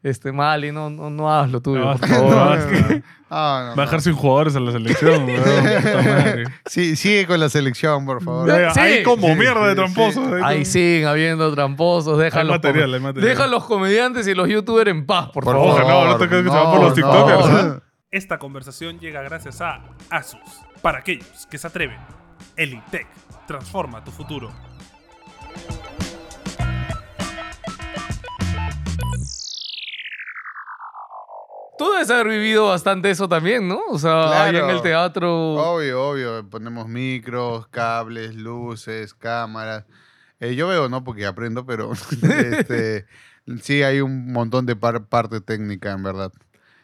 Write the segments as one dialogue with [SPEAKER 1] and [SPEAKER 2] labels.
[SPEAKER 1] Este, Mali, no, no, no hagas lo tuyo,
[SPEAKER 2] No,
[SPEAKER 1] por
[SPEAKER 2] no,
[SPEAKER 1] favor.
[SPEAKER 2] no, es que
[SPEAKER 3] Ah, No, no,
[SPEAKER 2] va a
[SPEAKER 3] no.
[SPEAKER 2] dejar sin jugadores a la selección, weón. Puta madre.
[SPEAKER 3] Sí, sigue con la selección, por favor.
[SPEAKER 1] Ya,
[SPEAKER 2] Ahí-
[SPEAKER 1] sí.
[SPEAKER 2] Ahí como
[SPEAKER 3] Sí,
[SPEAKER 2] mierda de
[SPEAKER 3] sí,
[SPEAKER 2] tramposos.
[SPEAKER 3] sí.
[SPEAKER 2] ahí
[SPEAKER 1] Ahí
[SPEAKER 2] como-
[SPEAKER 1] siguen habiendo tramposos, deja
[SPEAKER 2] Hay
[SPEAKER 1] los,
[SPEAKER 2] material,
[SPEAKER 1] com-
[SPEAKER 2] hay material.
[SPEAKER 1] deja los comediantes y los youtubers en paz, por,
[SPEAKER 3] Por
[SPEAKER 1] favor.
[SPEAKER 2] favor, no, no te creas que se va por los tiktokers, ¿eh?
[SPEAKER 3] no.
[SPEAKER 4] Esta conversación llega gracias a Asus. Para aquellos que se atreven, Elitec transforma tu futuro.
[SPEAKER 1] Tú debes haber vivido bastante eso también, ¿no? O sea, ahí en
[SPEAKER 3] Claro. Oh.
[SPEAKER 1] el teatro.
[SPEAKER 3] Obvio, obvio. Ponemos micros, cables, luces, cámaras. Eh, yo veo, ¿no? Porque aprendo, pero este, sí hay un montón de par- parte técnica, en verdad.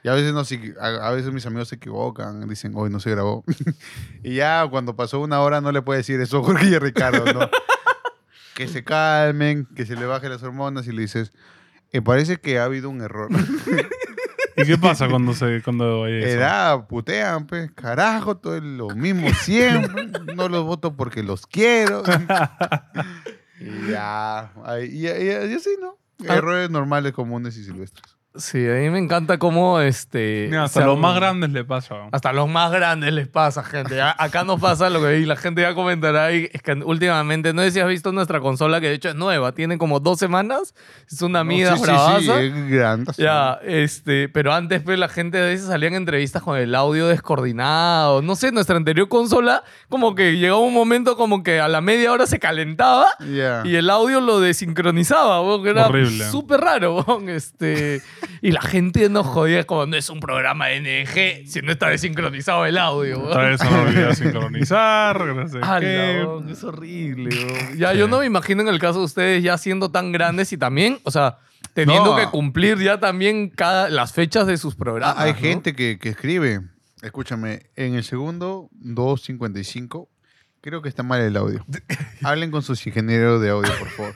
[SPEAKER 3] Y a veces, no, se- a, a veces mis amigos se equivocan, dicen, hoy no se grabó. y ya cuando pasó una hora no le puede decir eso a Jorge y a Ricardo, ¿no? que se calmen, que se le bajen las hormonas y le dices, "Eh, parece que ha habido un error.
[SPEAKER 2] ¿Y qué pasa cuando se cuando hay eso?
[SPEAKER 3] Era, putean, pues, carajo, todo es lo mismo siempre. No los voto porque los quiero. y ya, ahí- y, y- y así, ¿no?
[SPEAKER 1] Ah.
[SPEAKER 3] Errores normales, comunes y silvestres.
[SPEAKER 1] Sí, a mí me encanta cómo este.
[SPEAKER 2] Mira, hasta
[SPEAKER 1] se
[SPEAKER 2] los
[SPEAKER 1] han-
[SPEAKER 2] más grandes le pasa. weón.
[SPEAKER 1] Hasta los más grandes les pasa, gente. Ya, acá nos pasa lo que y la gente ya comentará. Y es que últimamente, no sé si has visto nuestra consola, que de hecho es nueva. Tiene como dos semanas. Es una mida
[SPEAKER 3] No, sí, sí, sí,
[SPEAKER 1] bravaza.
[SPEAKER 3] es grande. sí.
[SPEAKER 1] Ya, este, pero antes pues, la gente a veces salía en entrevistas con el audio descoordinado. No sé, nuestra anterior consola, como que llegaba un momento como que a la media hora se calentaba
[SPEAKER 3] Ya.
[SPEAKER 1] y el audio lo desincronizaba, weón, que era
[SPEAKER 2] Horrible.
[SPEAKER 1] súper raro. weón, Este, y la gente nos jodía como no es un programa NG si no está desincronizado el audio. weón".
[SPEAKER 2] Otra vez se me olvidó sincronizar, no sé
[SPEAKER 1] Ala,
[SPEAKER 2] qué.
[SPEAKER 1] weón, es horrible. weón. Ya, yo no me imagino en el caso de ustedes ya siendo tan grandes y también, o sea, teniendo
[SPEAKER 3] No.
[SPEAKER 1] que cumplir ya también cada, las fechas de sus
[SPEAKER 3] Ah,
[SPEAKER 1] programas.
[SPEAKER 3] hay
[SPEAKER 1] ¿no?
[SPEAKER 3] gente que, que escribe, escúchame, en el segundo 2.55, creo que está mal el audio. Hablen con sus ingenieros de audio, por favor.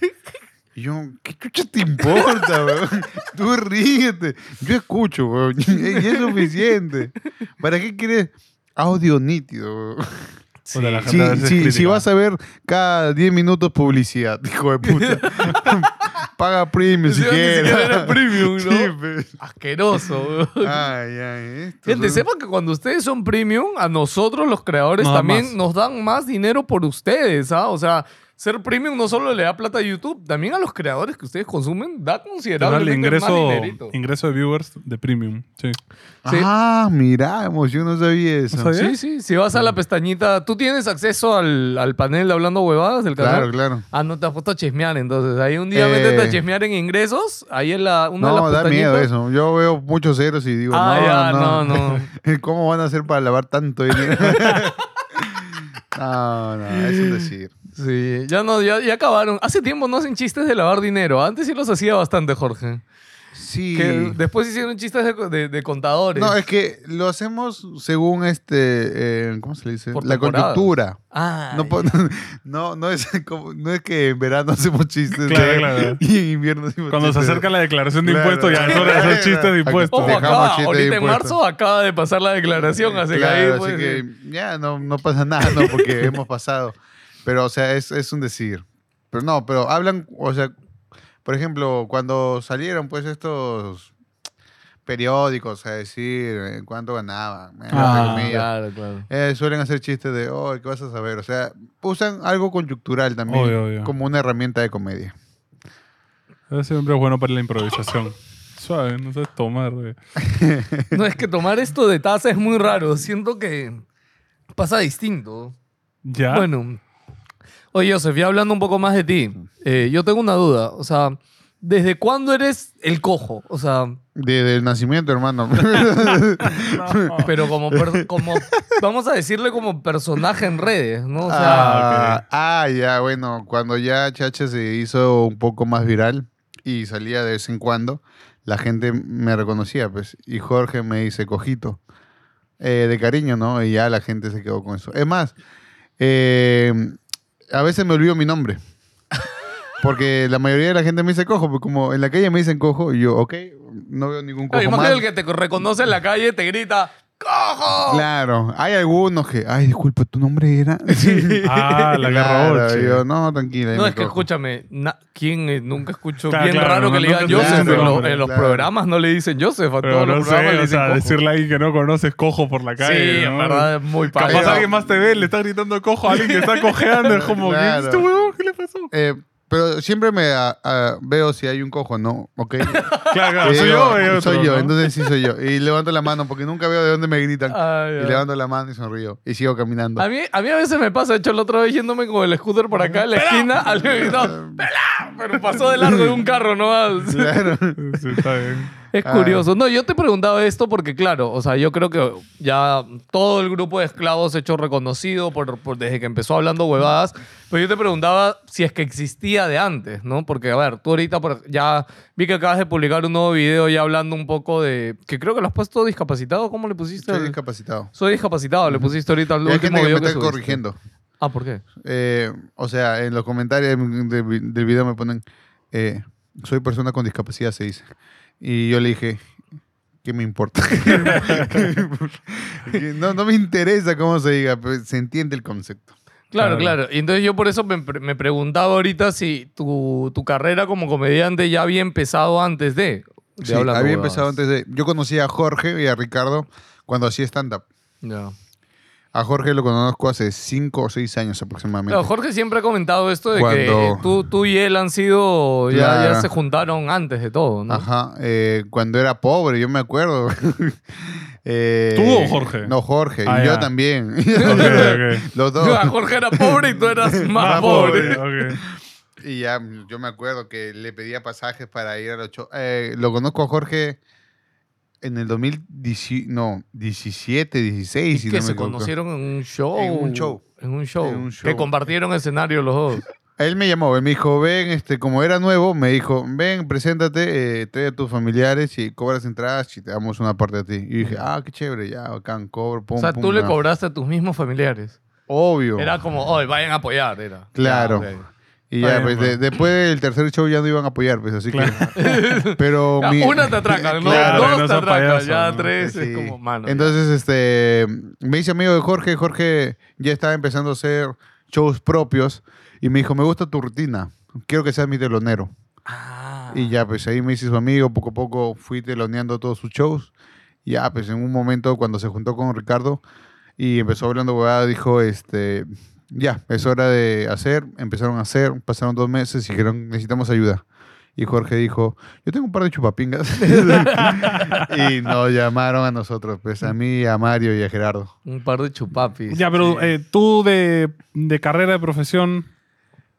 [SPEAKER 3] Y yo, ¿qué chucha te importa, weón? Tú ríete. Yo escucho, weón. Y es suficiente. ¿Para qué quieres audio nítido, weón?
[SPEAKER 1] Sí.
[SPEAKER 2] Puta, la gente
[SPEAKER 3] Sí,
[SPEAKER 2] a veces
[SPEAKER 3] sí,
[SPEAKER 2] es
[SPEAKER 3] si
[SPEAKER 2] crítica.
[SPEAKER 3] vas a ver cada 10 minutos publicidad, hijo de puta. Paga premium si
[SPEAKER 1] Encima ni
[SPEAKER 3] quieres.
[SPEAKER 1] siquiera era premium, ¿no?
[SPEAKER 3] Sí, pues.
[SPEAKER 1] Asqueroso. weón.
[SPEAKER 3] Ay, ay, estos
[SPEAKER 1] Gente,
[SPEAKER 3] son-
[SPEAKER 1] sepan que cuando ustedes son premium, a nosotros los creadores
[SPEAKER 2] Nos dan
[SPEAKER 1] también
[SPEAKER 2] más.
[SPEAKER 1] nos dan más dinero por ustedes, ¿ah? O sea, ser premium no solo le da plata a YouTube, también a los creadores que ustedes consumen da
[SPEAKER 2] Te da el
[SPEAKER 1] considerablemente
[SPEAKER 2] ingreso,
[SPEAKER 1] más dinerito.
[SPEAKER 2] ingreso de viewers de premium. Sí.
[SPEAKER 1] Sí.
[SPEAKER 3] Ah, miramos, yo no Ah. sabía eso.
[SPEAKER 2] sabía?
[SPEAKER 1] Sí, Ah, sí, si vas a la pestañita, ¿tú tienes acceso al, al panel de Hablando Huevadas del canal?
[SPEAKER 3] Claro, claro.
[SPEAKER 1] Ah, no te has puesto a chismear, entonces. Ahí un día
[SPEAKER 3] Eh.
[SPEAKER 1] métete a chismear en ingresos. Ahí en la, una de las
[SPEAKER 3] No, da
[SPEAKER 1] pestañitas.
[SPEAKER 3] miedo eso. Yo veo muchos ceros y digo,
[SPEAKER 1] Ah,
[SPEAKER 3] no,
[SPEAKER 1] ya,
[SPEAKER 3] no,
[SPEAKER 1] no,
[SPEAKER 3] ¿Cómo van a hacer para lavar tanto dinero? no, no, eso es decir.
[SPEAKER 1] Sí, ya no, ya, ya acabaron. Hace tiempo no hacen chistes de lavar dinero. Antes sí los hacía bastante, Jorge.
[SPEAKER 3] Sí.
[SPEAKER 1] Que después hicieron chistes de, de- de contadores.
[SPEAKER 3] No, es que lo hacemos según este, eh, ¿cómo se le dice?
[SPEAKER 1] Por
[SPEAKER 3] La
[SPEAKER 1] temporadas.
[SPEAKER 3] coyuntura.
[SPEAKER 1] Ah,
[SPEAKER 3] No,
[SPEAKER 1] ya.
[SPEAKER 3] po- no, no, es como- no es que en verano hacemos chistes
[SPEAKER 2] Claro,
[SPEAKER 3] de-
[SPEAKER 2] claro.
[SPEAKER 3] y en invierno hacemos
[SPEAKER 2] Cuando se
[SPEAKER 3] chistes de-
[SPEAKER 2] acerca la declaración de
[SPEAKER 3] Claro.
[SPEAKER 2] impuestos, ya es hora de hacer chistes de
[SPEAKER 3] Aquí-
[SPEAKER 2] impuestos.
[SPEAKER 1] Ojo,
[SPEAKER 3] Dejamos
[SPEAKER 1] acaba,
[SPEAKER 3] chistes de
[SPEAKER 1] ahorita en
[SPEAKER 3] impuestos.
[SPEAKER 1] marzo acaba de pasar la declaración, así que ahí,
[SPEAKER 3] Claro,
[SPEAKER 1] pues,
[SPEAKER 3] así que ya no, no pasa nada, ¿no? Porque hemos pasado. Pero, o sea, es, es un decir. Pero no, pero hablan, o sea, por ejemplo, cuando salieron pues estos periódicos a decir eh, cuánto ganaban, eh, entre
[SPEAKER 2] Ah,
[SPEAKER 3] comillas,
[SPEAKER 1] Claro, claro.
[SPEAKER 3] eh, suelen hacer chistes de, oh, ¿qué vas a saber? O sea, usan algo coyuntural también
[SPEAKER 2] Obvio, obvio.
[SPEAKER 3] como una herramienta de comedia.
[SPEAKER 2] Eso siempre es bueno para la improvisación. Suave, no sabes tomar. güey.
[SPEAKER 1] No, es que tomar esto de taza es muy raro. Siento que pasa distinto.
[SPEAKER 2] Ya.
[SPEAKER 1] Bueno. Oye, Joseph, ya hablando un poco más de ti, eh, yo tengo una duda. O sea, ¿desde cuándo eres el cojo? O sea,
[SPEAKER 3] Desde el nacimiento, hermano.
[SPEAKER 1] pero como, per- como vamos a decirle como personaje en redes, ¿no? O sea,
[SPEAKER 3] Ah, ah, ya, bueno, cuando ya Chacha se hizo un poco más viral y salía de vez en cuando, la gente me reconocía, pues, y Jorge me dice cojito, eh, de cariño, ¿no? Y ya la gente se quedó con eso. Es más, eh, a veces me olvido mi nombre. Porque la mayoría de la gente me dice cojo, porque como en la calle me dicen cojo, y yo, ok, no veo ningún
[SPEAKER 1] claro,
[SPEAKER 3] cojo
[SPEAKER 1] imagínate
[SPEAKER 3] mal.
[SPEAKER 1] el que te reconoce en la calle, te grita, ¡Cojo!
[SPEAKER 3] Claro, hay algunos que, ay, disculpa, ¿tu nombre era?
[SPEAKER 2] Ah, la guerra
[SPEAKER 3] Claro,
[SPEAKER 2] Olche.
[SPEAKER 3] yo, no, tranquila. ahí
[SPEAKER 1] No,
[SPEAKER 3] me
[SPEAKER 1] es que
[SPEAKER 3] cojo.
[SPEAKER 1] escúchame, na- ¿quién eh, nunca escucho?
[SPEAKER 2] Claro,
[SPEAKER 1] Bien
[SPEAKER 2] claro,
[SPEAKER 1] raro
[SPEAKER 2] no,
[SPEAKER 1] que le
[SPEAKER 2] nunca
[SPEAKER 1] digan
[SPEAKER 3] escuché
[SPEAKER 1] Joseph.
[SPEAKER 3] ese
[SPEAKER 1] en, lo-
[SPEAKER 3] nombre,
[SPEAKER 1] en los
[SPEAKER 3] claro.
[SPEAKER 1] programas no le dicen Joseph, a
[SPEAKER 2] Pero
[SPEAKER 1] todos
[SPEAKER 2] no
[SPEAKER 1] los programas
[SPEAKER 2] sé,
[SPEAKER 1] le
[SPEAKER 2] o
[SPEAKER 1] dicen
[SPEAKER 2] sea,
[SPEAKER 1] cojo.
[SPEAKER 2] decirle a alguien que no conoces cojo por la calle.
[SPEAKER 1] Sí, en
[SPEAKER 2] ¿no?
[SPEAKER 1] verdad es muy
[SPEAKER 2] Capaz
[SPEAKER 1] paja.
[SPEAKER 2] alguien más te ve, le está gritando cojo a alguien que está cojeando. Es como,
[SPEAKER 3] Claro.
[SPEAKER 2] ¿qué, este huevón, ¿qué le pasó?
[SPEAKER 3] Eh, pero siempre me ah, ah, veo si hay un cojo, ¿no? ¿Ok?
[SPEAKER 2] Claro, claro,
[SPEAKER 3] Y
[SPEAKER 2] soy
[SPEAKER 3] digo,
[SPEAKER 2] yo. hay otro,
[SPEAKER 3] soy yo,
[SPEAKER 2] ¿no?
[SPEAKER 3] entonces sí soy yo. Y levanto la mano porque nunca veo de dónde me gritan.
[SPEAKER 1] Ay,
[SPEAKER 3] Y
[SPEAKER 1] ay.
[SPEAKER 3] levanto la mano y sonrío. Y sigo caminando.
[SPEAKER 1] A mí, a mí a veces me pasa, de hecho, la otra vez yéndome con el scooter por acá en la esquina, alguien me gritó,
[SPEAKER 3] Em.
[SPEAKER 1] "Pelá", pero pasó de largo de un carro, ¿no?
[SPEAKER 3] Claro.
[SPEAKER 2] Sí, está bien.
[SPEAKER 1] Es
[SPEAKER 3] Ah.
[SPEAKER 1] curioso. No, yo te preguntaba esto porque, claro, o sea, yo creo que ya todo el grupo de esclavos hecho reconocido por, por- desde que empezó hablando huevadas, pero yo te preguntaba si es que existía de antes, ¿no? Porque, a ver, tú ahorita por- ya vi que acabas de publicar un nuevo video ya hablando un poco de... que creo que lo has puesto discapacitado, ¿cómo le pusiste?
[SPEAKER 3] Estoy
[SPEAKER 1] al-
[SPEAKER 3] discapacitado.
[SPEAKER 1] Soy discapacitado, le pusiste ahorita al
[SPEAKER 3] Y Hay
[SPEAKER 1] último
[SPEAKER 3] gente que me
[SPEAKER 1] video
[SPEAKER 3] está
[SPEAKER 1] subiste.
[SPEAKER 3] corrigiendo.
[SPEAKER 1] Ah, ¿por qué?
[SPEAKER 3] Eh, o sea, en los comentarios del, del- del video me ponen, eh, soy persona con discapacidad, se dice. Y yo le dije, ¿qué me importa? no, no me interesa cómo se diga, pero se entiende el concepto.
[SPEAKER 2] Claro.
[SPEAKER 1] Claro, claro. Y entonces yo por eso me, pre- me preguntaba ahorita si tu, tu carrera como comediante ya había empezado antes de... de
[SPEAKER 3] Sí,
[SPEAKER 1] Hablando
[SPEAKER 3] había
[SPEAKER 1] Huevadas.
[SPEAKER 3] empezado antes de... Yo conocí a Jorge y a Ricardo cuando hacía stand-up.
[SPEAKER 1] Ya.
[SPEAKER 3] A Jorge lo conozco hace 5 o 6 años aproximadamente.
[SPEAKER 1] Claro, Jorge siempre ha comentado esto de que
[SPEAKER 3] Cuando-
[SPEAKER 1] eh, tú, tú y él han sido, ya,
[SPEAKER 3] Claro.
[SPEAKER 1] ya se juntaron antes de todo, ¿no?
[SPEAKER 3] Ajá, eh, cuando era pobre, yo me acuerdo. Eh,
[SPEAKER 2] ¿Tú o Jorge?
[SPEAKER 3] No, Jorge,
[SPEAKER 2] Ah,
[SPEAKER 3] y yo
[SPEAKER 2] ya.
[SPEAKER 3] también.
[SPEAKER 2] Ok, ok.
[SPEAKER 3] Los dos.
[SPEAKER 1] Ah, Jorge era pobre y tú eras más,
[SPEAKER 2] Ah,
[SPEAKER 1] pobre.
[SPEAKER 2] pobre, ok.
[SPEAKER 3] Y ya, yo me acuerdo que le pedía pasajes para ir a los shows. Eh, lo conozco a Jorge en el 2017, no, 17, 16.
[SPEAKER 1] Y
[SPEAKER 3] si
[SPEAKER 1] que
[SPEAKER 3] no me
[SPEAKER 1] se
[SPEAKER 3] equivoco.
[SPEAKER 1] conocieron en un show.
[SPEAKER 3] En un show.
[SPEAKER 1] En un show.
[SPEAKER 3] En un show.
[SPEAKER 1] Que compartieron escenario los dos.
[SPEAKER 3] Él me llamó, él me dijo, ven, este, como era nuevo, me dijo, ven, preséntate, eh, trae a tus familiares y cobras entradas y te damos una parte a ti. Y dije, ah, qué chévere, ya, bacán, cobro, pum,
[SPEAKER 1] o sea,
[SPEAKER 3] pum,
[SPEAKER 1] tú le
[SPEAKER 3] ya".
[SPEAKER 1] cobraste a tus mismos familiares.
[SPEAKER 3] Obvio.
[SPEAKER 1] Era como, hoy vayan a apoyar, era.
[SPEAKER 3] Claro.
[SPEAKER 1] Ah, ok.
[SPEAKER 3] Y
[SPEAKER 2] Está
[SPEAKER 3] ya,
[SPEAKER 2] bien,
[SPEAKER 3] pues,
[SPEAKER 2] pues.
[SPEAKER 3] de- después del tercer show ya no iban a apoyar, pues, así que... Pero...
[SPEAKER 1] Ya,
[SPEAKER 3] mi-
[SPEAKER 1] Una te atracan, ¿no?
[SPEAKER 2] Claro,
[SPEAKER 1] dos
[SPEAKER 2] no
[SPEAKER 1] te
[SPEAKER 2] seas
[SPEAKER 1] atracan,
[SPEAKER 2] payaso,
[SPEAKER 1] ya
[SPEAKER 2] ¿no?
[SPEAKER 1] tres
[SPEAKER 3] Sí.
[SPEAKER 1] es como, mano. ya.
[SPEAKER 3] Entonces, este, me hice amigo de Jorge. Jorge ya estaba empezando a hacer shows propios y me dijo, me gusta tu rutina, quiero que seas mi telonero.
[SPEAKER 1] Ah.
[SPEAKER 3] Y ya, pues ahí me hice su amigo, poco a poco fui teloneando todos sus shows. Ya, pues en un momento cuando se juntó con Ricardo y empezó hablando huevada, dijo, este, ya, es hora de hacer. Empezaron a hacer, pasaron dos meses y dijeron, necesitamos ayuda. Y Jorge dijo, yo tengo un par de chupapingas. y nos llamaron a nosotros, pues a mí, a Mario y a Gerardo.
[SPEAKER 1] Un par de chupapis.
[SPEAKER 2] Ya, pero eh, tú de, de carrera de profesión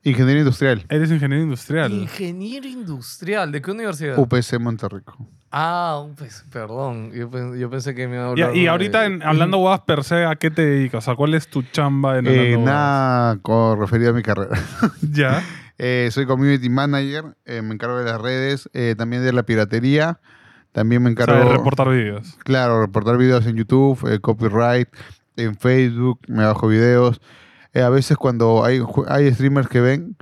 [SPEAKER 3] Ingeniero industrial,
[SPEAKER 2] eres ingeniero industrial.
[SPEAKER 1] Ingeniero industrial, ¿de qué universidad?
[SPEAKER 3] UPC Monterrico.
[SPEAKER 1] Ah, pues, perdón. Yo, pen- yo pensé que me iba a
[SPEAKER 2] Ya,
[SPEAKER 1] hablar
[SPEAKER 2] y
[SPEAKER 1] de-
[SPEAKER 2] ahorita, en- hablando guas per se, ¿a qué te dedicas? O sea, ¿cuál es tu chamba en
[SPEAKER 3] Eh,
[SPEAKER 2] Hablando Huevadas?
[SPEAKER 3] nada con referido a mi carrera.
[SPEAKER 2] Ya.
[SPEAKER 3] Eh, soy community manager, eh, me encargo de las redes, eh, también de la piratería, también me
[SPEAKER 2] O
[SPEAKER 3] encargo
[SPEAKER 2] sea, de reportar vídeos.
[SPEAKER 3] claro, reportar videos en YouTube, eh, copyright, en Facebook, me bajo videos. Eh, a veces cuando hay, ju- hay streamers que ven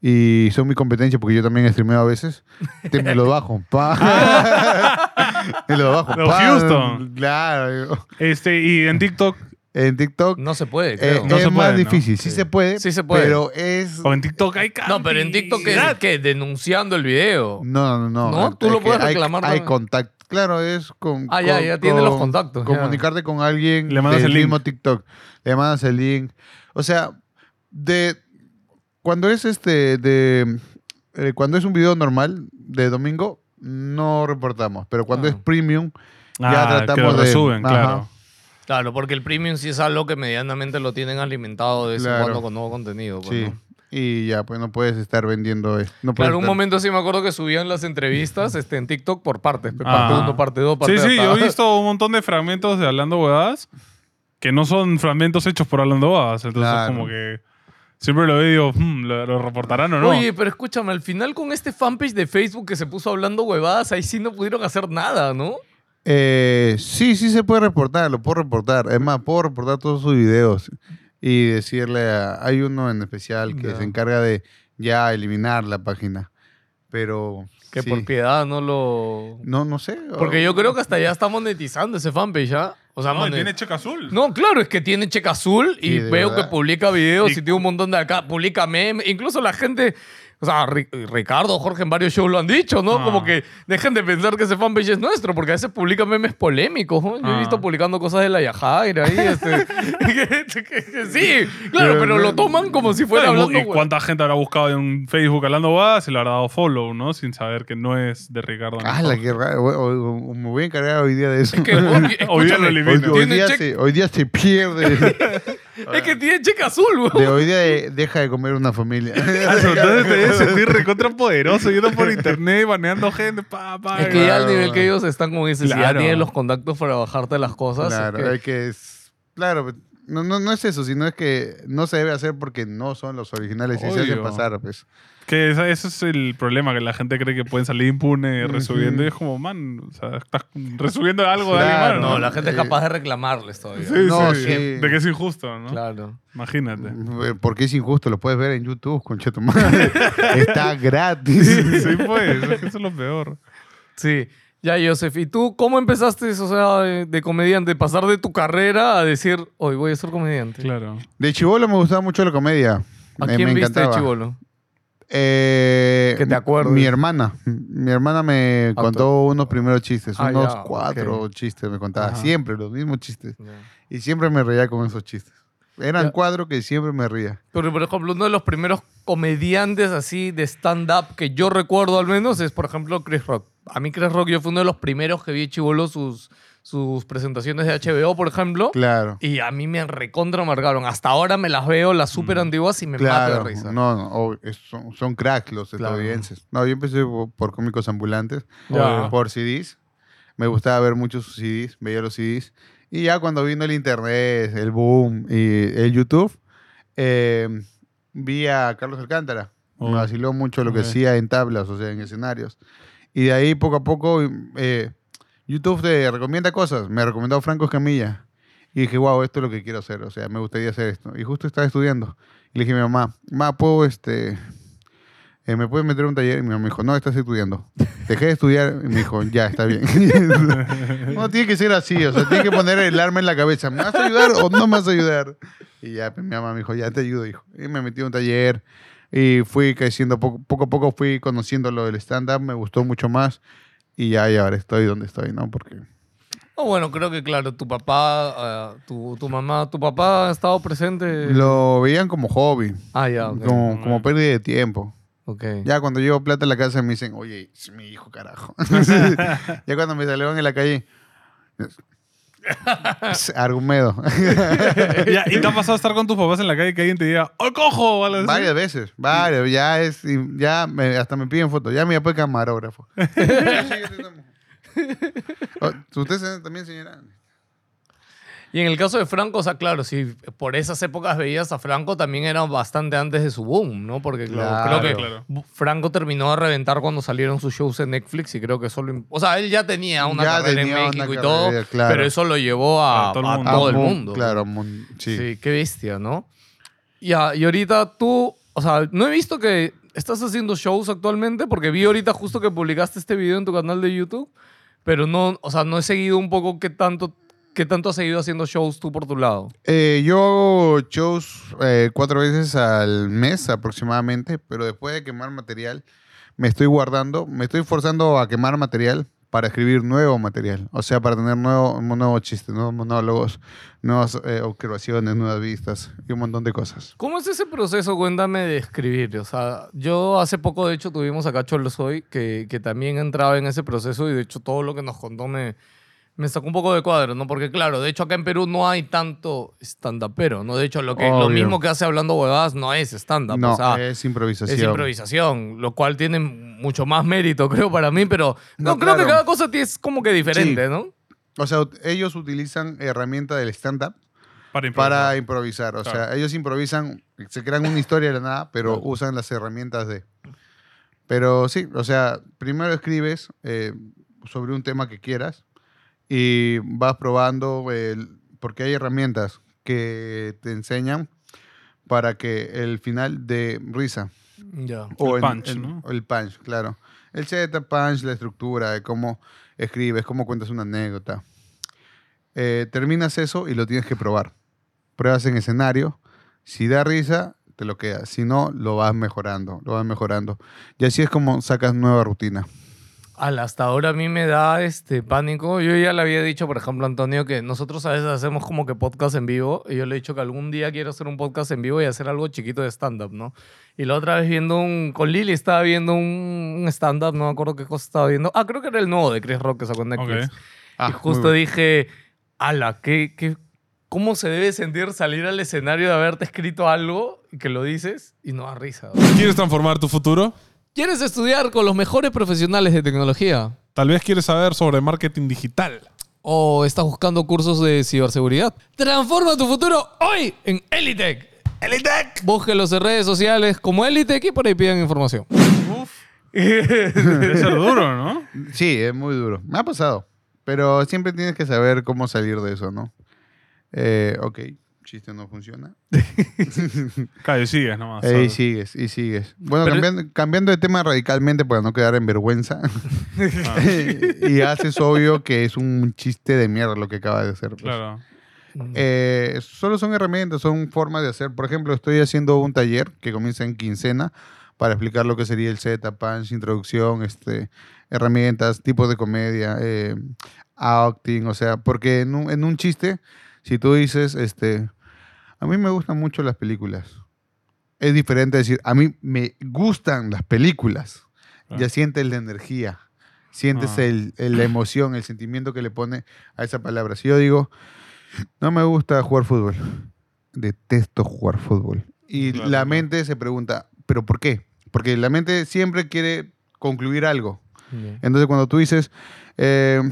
[SPEAKER 3] y son mi competencia, porque yo también streameo a veces, te- me lo bajo. Pa. me lo bajo.
[SPEAKER 2] Los
[SPEAKER 3] pa.
[SPEAKER 2] Houston.
[SPEAKER 3] Claro.
[SPEAKER 2] Este, y en TikTok,
[SPEAKER 3] En TikTok
[SPEAKER 1] No se puede,
[SPEAKER 3] eh,
[SPEAKER 1] creo.
[SPEAKER 2] No
[SPEAKER 3] es
[SPEAKER 2] se
[SPEAKER 3] más
[SPEAKER 2] puede, ¿no?
[SPEAKER 3] difícil. Sí.
[SPEAKER 1] Sí.
[SPEAKER 3] se puede.
[SPEAKER 1] Sí se puede.
[SPEAKER 3] Pero es...
[SPEAKER 2] o en TikTok hay
[SPEAKER 1] no, pero en TikTok es
[SPEAKER 2] cantidad.
[SPEAKER 1] que denunciando el video.
[SPEAKER 3] No, no, no.
[SPEAKER 1] ¿No? Tú
[SPEAKER 3] Es
[SPEAKER 1] lo
[SPEAKER 3] que
[SPEAKER 1] puedes
[SPEAKER 3] hay-
[SPEAKER 1] reclamar
[SPEAKER 3] Hay
[SPEAKER 1] también.
[SPEAKER 3] contacto. Claro, es con.
[SPEAKER 1] Ah, ya,
[SPEAKER 3] con-
[SPEAKER 1] ya tiene los
[SPEAKER 3] con-
[SPEAKER 1] contactos, ya.
[SPEAKER 3] Comunicarte con alguien.
[SPEAKER 2] Le mandas
[SPEAKER 3] del
[SPEAKER 2] el link.
[SPEAKER 3] mismo TikTok. Le mandas el link. O sea, de. Cuando es este. de eh, Cuando es un video normal de domingo, no reportamos. Pero cuando
[SPEAKER 1] Ah.
[SPEAKER 3] es premium,
[SPEAKER 2] Ah,
[SPEAKER 3] ya
[SPEAKER 2] que lo
[SPEAKER 3] tratamos de.
[SPEAKER 2] resuben,
[SPEAKER 3] ajá.
[SPEAKER 2] claro.
[SPEAKER 1] Claro, porque el premium sí es algo que medianamente lo tienen alimentado de vez en
[SPEAKER 3] Claro.
[SPEAKER 1] cuando con nuevo contenido. pues,
[SPEAKER 3] Sí.
[SPEAKER 1] ¿no?
[SPEAKER 3] Y ya, pues no puedes estar vendiendo. eh, No puedes
[SPEAKER 1] Claro, un
[SPEAKER 3] estar-
[SPEAKER 1] momento sí me acuerdo que subían las entrevistas este, en TikTok por partes. pe-
[SPEAKER 2] Ah.
[SPEAKER 1] Parte 1, parte 2,
[SPEAKER 2] Sí,
[SPEAKER 1] parte
[SPEAKER 2] sí,
[SPEAKER 1] hasta-
[SPEAKER 2] yo he visto un montón de fragmentos de Hablando Huevadas que no son fragmentos hechos por Hablando Huevadas. Entonces,
[SPEAKER 3] Claro.
[SPEAKER 2] como que siempre lo veo y digo, "Hmm, ¿lo, lo reportarán o no?
[SPEAKER 1] Oye, pero escúchame, al final con este fanpage de Facebook que se puso hablando huevadas, ahí sí no pudieron hacer nada, ¿no?
[SPEAKER 3] Eh, sí, sí se puede reportar, lo puedo reportar. Es más, puedo reportar todos sus videos y decirle a... Hay uno en especial que
[SPEAKER 1] Ya.
[SPEAKER 3] se encarga de ya eliminar la página. Pero...
[SPEAKER 1] Que
[SPEAKER 3] sí.
[SPEAKER 1] por piedad no lo...
[SPEAKER 3] No, no sé.
[SPEAKER 1] Porque yo creo que hasta ya está monetizando ese fanpage, ¿ah? O sea,
[SPEAKER 2] No, y
[SPEAKER 1] mano,
[SPEAKER 2] tiene cheque azul.
[SPEAKER 1] no, claro, es que tiene cheque azul y
[SPEAKER 3] Sí, de
[SPEAKER 1] veo
[SPEAKER 3] verdad.
[SPEAKER 1] que publica videos y,
[SPEAKER 2] Y-
[SPEAKER 1] tiene un montón de acá, publica memes. Incluso la gente, o sea, Ri- Ricardo, Jorge en varios shows lo han dicho, ¿no?
[SPEAKER 2] Ah.
[SPEAKER 1] Como que dejen de pensar que ese fanpage es nuestro, porque a veces publica memes polémicos. ¿no? Yo he
[SPEAKER 2] Ah.
[SPEAKER 1] visto publicando cosas de la Yajaira ahí. Este, que- que- que sí, claro,
[SPEAKER 3] Pero
[SPEAKER 1] pero
[SPEAKER 3] no-
[SPEAKER 1] lo toman como si fuera
[SPEAKER 2] Claro,
[SPEAKER 1] hablando.
[SPEAKER 2] Eh, ¿Y
[SPEAKER 1] hue-
[SPEAKER 2] cuánta gente habrá buscado en Facebook hablando va? Se le habrá dado follow, ¿no? Sin saber que no es de Ricardo. ni
[SPEAKER 3] Ah, la que raro. Hoy- hoy- Me voy a encargar hoy día de eso.
[SPEAKER 1] Es que, hoy-
[SPEAKER 2] Hoy día lo
[SPEAKER 1] escúchame,
[SPEAKER 3] Hoy,
[SPEAKER 2] elimino.
[SPEAKER 3] hoy
[SPEAKER 1] tiene
[SPEAKER 3] día
[SPEAKER 1] cheque-
[SPEAKER 3] se, hoy día se pierde.
[SPEAKER 1] es que tiene cheque azul, güey.
[SPEAKER 3] De hoy día de- deja de comer una familia.
[SPEAKER 2] Ah, so, Entonces te debes sentir recontra poderoso yendo por internet baneando gente. Pa, pa,
[SPEAKER 1] Es que ya al
[SPEAKER 3] Claro.
[SPEAKER 1] nivel que ellos están con ese, si ya
[SPEAKER 2] Ah. Claro.
[SPEAKER 1] tienen los contactos para bajarte las cosas. es
[SPEAKER 3] Claro,
[SPEAKER 1] que-
[SPEAKER 3] es que es. Claro, pues, no, no, no es eso, sino es que no se debe hacer porque no son los originales y se hacen
[SPEAKER 2] Obvio.
[SPEAKER 3] pasar, pues.
[SPEAKER 2] Que esa- ese es el problema, que la gente cree que pueden salir impune resubiendo. Y es como, man, o sea, estás resubiendo algo de
[SPEAKER 3] Claro,
[SPEAKER 2] alguien,
[SPEAKER 1] No,
[SPEAKER 2] mano.
[SPEAKER 1] la gente es
[SPEAKER 3] Sí.
[SPEAKER 1] capaz de reclamarles todavía.
[SPEAKER 2] Sí,
[SPEAKER 3] No,
[SPEAKER 2] sí.
[SPEAKER 3] eh, sí.
[SPEAKER 2] De que es injusto, ¿no?
[SPEAKER 1] Claro.
[SPEAKER 2] Imagínate.
[SPEAKER 3] Eh, Porque es injusto, lo puedes ver en YouTube, conchetumadre. Está gratis.
[SPEAKER 2] Sí, pues, es que eso es lo peor.
[SPEAKER 1] Sí. Ya, Joseph, ¿y tú cómo empezaste, o sea, de, de comediante, pasar de tu carrera a decir, hoy voy a ser comediante?
[SPEAKER 2] Claro.
[SPEAKER 3] De chivolo me gustaba mucho la comedia.
[SPEAKER 1] ¿A
[SPEAKER 3] me,
[SPEAKER 1] quién
[SPEAKER 3] me
[SPEAKER 1] viste de
[SPEAKER 3] encantaba.
[SPEAKER 1] chivolo?
[SPEAKER 3] Eh,
[SPEAKER 1] Que te acuerdes.
[SPEAKER 3] Mi hermana. Mi hermana me
[SPEAKER 1] Ah,
[SPEAKER 3] contó unos primeros chistes,
[SPEAKER 1] Ah,
[SPEAKER 3] unos
[SPEAKER 1] ya,
[SPEAKER 3] cuatro chistes me contaba.
[SPEAKER 1] Ajá.
[SPEAKER 3] Siempre los mismos chistes. Y siempre me reía con esos chistes. Eran
[SPEAKER 1] Ya.
[SPEAKER 3] cuatro que siempre me reía.
[SPEAKER 1] Pero, por ejemplo, uno de los primeros comediantes así de stand-up que yo recuerdo al menos es, por ejemplo, Chris Rock. A mí Chris Rock yo fue uno de los primeros que vi de chivolo sus, sus presentaciones de HBO, por ejemplo.
[SPEAKER 3] Claro.
[SPEAKER 1] Y a mí me recontra amargaron. Hasta ahora me las veo las súper antiguas y me mato
[SPEAKER 3] Mm. Claro,
[SPEAKER 1] de risa.
[SPEAKER 3] no, no, obvio, es- son, son cracks los
[SPEAKER 1] Claro.
[SPEAKER 3] estadounidenses. No, yo empecé por, por cómicos ambulantes,
[SPEAKER 1] Ya.
[SPEAKER 3] obvio, por CDs. Me gustaba ver muchos sus CDs, veía los CDs. Y ya cuando vino el internet, el boom y el YouTube, eh, vi a Carlos Alcántara.
[SPEAKER 2] Oh.
[SPEAKER 3] Me vaciló mucho lo que
[SPEAKER 2] Ok.
[SPEAKER 3] hacía en tablas, o sea, en escenarios. Y de ahí poco a poco eh, YouTube te recomienda cosas. Me recomendó Franco Escamilla. Y dije, wow, esto es lo que quiero hacer. O sea, me gustaría hacer esto. Y justo estaba estudiando. Y le dije a mi mamá, mamá, ¿puedo este... eh, ¿Me puedes meter a un taller? Y mi mamá me dijo, no, estás estudiando. Dejé de estudiar y me dijo, ya, está bien. no, tiene que ser así, o sea, tiene que poner el arma en la cabeza. ¿Me vas a ayudar o no me vas a ayudar? Y ya, pues, mi mamá me dijo, ya te ayudo, hijo. Y me metí a un taller y fui creciendo, poco, poco a poco fui conociendo lo del stand-up, me gustó mucho más. Y ya, y ahora estoy donde estoy, ¿no? Porque
[SPEAKER 1] No, bueno, creo que claro, tu papá, eh, tu, tu mamá, tu papá ha estado presente.
[SPEAKER 3] lo veían como hobby.
[SPEAKER 1] Ah, ya, ok.
[SPEAKER 3] Como, como pérdida de tiempo.
[SPEAKER 1] ok.
[SPEAKER 3] Ya cuando llevo plata a la casa me dicen, oye, es mi hijo, carajo. ya cuando me salieron en la calle, es argumedo.
[SPEAKER 2] Ya, ¿Y te ha pasado estar con tus papás en la calle que alguien te diga, ¡Oh, cojo! o algo así?
[SPEAKER 3] varias veces, varias. Ya es, y ya me- hasta me piden fotos. Ya mi papá es camarógrafo. Sí, yo te tomo. Oh, ¿Usted se- también, señora?
[SPEAKER 1] Y en el caso de Franco, o sea, claro, si por esas épocas veías a Franco, también era bastante antes de su boom, ¿no? Porque claro,
[SPEAKER 3] Claro.
[SPEAKER 1] creo que
[SPEAKER 2] Claro.
[SPEAKER 1] bu- Franco terminó de reventar cuando salieron sus shows en Netflix y creo que eso lo... im- O sea, él ya tenía una
[SPEAKER 3] Ya
[SPEAKER 1] carrera
[SPEAKER 3] tenía
[SPEAKER 1] en
[SPEAKER 3] una
[SPEAKER 1] México y todo,
[SPEAKER 3] carrera, claro.
[SPEAKER 1] pero eso lo llevó a, a todo el mundo.
[SPEAKER 3] Ah, mon- Claro, mon- sí.
[SPEAKER 1] Sí. qué bestia, ¿no? Ya, y ahorita tú, o sea, no he visto que estás haciendo shows actualmente porque vi ahorita justo que publicaste este video en tu canal de YouTube, pero no, o sea, no he seguido un poco qué tanto, qué tanto has seguido haciendo shows tú por tu lado.
[SPEAKER 3] Eh, yo hago shows eh, cuatro veces al mes aproximadamente, pero después de quemar material, me estoy guardando, me estoy forzando a quemar material para escribir nuevo material, o sea, para tener nuevo, nuevos chistes, nuevos monólogos, nuevas eh, observaciones, nuevas vistas y un montón de cosas.
[SPEAKER 1] ¿Cómo es ese proceso? Cuéntame de escribir. O sea, yo hace poco, de hecho, tuvimos acá a Cholos hoy, que, que también entraba en ese proceso y, de hecho, todo lo que nos contó me, me sacó un poco de cuadro, ¿no? Porque, claro, de hecho, acá en Perú no hay tanto stand-upero, ¿no? De hecho, lo, que, lo
[SPEAKER 3] Obvio.
[SPEAKER 1] mismo que hace Hablando Huevadas no es stand-up.
[SPEAKER 3] No,
[SPEAKER 1] o sea,
[SPEAKER 3] es improvisación.
[SPEAKER 1] pues, ah, es improvisación, lo cual tiene mucho más mérito, creo, para mí, pero no,
[SPEAKER 3] No,
[SPEAKER 1] creo que
[SPEAKER 3] claro.
[SPEAKER 1] cada cosa es como que diferente,
[SPEAKER 3] Sí.
[SPEAKER 1] ¿no?
[SPEAKER 3] O sea, ut- ellos utilizan herramienta del stand-up
[SPEAKER 2] Para improvisar.
[SPEAKER 3] para improvisar. O
[SPEAKER 2] Claro.
[SPEAKER 3] sea, ellos improvisan, se crean una historia de la nada, pero usan las herramientas de. Pero sí, o sea, primero escribes eh, sobre un tema que quieras y vas probando, el- porque hay herramientas que te enseñan para que el final de risa.
[SPEAKER 1] Ya.
[SPEAKER 2] El punch, ¿no?
[SPEAKER 3] El punch, claro. El setup punch, la estructura, de cómo escribes, cómo cuentas una anécdota. eh, terminas eso y lo tienes que probar. Pruebas en escenario. Si da risa, te lo quedas. Si no, lo vas mejorando, lo vas mejorando. Y así es como sacas nueva rutina.
[SPEAKER 1] Al hasta ahora a mí me da este pánico. Yo ya le había dicho, por ejemplo, a Antonio, que nosotros a veces hacemos como que podcast en vivo. Y yo le he dicho que algún día quiero hacer un podcast en vivo y hacer algo chiquito de stand-up, ¿no? Y la otra vez viendo un. Con Lili estaba viendo un, un stand-up, no me acuerdo qué cosa estaba viendo. Ah, creo que era el nuevo de Chris Rock que sacó en Netflix.
[SPEAKER 2] Ok.
[SPEAKER 3] Ah,
[SPEAKER 1] y
[SPEAKER 3] muy
[SPEAKER 1] justo
[SPEAKER 3] bueno.
[SPEAKER 1] dije, ala, ¿qué, qué, ¿cómo se debe sentir salir al escenario de haberte escrito algo y que lo dices y no da risa? ¿no?
[SPEAKER 5] ¿Quieres transformar tu futuro?
[SPEAKER 1] ¿Quieres estudiar con los mejores profesionales de tecnología?
[SPEAKER 5] Tal vez quieres saber sobre marketing digital.
[SPEAKER 1] ¿O estás buscando cursos de ciberseguridad? Transforma tu futuro hoy en Elitech. Elitech. Búsquenlos en redes sociales como Elitech y por ahí pidan información.
[SPEAKER 2] Debe ser duro, ¿no?
[SPEAKER 3] Sí, es muy duro. Me ha pasado. Pero siempre tienes que saber cómo salir de eso, ¿no? Eh, ok, chiste no funciona.
[SPEAKER 2] Claro, y sigues nomás.
[SPEAKER 3] Eh, y
[SPEAKER 2] ¿sabes?
[SPEAKER 3] sigues, y sigues. Bueno,
[SPEAKER 1] Pero-
[SPEAKER 3] cambiando, cambiando de tema radicalmente para no quedar en vergüenza. y haces obvio que es un chiste de mierda lo que acaba de hacer. pues.
[SPEAKER 2] Claro.
[SPEAKER 3] Eh, solo son herramientas, son formas de hacer. Por ejemplo, estoy haciendo un taller que comienza en quincena para explicar lo que sería el Z, punch, introducción, este, herramientas, tipos de comedia, eh, acting, o sea, porque en un, en un chiste, si tú dices, este, a mí me gustan mucho las películas, es diferente decir, a mí me gustan las películas. Ya
[SPEAKER 2] Claro.
[SPEAKER 3] sientes la energía, sientes
[SPEAKER 2] Ah.
[SPEAKER 3] el- el- la emoción, el sentimiento que le pone a esa palabra. Si yo digo, no me gusta jugar fútbol. Detesto jugar fútbol. Y
[SPEAKER 2] Claro,
[SPEAKER 3] la
[SPEAKER 2] claro.
[SPEAKER 3] mente se pregunta, ¿pero por qué? Porque la mente siempre quiere concluir algo. Entonces cuando tú dices, eh,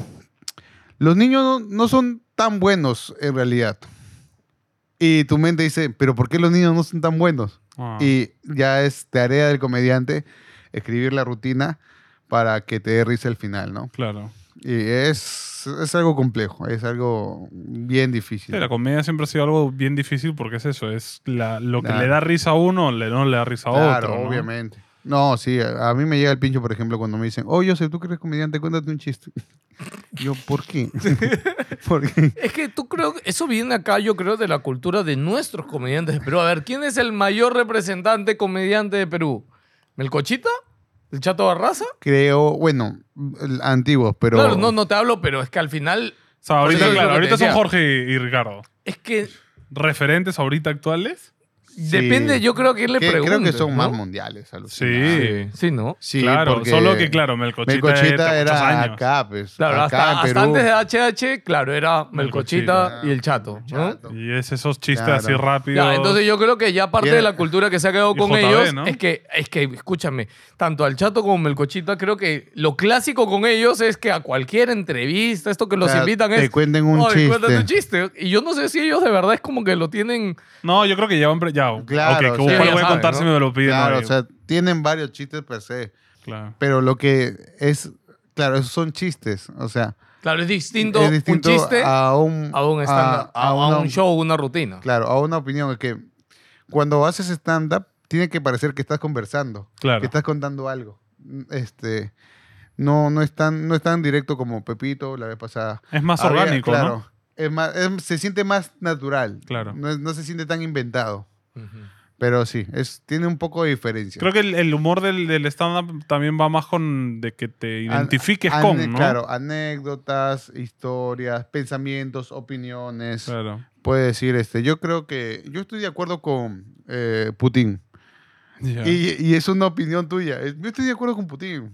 [SPEAKER 3] los niños no, no son tan buenos en realidad. Y tu mente dice, ¿pero por qué los niños no son tan buenos?
[SPEAKER 2] Ah.
[SPEAKER 3] Y ya es tarea del comediante escribir la rutina para que te dé risa el final, ¿no?
[SPEAKER 2] Claro.
[SPEAKER 3] Y es, es algo complejo, es algo bien
[SPEAKER 2] Sí,
[SPEAKER 3] difícil.
[SPEAKER 2] la comedia siempre ha sido algo bien difícil porque es eso, es la, lo que
[SPEAKER 3] Claro.
[SPEAKER 2] le da risa a uno, le, no le da risa a
[SPEAKER 3] Claro,
[SPEAKER 2] otro. ¿no?
[SPEAKER 3] obviamente. No, sí, a a mí me llega el pincho, por ejemplo, cuando me dicen, "Oh, oye, sé tú que eres comediante, cuéntate un chiste. Yo, ¿por qué? ¿Por qué?
[SPEAKER 1] Es que tú creo, eso viene acá, yo creo, de la cultura de nuestros comediantes de Perú. A ver, ¿quién es el mayor representante comediante de Perú? ¿Melcochita? ¿El Chato Barraza?
[SPEAKER 3] Creo, bueno, el- antiguos, pero...
[SPEAKER 1] Claro, no, no te hablo, pero es que al final,
[SPEAKER 2] O sea,
[SPEAKER 1] Por
[SPEAKER 2] ahorita,
[SPEAKER 1] eso es lo
[SPEAKER 2] claro,
[SPEAKER 1] que te
[SPEAKER 2] ahorita son
[SPEAKER 1] decía.
[SPEAKER 2] Jorge y, y Ricardo.
[SPEAKER 1] es que
[SPEAKER 2] ¿Referentes ahorita actuales?
[SPEAKER 3] sí.
[SPEAKER 1] depende, yo creo, que le
[SPEAKER 3] Que-
[SPEAKER 1] pregunta.
[SPEAKER 3] Creo que son más mundiales. alucinado.
[SPEAKER 1] Sí, sí, ¿no?
[SPEAKER 3] Sí,
[SPEAKER 2] claro,
[SPEAKER 3] porque
[SPEAKER 2] solo que claro, Melcochita,
[SPEAKER 3] Melcochita
[SPEAKER 2] era de muchos
[SPEAKER 3] era
[SPEAKER 2] años.
[SPEAKER 3] acá, pues.
[SPEAKER 1] Claro,
[SPEAKER 3] acá
[SPEAKER 1] hasta,
[SPEAKER 3] en
[SPEAKER 1] hasta
[SPEAKER 3] Perú.
[SPEAKER 1] antes de HH, claro, era Melcochita
[SPEAKER 2] Melcochita.
[SPEAKER 1] y el Chato. ¿no?
[SPEAKER 3] Chato.
[SPEAKER 2] Y es esos chistes
[SPEAKER 3] Claro.
[SPEAKER 2] así rápidos.
[SPEAKER 1] Ya, entonces yo creo que ya parte
[SPEAKER 3] Tiene-
[SPEAKER 1] de la cultura que se ha quedado
[SPEAKER 2] Y
[SPEAKER 1] con
[SPEAKER 2] JB,
[SPEAKER 1] ellos
[SPEAKER 2] ¿no?
[SPEAKER 1] es que, es que, escúchame, tanto al Chato como Melcochita, creo que lo clásico con ellos es que a cualquier entrevista, esto que los
[SPEAKER 3] O sea,
[SPEAKER 1] invitan
[SPEAKER 3] te
[SPEAKER 1] es...
[SPEAKER 3] cuenten un
[SPEAKER 1] "Oye, cuéntate un
[SPEAKER 3] chiste".
[SPEAKER 1] chiste. Y yo no sé si ellos de verdad es como que lo tienen...
[SPEAKER 2] No, yo creo que ya van... pre- Ya,
[SPEAKER 3] Claro,
[SPEAKER 2] ok,
[SPEAKER 3] o
[SPEAKER 2] que un
[SPEAKER 3] sea,
[SPEAKER 2] par
[SPEAKER 1] ya
[SPEAKER 2] voy a
[SPEAKER 1] saben,
[SPEAKER 2] contar
[SPEAKER 1] ¿no?
[SPEAKER 2] si me lo piden.
[SPEAKER 3] Claro, o
[SPEAKER 2] ahí.
[SPEAKER 3] sea, tienen varios chistes per se.
[SPEAKER 2] Claro.
[SPEAKER 3] Pero lo que es, claro, esos son chistes. O sea,
[SPEAKER 1] Claro, es distinto,
[SPEAKER 3] es distinto
[SPEAKER 1] un chiste a,
[SPEAKER 3] a un,
[SPEAKER 1] un stand-up, a, a
[SPEAKER 3] una-
[SPEAKER 1] un show, una rutina.
[SPEAKER 3] Claro, a una opinión. Es que cuando haces stand-up, tiene que parecer que estás conversando,
[SPEAKER 2] Claro.
[SPEAKER 3] que estás contando algo. Este, no, no, es tan, no es tan directo como Pepito la vez pasada.
[SPEAKER 2] Es más
[SPEAKER 3] Había-
[SPEAKER 2] orgánico,
[SPEAKER 3] claro,
[SPEAKER 2] ¿no?
[SPEAKER 3] Es más, es- se siente más natural.
[SPEAKER 2] Claro.
[SPEAKER 3] No, es- no se siente tan inventado.
[SPEAKER 1] Ujú.
[SPEAKER 3] Pero sí, es, tiene un poco de diferencia.
[SPEAKER 2] Creo que el, el humor del, del stand-up también va más con de que te
[SPEAKER 3] An-
[SPEAKER 2] identifiques
[SPEAKER 3] ane-
[SPEAKER 2] con, ¿no?
[SPEAKER 3] Claro, anécdotas, historias, pensamientos, opiniones.
[SPEAKER 2] Claro.
[SPEAKER 3] Puede decir, este, yo creo que. Yo estoy de acuerdo con eh, Putin.
[SPEAKER 2] Ya.
[SPEAKER 3] Y, y es una opinión tuya. Es- Yo estoy de acuerdo con Putin.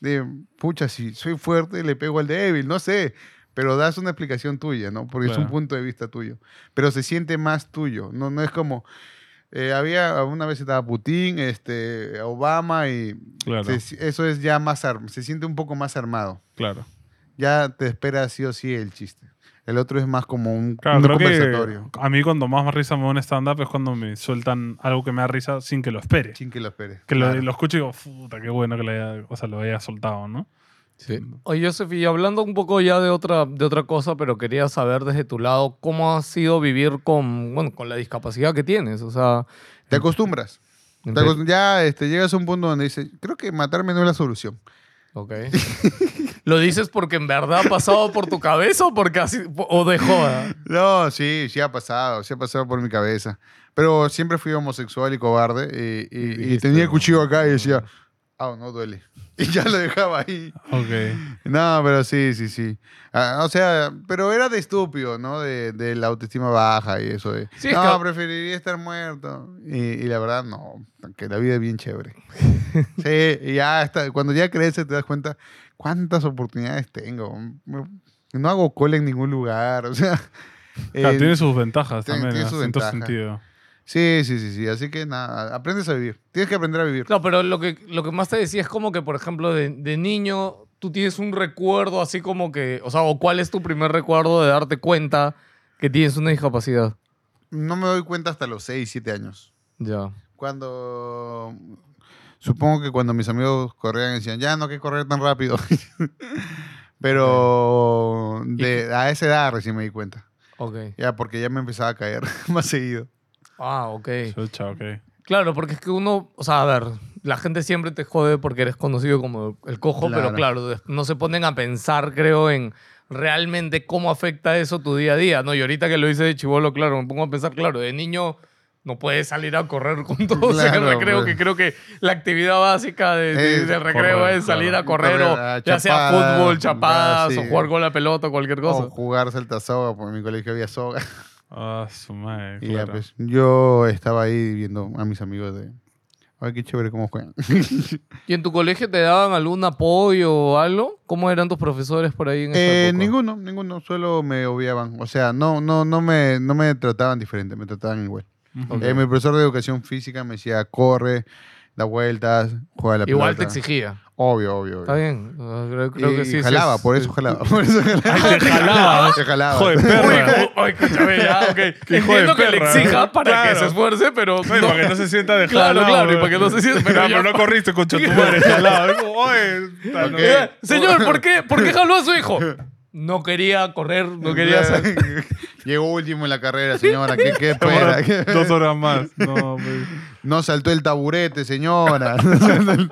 [SPEAKER 3] De, pucha, si soy fuerte, le pego al débil, no sé. Pero das una explicación tuya, ¿no? Porque es un
[SPEAKER 2] Claro.
[SPEAKER 3] punto de vista tuyo. Pero se siente más tuyo. No, no es como. eh, había una vez estaba Putin, este, Obama y
[SPEAKER 2] Claro,
[SPEAKER 3] se- eso es ya más arm- se siente un poco más armado.
[SPEAKER 2] claro.
[SPEAKER 3] Ya te espera sí o sí el chiste. El otro es más como un,
[SPEAKER 2] Claro,
[SPEAKER 3] un
[SPEAKER 2] creo
[SPEAKER 3] conversatorio.
[SPEAKER 2] que a mí cuando más risa me da un stand-up es cuando me sueltan algo que me da risa sin que lo espere.
[SPEAKER 3] Chin que lo esperes.
[SPEAKER 2] Que lo,
[SPEAKER 3] Claro.
[SPEAKER 2] lo escucho y digo, puta, qué bueno que lo haya, o sea, lo haya soltado, ¿no?
[SPEAKER 1] Oye, Joseph, y hablando un poco ya de otra, de otra cosa, pero quería saber desde tu lado cómo ha sido vivir con, bueno, con la discapacidad que tienes. O sea,
[SPEAKER 3] Te acostumbras. Te
[SPEAKER 1] empe-
[SPEAKER 3] acos- ya este, llegas a un punto donde dices, creo que matarme no es la solución.
[SPEAKER 1] ok. ¿Lo dices porque en verdad ha pasado por tu cabeza o porque así, o de joda?
[SPEAKER 3] No, sí, sí ha pasado, sí ha pasado por mi cabeza. Pero siempre fui homosexual y cobarde y, y- y tenía el cuchillo acá y decía, ah, no duele. Y ya lo dejaba ahí.
[SPEAKER 5] Ok.
[SPEAKER 3] No, pero sí, sí, sí. Ah, o sea, pero era de estúpido, ¿no? De, de la autoestima baja y eso de,
[SPEAKER 1] Sí, es
[SPEAKER 3] no,
[SPEAKER 1] que-
[SPEAKER 3] preferiría estar muerto. Y, y la verdad, no, que la vida es bien chévere. sí, y ya hasta, cuando ya creces te das cuenta cuántas oportunidades tengo. No hago cola en ningún lugar, o sea...
[SPEAKER 2] Claro,
[SPEAKER 3] eh,
[SPEAKER 2] tiene sus ventajas
[SPEAKER 3] tiene-
[SPEAKER 2] también,
[SPEAKER 3] tiene
[SPEAKER 2] en
[SPEAKER 3] sus
[SPEAKER 2] cierto
[SPEAKER 3] ventajas.
[SPEAKER 2] sentido.
[SPEAKER 3] Sí, sí, sí, sí. Así que nada, aprendes a vivir. Tienes que aprender a vivir.
[SPEAKER 1] No, pero lo que, lo que más te decía es como que, por ejemplo, de, de niño, tú tienes un recuerdo así como que, o sea, o cuál es tu primer recuerdo de darte cuenta que tienes una discapacidad.
[SPEAKER 3] No me doy cuenta hasta los 6, 7 años.
[SPEAKER 1] Ya.
[SPEAKER 3] Cuando... mm, Supongo que cuando mis amigos corrían decían, ya no hay que correr tan rápido. Pero de, a esa edad recién me di cuenta.
[SPEAKER 1] Ok.
[SPEAKER 3] Ya, porque ya me empezaba a caer más seguido.
[SPEAKER 1] Ah, ok.
[SPEAKER 2] Chucha, ok.
[SPEAKER 1] Claro, porque es que uno, o sea, a ver, la gente siempre te jode porque eres conocido como el cojo, pero
[SPEAKER 3] Claro.
[SPEAKER 1] claro, des- no se ponen a pensar, creo, en realmente cómo afecta eso tu día a día, ¿no? Y ahorita que lo hice de chivolo, claro, me pongo a pensar, claro, de niño no puedes salir a correr con todo o sea,
[SPEAKER 3] Claro,
[SPEAKER 1] el recreo,
[SPEAKER 3] pues.
[SPEAKER 1] que creo que la actividad básica de, de-
[SPEAKER 3] Es
[SPEAKER 1] del recreo
[SPEAKER 2] correr,
[SPEAKER 1] es salir
[SPEAKER 2] claro.
[SPEAKER 1] a correr, o
[SPEAKER 3] Correr, a
[SPEAKER 1] ya sea
[SPEAKER 3] chapadas,
[SPEAKER 1] fútbol, chapadas,
[SPEAKER 3] sí.
[SPEAKER 1] o jugar con la pelota, o cualquier cosa.
[SPEAKER 3] O jugar saltasoga, porque en mi colegio había soga.
[SPEAKER 2] Ah, su madre.
[SPEAKER 3] Y ya,
[SPEAKER 2] claro.
[SPEAKER 3] pues, yo estaba ahí viendo a mis amigos de... Ay, qué chévere cómo juegan.
[SPEAKER 1] ¿Y en tu colegio te daban algún apoyo o algo? ¿Cómo eran tus profesores por ahí en esa
[SPEAKER 3] Eh,
[SPEAKER 1] época?
[SPEAKER 3] ninguno, ninguno, solo me obviaban. O sea, no, no, no me, no me trataban diferente, me trataban igual. Eh, mi profesor de educación física me decía, corre, da vueltas, juega la
[SPEAKER 1] Igual te
[SPEAKER 3] pelota.
[SPEAKER 1] exigía.
[SPEAKER 3] Obvio, obvio. obvio.
[SPEAKER 1] Está bien. Uh, Creo, creo
[SPEAKER 3] Y-
[SPEAKER 1] que
[SPEAKER 3] y
[SPEAKER 1] sí. sí
[SPEAKER 3] jalaba,
[SPEAKER 1] es-
[SPEAKER 3] por eso jalaba. Por eso jalaba.
[SPEAKER 1] Ay, te jalaba.
[SPEAKER 3] Te jalaba.
[SPEAKER 2] Joder,
[SPEAKER 1] Uy,
[SPEAKER 2] perra.
[SPEAKER 1] uy, uy, escúchame, ya, ok.
[SPEAKER 2] Qué hijo de
[SPEAKER 1] Entiendo que le
[SPEAKER 2] perra.
[SPEAKER 1] exija para que
[SPEAKER 2] Claro.
[SPEAKER 1] se esfuerce, pero
[SPEAKER 2] Oye,
[SPEAKER 1] no.
[SPEAKER 2] para que no se sienta dejado.
[SPEAKER 1] Claro,
[SPEAKER 2] al lado,
[SPEAKER 1] claro, y
[SPEAKER 2] bro.
[SPEAKER 1] para que no se sienta- pero
[SPEAKER 2] Pero,
[SPEAKER 1] ya-
[SPEAKER 2] no corriste con tu madre jalado. Es como, Oye, tal-
[SPEAKER 3] Ok.
[SPEAKER 1] Eh, Señor, ¿por qué, ¿por qué jaló a su hijo? No quería correr, no quería hacer...
[SPEAKER 3] Llegó último en la carrera, señora. ¿Qué, qué espera?
[SPEAKER 2] demora dos horas más. No, pues.
[SPEAKER 3] No saltó el taburete, señora. No saltó el-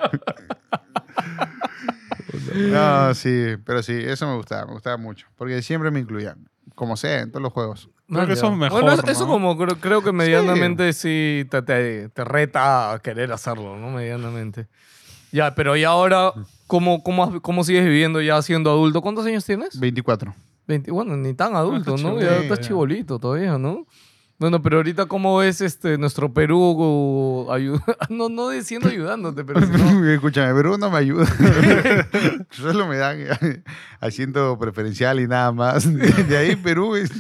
[SPEAKER 3] no, sí, pero sí, eso me gustaba, me gustaba mucho. Porque siempre me incluían, como sea, en todos los juegos.
[SPEAKER 2] Creo que eso es
[SPEAKER 1] Bueno,
[SPEAKER 2] mejor,
[SPEAKER 1] eso- eso
[SPEAKER 2] ¿no?
[SPEAKER 1] como creo, creo que medianamente sí, te, te- te reta a querer hacerlo, ¿no? Medianamente. Ya, pero ¿y ahora cómo, cómo, has- cómo sigues viviendo ya siendo adulto? ¿Cuántos años tienes?
[SPEAKER 3] 24.
[SPEAKER 1] 20 bueno, ni
[SPEAKER 3] Ah,
[SPEAKER 1] tan adulto, ¿no?
[SPEAKER 2] chibolito,
[SPEAKER 1] Ya estás
[SPEAKER 2] ya.
[SPEAKER 1] chibolito todavía, ¿no? Bueno, pero ahorita cómo ves este, nuestro Perú o ayu- no, no diciendo ayudándote, pero si no-
[SPEAKER 3] Escúchame, Perú no me ayuda. Solo me dan asiento preferencial y nada más. De ahí Perú es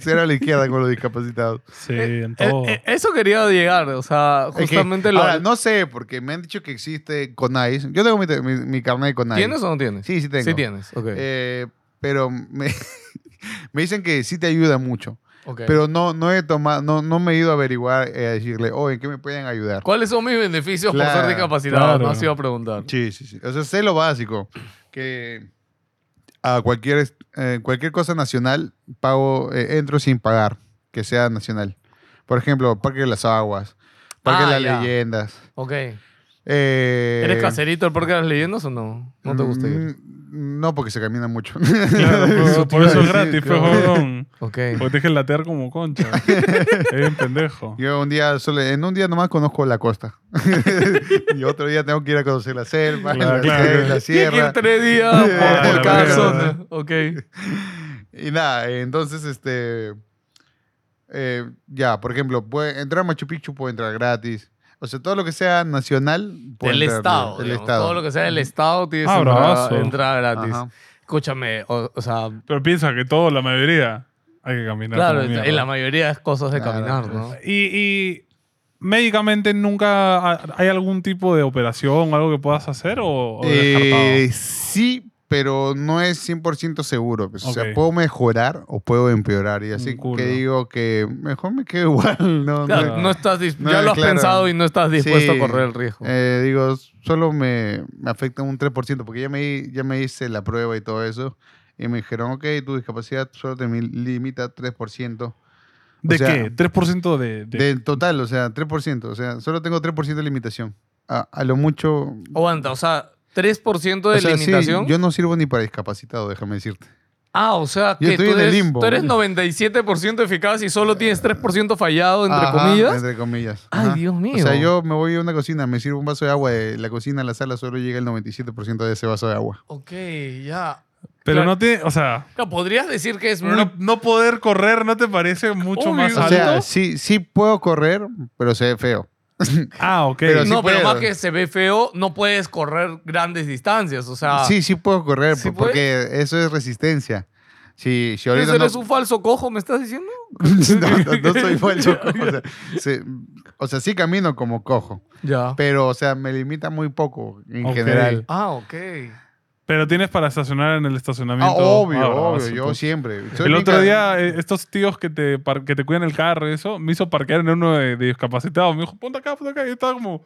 [SPEAKER 3] cero a la izquierda con los discapacitados.
[SPEAKER 2] Sí, en
[SPEAKER 1] Eh,
[SPEAKER 2] todo.
[SPEAKER 1] eh, eso quería llegar, o sea,
[SPEAKER 3] Es que,
[SPEAKER 1] justamente lo...
[SPEAKER 3] Ahora, no sé, porque me han dicho que existe Conais. Yo tengo mi, mi, mi carnet de Conais.
[SPEAKER 1] ¿Tienes o no tienes?
[SPEAKER 3] Sí, sí tengo.
[SPEAKER 1] Sí tienes, ok.
[SPEAKER 3] Eh, pero me, me dicen que sí te ayuda mucho.
[SPEAKER 1] ok.
[SPEAKER 3] Pero no, no he tomado, no, no me he ido a averiguar, eh, a decirle, oh, ¿en qué me pueden ayudar?
[SPEAKER 1] ¿Cuáles son mis beneficios por
[SPEAKER 3] Claro,
[SPEAKER 1] ser discapacitado?
[SPEAKER 2] claro.
[SPEAKER 1] No has ido a preguntar.
[SPEAKER 3] Sí, sí, sí. O sea, sé lo básico. Que a cualquier, est- eh, cualquier cosa nacional pago, eh, entro sin pagar, que sea nacional. Por ejemplo, Parque de las Aguas, Parque
[SPEAKER 1] Ah,
[SPEAKER 3] de las
[SPEAKER 1] ya.
[SPEAKER 3] Leyendas.
[SPEAKER 1] Ok.
[SPEAKER 3] eh,
[SPEAKER 1] ¿Eres caserito del Parque de las Leyendas o no? No te gusta ir.
[SPEAKER 3] mm, No, porque se camina mucho.
[SPEAKER 2] Claro, por, por eso es
[SPEAKER 3] Sí,
[SPEAKER 2] gratis, pues,
[SPEAKER 3] claro.
[SPEAKER 2] jodón.
[SPEAKER 1] Ok.
[SPEAKER 3] pues,
[SPEAKER 2] Porque tienes que Pues latear como concha. Es bien pendejo.
[SPEAKER 3] Yo un día solo, en un día nomás conozco la costa. y otro día tengo que ir a conocer la selva,
[SPEAKER 2] Claro,
[SPEAKER 3] la,
[SPEAKER 2] claro.
[SPEAKER 3] selva, la
[SPEAKER 1] Tiene que ir
[SPEAKER 3] sierra.
[SPEAKER 1] tres días
[SPEAKER 3] Ah,
[SPEAKER 1] por,
[SPEAKER 2] la
[SPEAKER 1] por cada
[SPEAKER 2] mierda.
[SPEAKER 1] zona. Ok.
[SPEAKER 3] Y nada, eh, entonces, este. eh, ya, por ejemplo, puede entrar a Machu Picchu, puedo entrar gratis. O sea, todo lo que sea nacional. puedo
[SPEAKER 1] Del
[SPEAKER 3] entrar,
[SPEAKER 1] Estado.
[SPEAKER 3] El
[SPEAKER 1] digamos.
[SPEAKER 3] Estado.
[SPEAKER 1] Todo lo que sea del Estado tienes
[SPEAKER 2] Ah,
[SPEAKER 1] entrada,
[SPEAKER 2] bravazo.
[SPEAKER 1] entrada gratis.
[SPEAKER 3] Ajá.
[SPEAKER 1] Escúchame, o, o sea,
[SPEAKER 2] Pero piensa que todo, la mayoría, hay que caminar.
[SPEAKER 1] claro,
[SPEAKER 2] como mierda.
[SPEAKER 1] en la mayoría es cosas de
[SPEAKER 3] Claro,
[SPEAKER 1] caminar, ¿no?
[SPEAKER 2] Y, y médicamente nunca ha- hay algún tipo de operación o algo que puedas hacer o, o
[SPEAKER 3] Eh,
[SPEAKER 2] descartado?
[SPEAKER 3] sí, pero no es 100% seguro. pues. O
[SPEAKER 2] Ok.
[SPEAKER 3] sea, puedo mejorar o puedo empeorar. Y así
[SPEAKER 2] Un culo.
[SPEAKER 3] que digo que mejor me quedo igual. No,
[SPEAKER 1] Claro,
[SPEAKER 3] no-
[SPEAKER 1] no estás dis-
[SPEAKER 3] No,
[SPEAKER 1] ya lo has
[SPEAKER 3] claro.
[SPEAKER 1] pensado y no estás dispuesto
[SPEAKER 3] Sí.
[SPEAKER 1] a correr el riesgo.
[SPEAKER 3] Eh, digo, solo me, me afecta un 3%, porque ya me, hi- ya me hice la prueba y todo eso. Y me dijeron, ok, tu discapacidad solo te mi- limita 3%.
[SPEAKER 2] ¿De
[SPEAKER 3] o sea,
[SPEAKER 2] qué? ¿3% de, de-
[SPEAKER 3] Del total, o sea, 3%. O sea, solo tengo 3% de limitación. A, a lo mucho.
[SPEAKER 1] Aguanta, o sea, 3% de
[SPEAKER 3] O sea, sí,
[SPEAKER 1] limitación.
[SPEAKER 3] yo no sirvo ni para discapacitado, déjame decirte.
[SPEAKER 1] Ah, o sea,
[SPEAKER 3] Yo
[SPEAKER 1] que
[SPEAKER 3] estoy
[SPEAKER 1] tú
[SPEAKER 3] en el
[SPEAKER 1] eres,
[SPEAKER 3] limbo. Eh,
[SPEAKER 1] tú eres 97% eficaz y solo tienes 3% fallado, entre
[SPEAKER 3] Ajá,
[SPEAKER 1] comillas.
[SPEAKER 3] Entre comillas.
[SPEAKER 1] Ay,
[SPEAKER 3] ajá.
[SPEAKER 1] Dios mío.
[SPEAKER 3] O sea, yo me voy a una cocina, me sirvo un vaso de agua de la cocina a la sala, solo llega el 97% de ese vaso de agua.
[SPEAKER 1] Ok, ya.
[SPEAKER 5] Pero
[SPEAKER 1] Claro.
[SPEAKER 5] no te. O sea.
[SPEAKER 1] Claro, podrías decir que es
[SPEAKER 5] pero no,
[SPEAKER 1] muy-
[SPEAKER 5] no poder correr no te parece mucho
[SPEAKER 1] Obvio.
[SPEAKER 5] más
[SPEAKER 1] O
[SPEAKER 3] O
[SPEAKER 5] alto.
[SPEAKER 3] sea, sí, sí puedo correr, pero se ve feo.
[SPEAKER 5] ah, ok.
[SPEAKER 3] pero sí
[SPEAKER 1] no, pero
[SPEAKER 3] puedo.
[SPEAKER 1] más que se ve feo, no puedes correr grandes distancias. O
[SPEAKER 5] Ah.
[SPEAKER 1] sea,
[SPEAKER 3] Sí, sí puedo correr,
[SPEAKER 1] ¿Sí
[SPEAKER 3] po- porque eso es resistencia. Si, si ahorita
[SPEAKER 1] ¿eso
[SPEAKER 3] no,
[SPEAKER 1] eres un falso cojo, me estás diciendo?
[SPEAKER 3] no, no- no soy falso, o, sea, sí, o sea, sí camino como cojo,
[SPEAKER 1] Ya.
[SPEAKER 3] pero o sea, me limita muy poco en
[SPEAKER 5] Ok.
[SPEAKER 3] general.
[SPEAKER 1] Ah, ok.
[SPEAKER 5] Pero tienes para estacionar en el
[SPEAKER 3] Ah,
[SPEAKER 5] estacionamiento.
[SPEAKER 3] obvio,
[SPEAKER 5] Ah,
[SPEAKER 3] obvio,
[SPEAKER 5] vas a
[SPEAKER 3] yo
[SPEAKER 5] tu-
[SPEAKER 3] siempre. Soy
[SPEAKER 5] El
[SPEAKER 3] bien
[SPEAKER 5] otro
[SPEAKER 3] ca-
[SPEAKER 5] día, eh, estos tíos que te, par- que te cuidan el carro, y eso, me hizo parquear en uno de, de discapacitados. Me dijo, ponte acá, ponte acá. Y yo estaba como,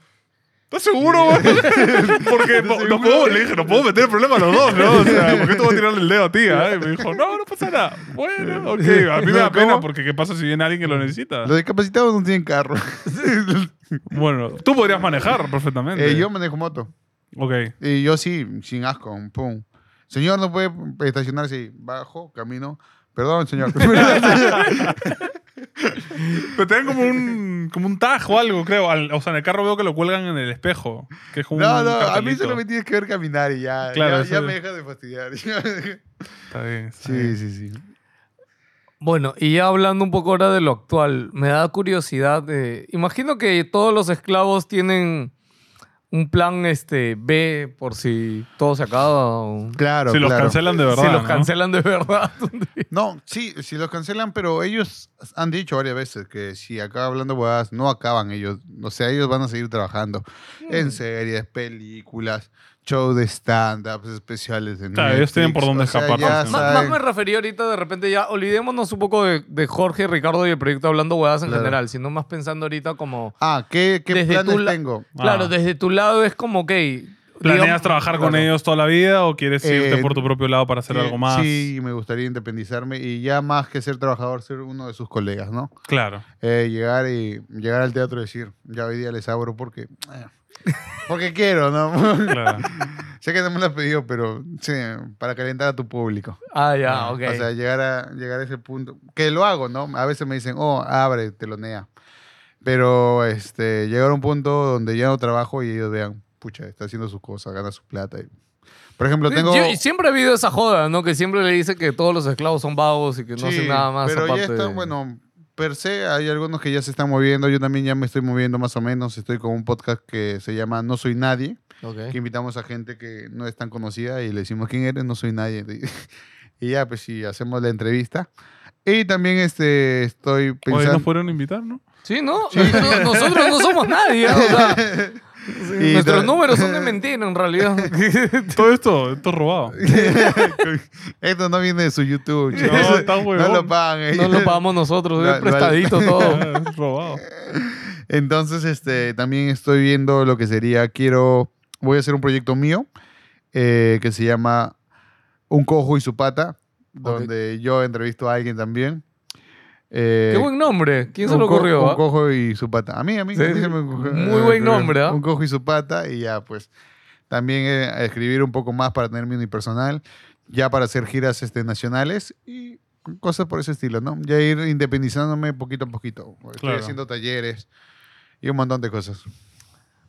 [SPEAKER 5] ¿estás seguro, güey? Porque no, no puedo, le dije, no puedo meter en problema a los dos, ¿no? O sea, ¿por qué te voy a tirarle el dedo a ti? ah?" Y me dijo, no, no pasa nada. Bueno, ok. A mí me da
[SPEAKER 3] ¿Cómo?
[SPEAKER 5] pena porque ¿qué pasa si viene alguien que lo necesita?
[SPEAKER 3] Los discapacitados no tienen carro. eh,
[SPEAKER 5] Bueno, tú podrías manejar perfectamente.
[SPEAKER 3] Eh, yo manejo moto.
[SPEAKER 5] Ok.
[SPEAKER 3] Y yo sí, sin asco, pum. Señor, no puede estacionarse y bajo, camino. Perdón, señor.
[SPEAKER 5] Pero te dan como un, como un tajo o algo, creo. Al- o sea, en el carro veo que lo cuelgan en el espejo. Que es como
[SPEAKER 3] No,
[SPEAKER 5] un
[SPEAKER 3] no, a mí
[SPEAKER 5] cartelito.
[SPEAKER 3] solo me tienes que ver caminar y ya.
[SPEAKER 5] Claro,
[SPEAKER 3] ya,
[SPEAKER 5] eso
[SPEAKER 3] ya
[SPEAKER 5] es-
[SPEAKER 3] me dejas de fastidiar.
[SPEAKER 5] Está bien, está bien.
[SPEAKER 3] sí, sí, sí.
[SPEAKER 1] Bueno, y ya hablando un poco ahora de lo actual, me da curiosidad. eh, imagino que todos los esclavos tienen un plan este B por si todo se acaba. o-
[SPEAKER 3] Claro,
[SPEAKER 5] si los
[SPEAKER 3] claro.
[SPEAKER 5] cancelan de verdad.
[SPEAKER 1] si los
[SPEAKER 5] ¿no?
[SPEAKER 1] cancelan de verdad.
[SPEAKER 3] No, sí, si los cancelan, pero ellos han dicho varias veces que si acaba hablando huevadas, no acaban ellos. O sea, ellos van a seguir trabajando
[SPEAKER 5] Mm.
[SPEAKER 3] en series, películas, shows de stand-ups, especiales de
[SPEAKER 5] Claro, ellos tienen por
[SPEAKER 3] Netflix.
[SPEAKER 5] dónde
[SPEAKER 3] O sea,
[SPEAKER 5] escaparse,
[SPEAKER 3] ya
[SPEAKER 1] Más,
[SPEAKER 5] ¿no?
[SPEAKER 1] más
[SPEAKER 3] saben-
[SPEAKER 1] me refería ahorita de repente ya, olvidémonos un poco de, de Jorge, Ricardo y el proyecto Hablando Huevadas en
[SPEAKER 3] Claro.
[SPEAKER 1] general, sino más pensando ahorita como...
[SPEAKER 3] Ah, ¿qué, qué
[SPEAKER 1] Desde
[SPEAKER 3] planes
[SPEAKER 1] tu la-
[SPEAKER 3] tengo?
[SPEAKER 5] Ah.
[SPEAKER 1] Claro, desde tu lado es como, ok...
[SPEAKER 5] ¿Planeas
[SPEAKER 1] digamos-
[SPEAKER 5] trabajar con
[SPEAKER 1] claro.
[SPEAKER 5] ellos toda la vida o quieres irte
[SPEAKER 3] Eh,
[SPEAKER 5] por tu propio lado para hacer
[SPEAKER 3] Eh,
[SPEAKER 5] algo más?
[SPEAKER 3] Sí, me gustaría independizarme y ya más que ser trabajador, ser uno de sus colegas, ¿no?
[SPEAKER 5] Claro.
[SPEAKER 3] Eh, llegar y llegar al teatro y decir, ya hoy día les abro porque... eh, porque quiero, ¿no?
[SPEAKER 5] claro.
[SPEAKER 3] Sé que no me lo has pedido, pero sí, para calentar a tu público.
[SPEAKER 1] Ah, ya, ok.
[SPEAKER 3] O sea, llegar a, llegar a ese punto. Que lo hago, ¿no? A veces me dicen, oh, abre, telonea. Pero este, llegar a un punto donde ya no trabajo y ellos vean, pucha, está haciendo sus cosas, gana su plata. y- Por ejemplo,
[SPEAKER 1] Sí,
[SPEAKER 3] tengo...
[SPEAKER 1] yo- y siempre ha habido esa joda, ¿no? Que siempre le dice que todos los esclavos son vagos y que no
[SPEAKER 3] Sí,
[SPEAKER 1] hacen nada más
[SPEAKER 3] Pero
[SPEAKER 1] aparte
[SPEAKER 3] ya están,
[SPEAKER 1] de-
[SPEAKER 3] bueno, per se, hay algunos que ya se están moviendo. Yo también ya me estoy moviendo más o menos. Estoy con un podcast que se llama No Soy Nadie,
[SPEAKER 1] Ok.
[SPEAKER 3] que invitamos a gente que no es tan conocida y le decimos quién eres, no soy nadie. Y ya, pues sí, hacemos la entrevista. Y también este, estoy
[SPEAKER 5] Hoy
[SPEAKER 3] pensando.
[SPEAKER 5] nos pudieron invitar, ¿no?
[SPEAKER 1] Sí, ¿no? No- Nosotros no somos nadie, o sea,
[SPEAKER 3] Y
[SPEAKER 1] nuestros
[SPEAKER 3] tra-
[SPEAKER 1] números son de mentira en realidad.
[SPEAKER 5] Todo esto, esto es robado.
[SPEAKER 3] Esto no viene de su YouTube. chicos.
[SPEAKER 5] No, está
[SPEAKER 3] no
[SPEAKER 5] huevón.
[SPEAKER 3] lo pagan ellos.
[SPEAKER 1] No lo pagamos nosotros,
[SPEAKER 3] Lo-
[SPEAKER 1] es
[SPEAKER 3] lo-
[SPEAKER 1] prestadito todo.
[SPEAKER 5] Ah, es robado.
[SPEAKER 3] Entonces, este, también estoy viendo lo que sería, quiero, voy a hacer un proyecto mío eh, que se llama Un cojo y su pata, donde yo entrevisto a alguien también. Eh,
[SPEAKER 1] Qué buen nombre. ¿Quién se
[SPEAKER 3] un
[SPEAKER 1] le
[SPEAKER 3] co-
[SPEAKER 1] ocurrió?
[SPEAKER 3] Un
[SPEAKER 1] ah?
[SPEAKER 3] cojo y su pata. A mí, a mí.
[SPEAKER 1] Sí,
[SPEAKER 3] a mí
[SPEAKER 1] sí.
[SPEAKER 3] se me ocurrió-
[SPEAKER 1] Muy buen nombre, ¿ah?
[SPEAKER 3] Un cojo y su pata y ya, pues. También eh, escribir un poco más para tener mi unipersonal, ya para hacer giras este, nacionales y cosas por ese estilo, ¿no? Ya ir independizándome poquito a poquito. Estoy
[SPEAKER 5] Claro.
[SPEAKER 3] haciendo talleres y un montón de cosas.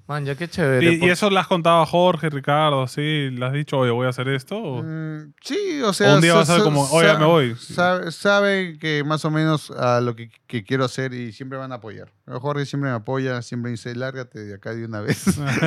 [SPEAKER 1] Man, ya qué chévere. pues.
[SPEAKER 5] ¿Y, y
[SPEAKER 3] pues-
[SPEAKER 1] por-
[SPEAKER 5] eso lo has contado a Jorge, Ricardo, así? ¿Le has dicho, oye, voy a hacer esto? o-
[SPEAKER 3] Mm, sí, o sea...
[SPEAKER 5] un día
[SPEAKER 3] sa-
[SPEAKER 5] vas a ser
[SPEAKER 3] sa-
[SPEAKER 5] como, "Oye,
[SPEAKER 3] sa-
[SPEAKER 5] me voy".
[SPEAKER 3] sa- saben que más o menos a lo que, que quiero hacer y siempre van a apoyar. Jorge siempre me apoya, siempre dice, lárgate de acá de una vez.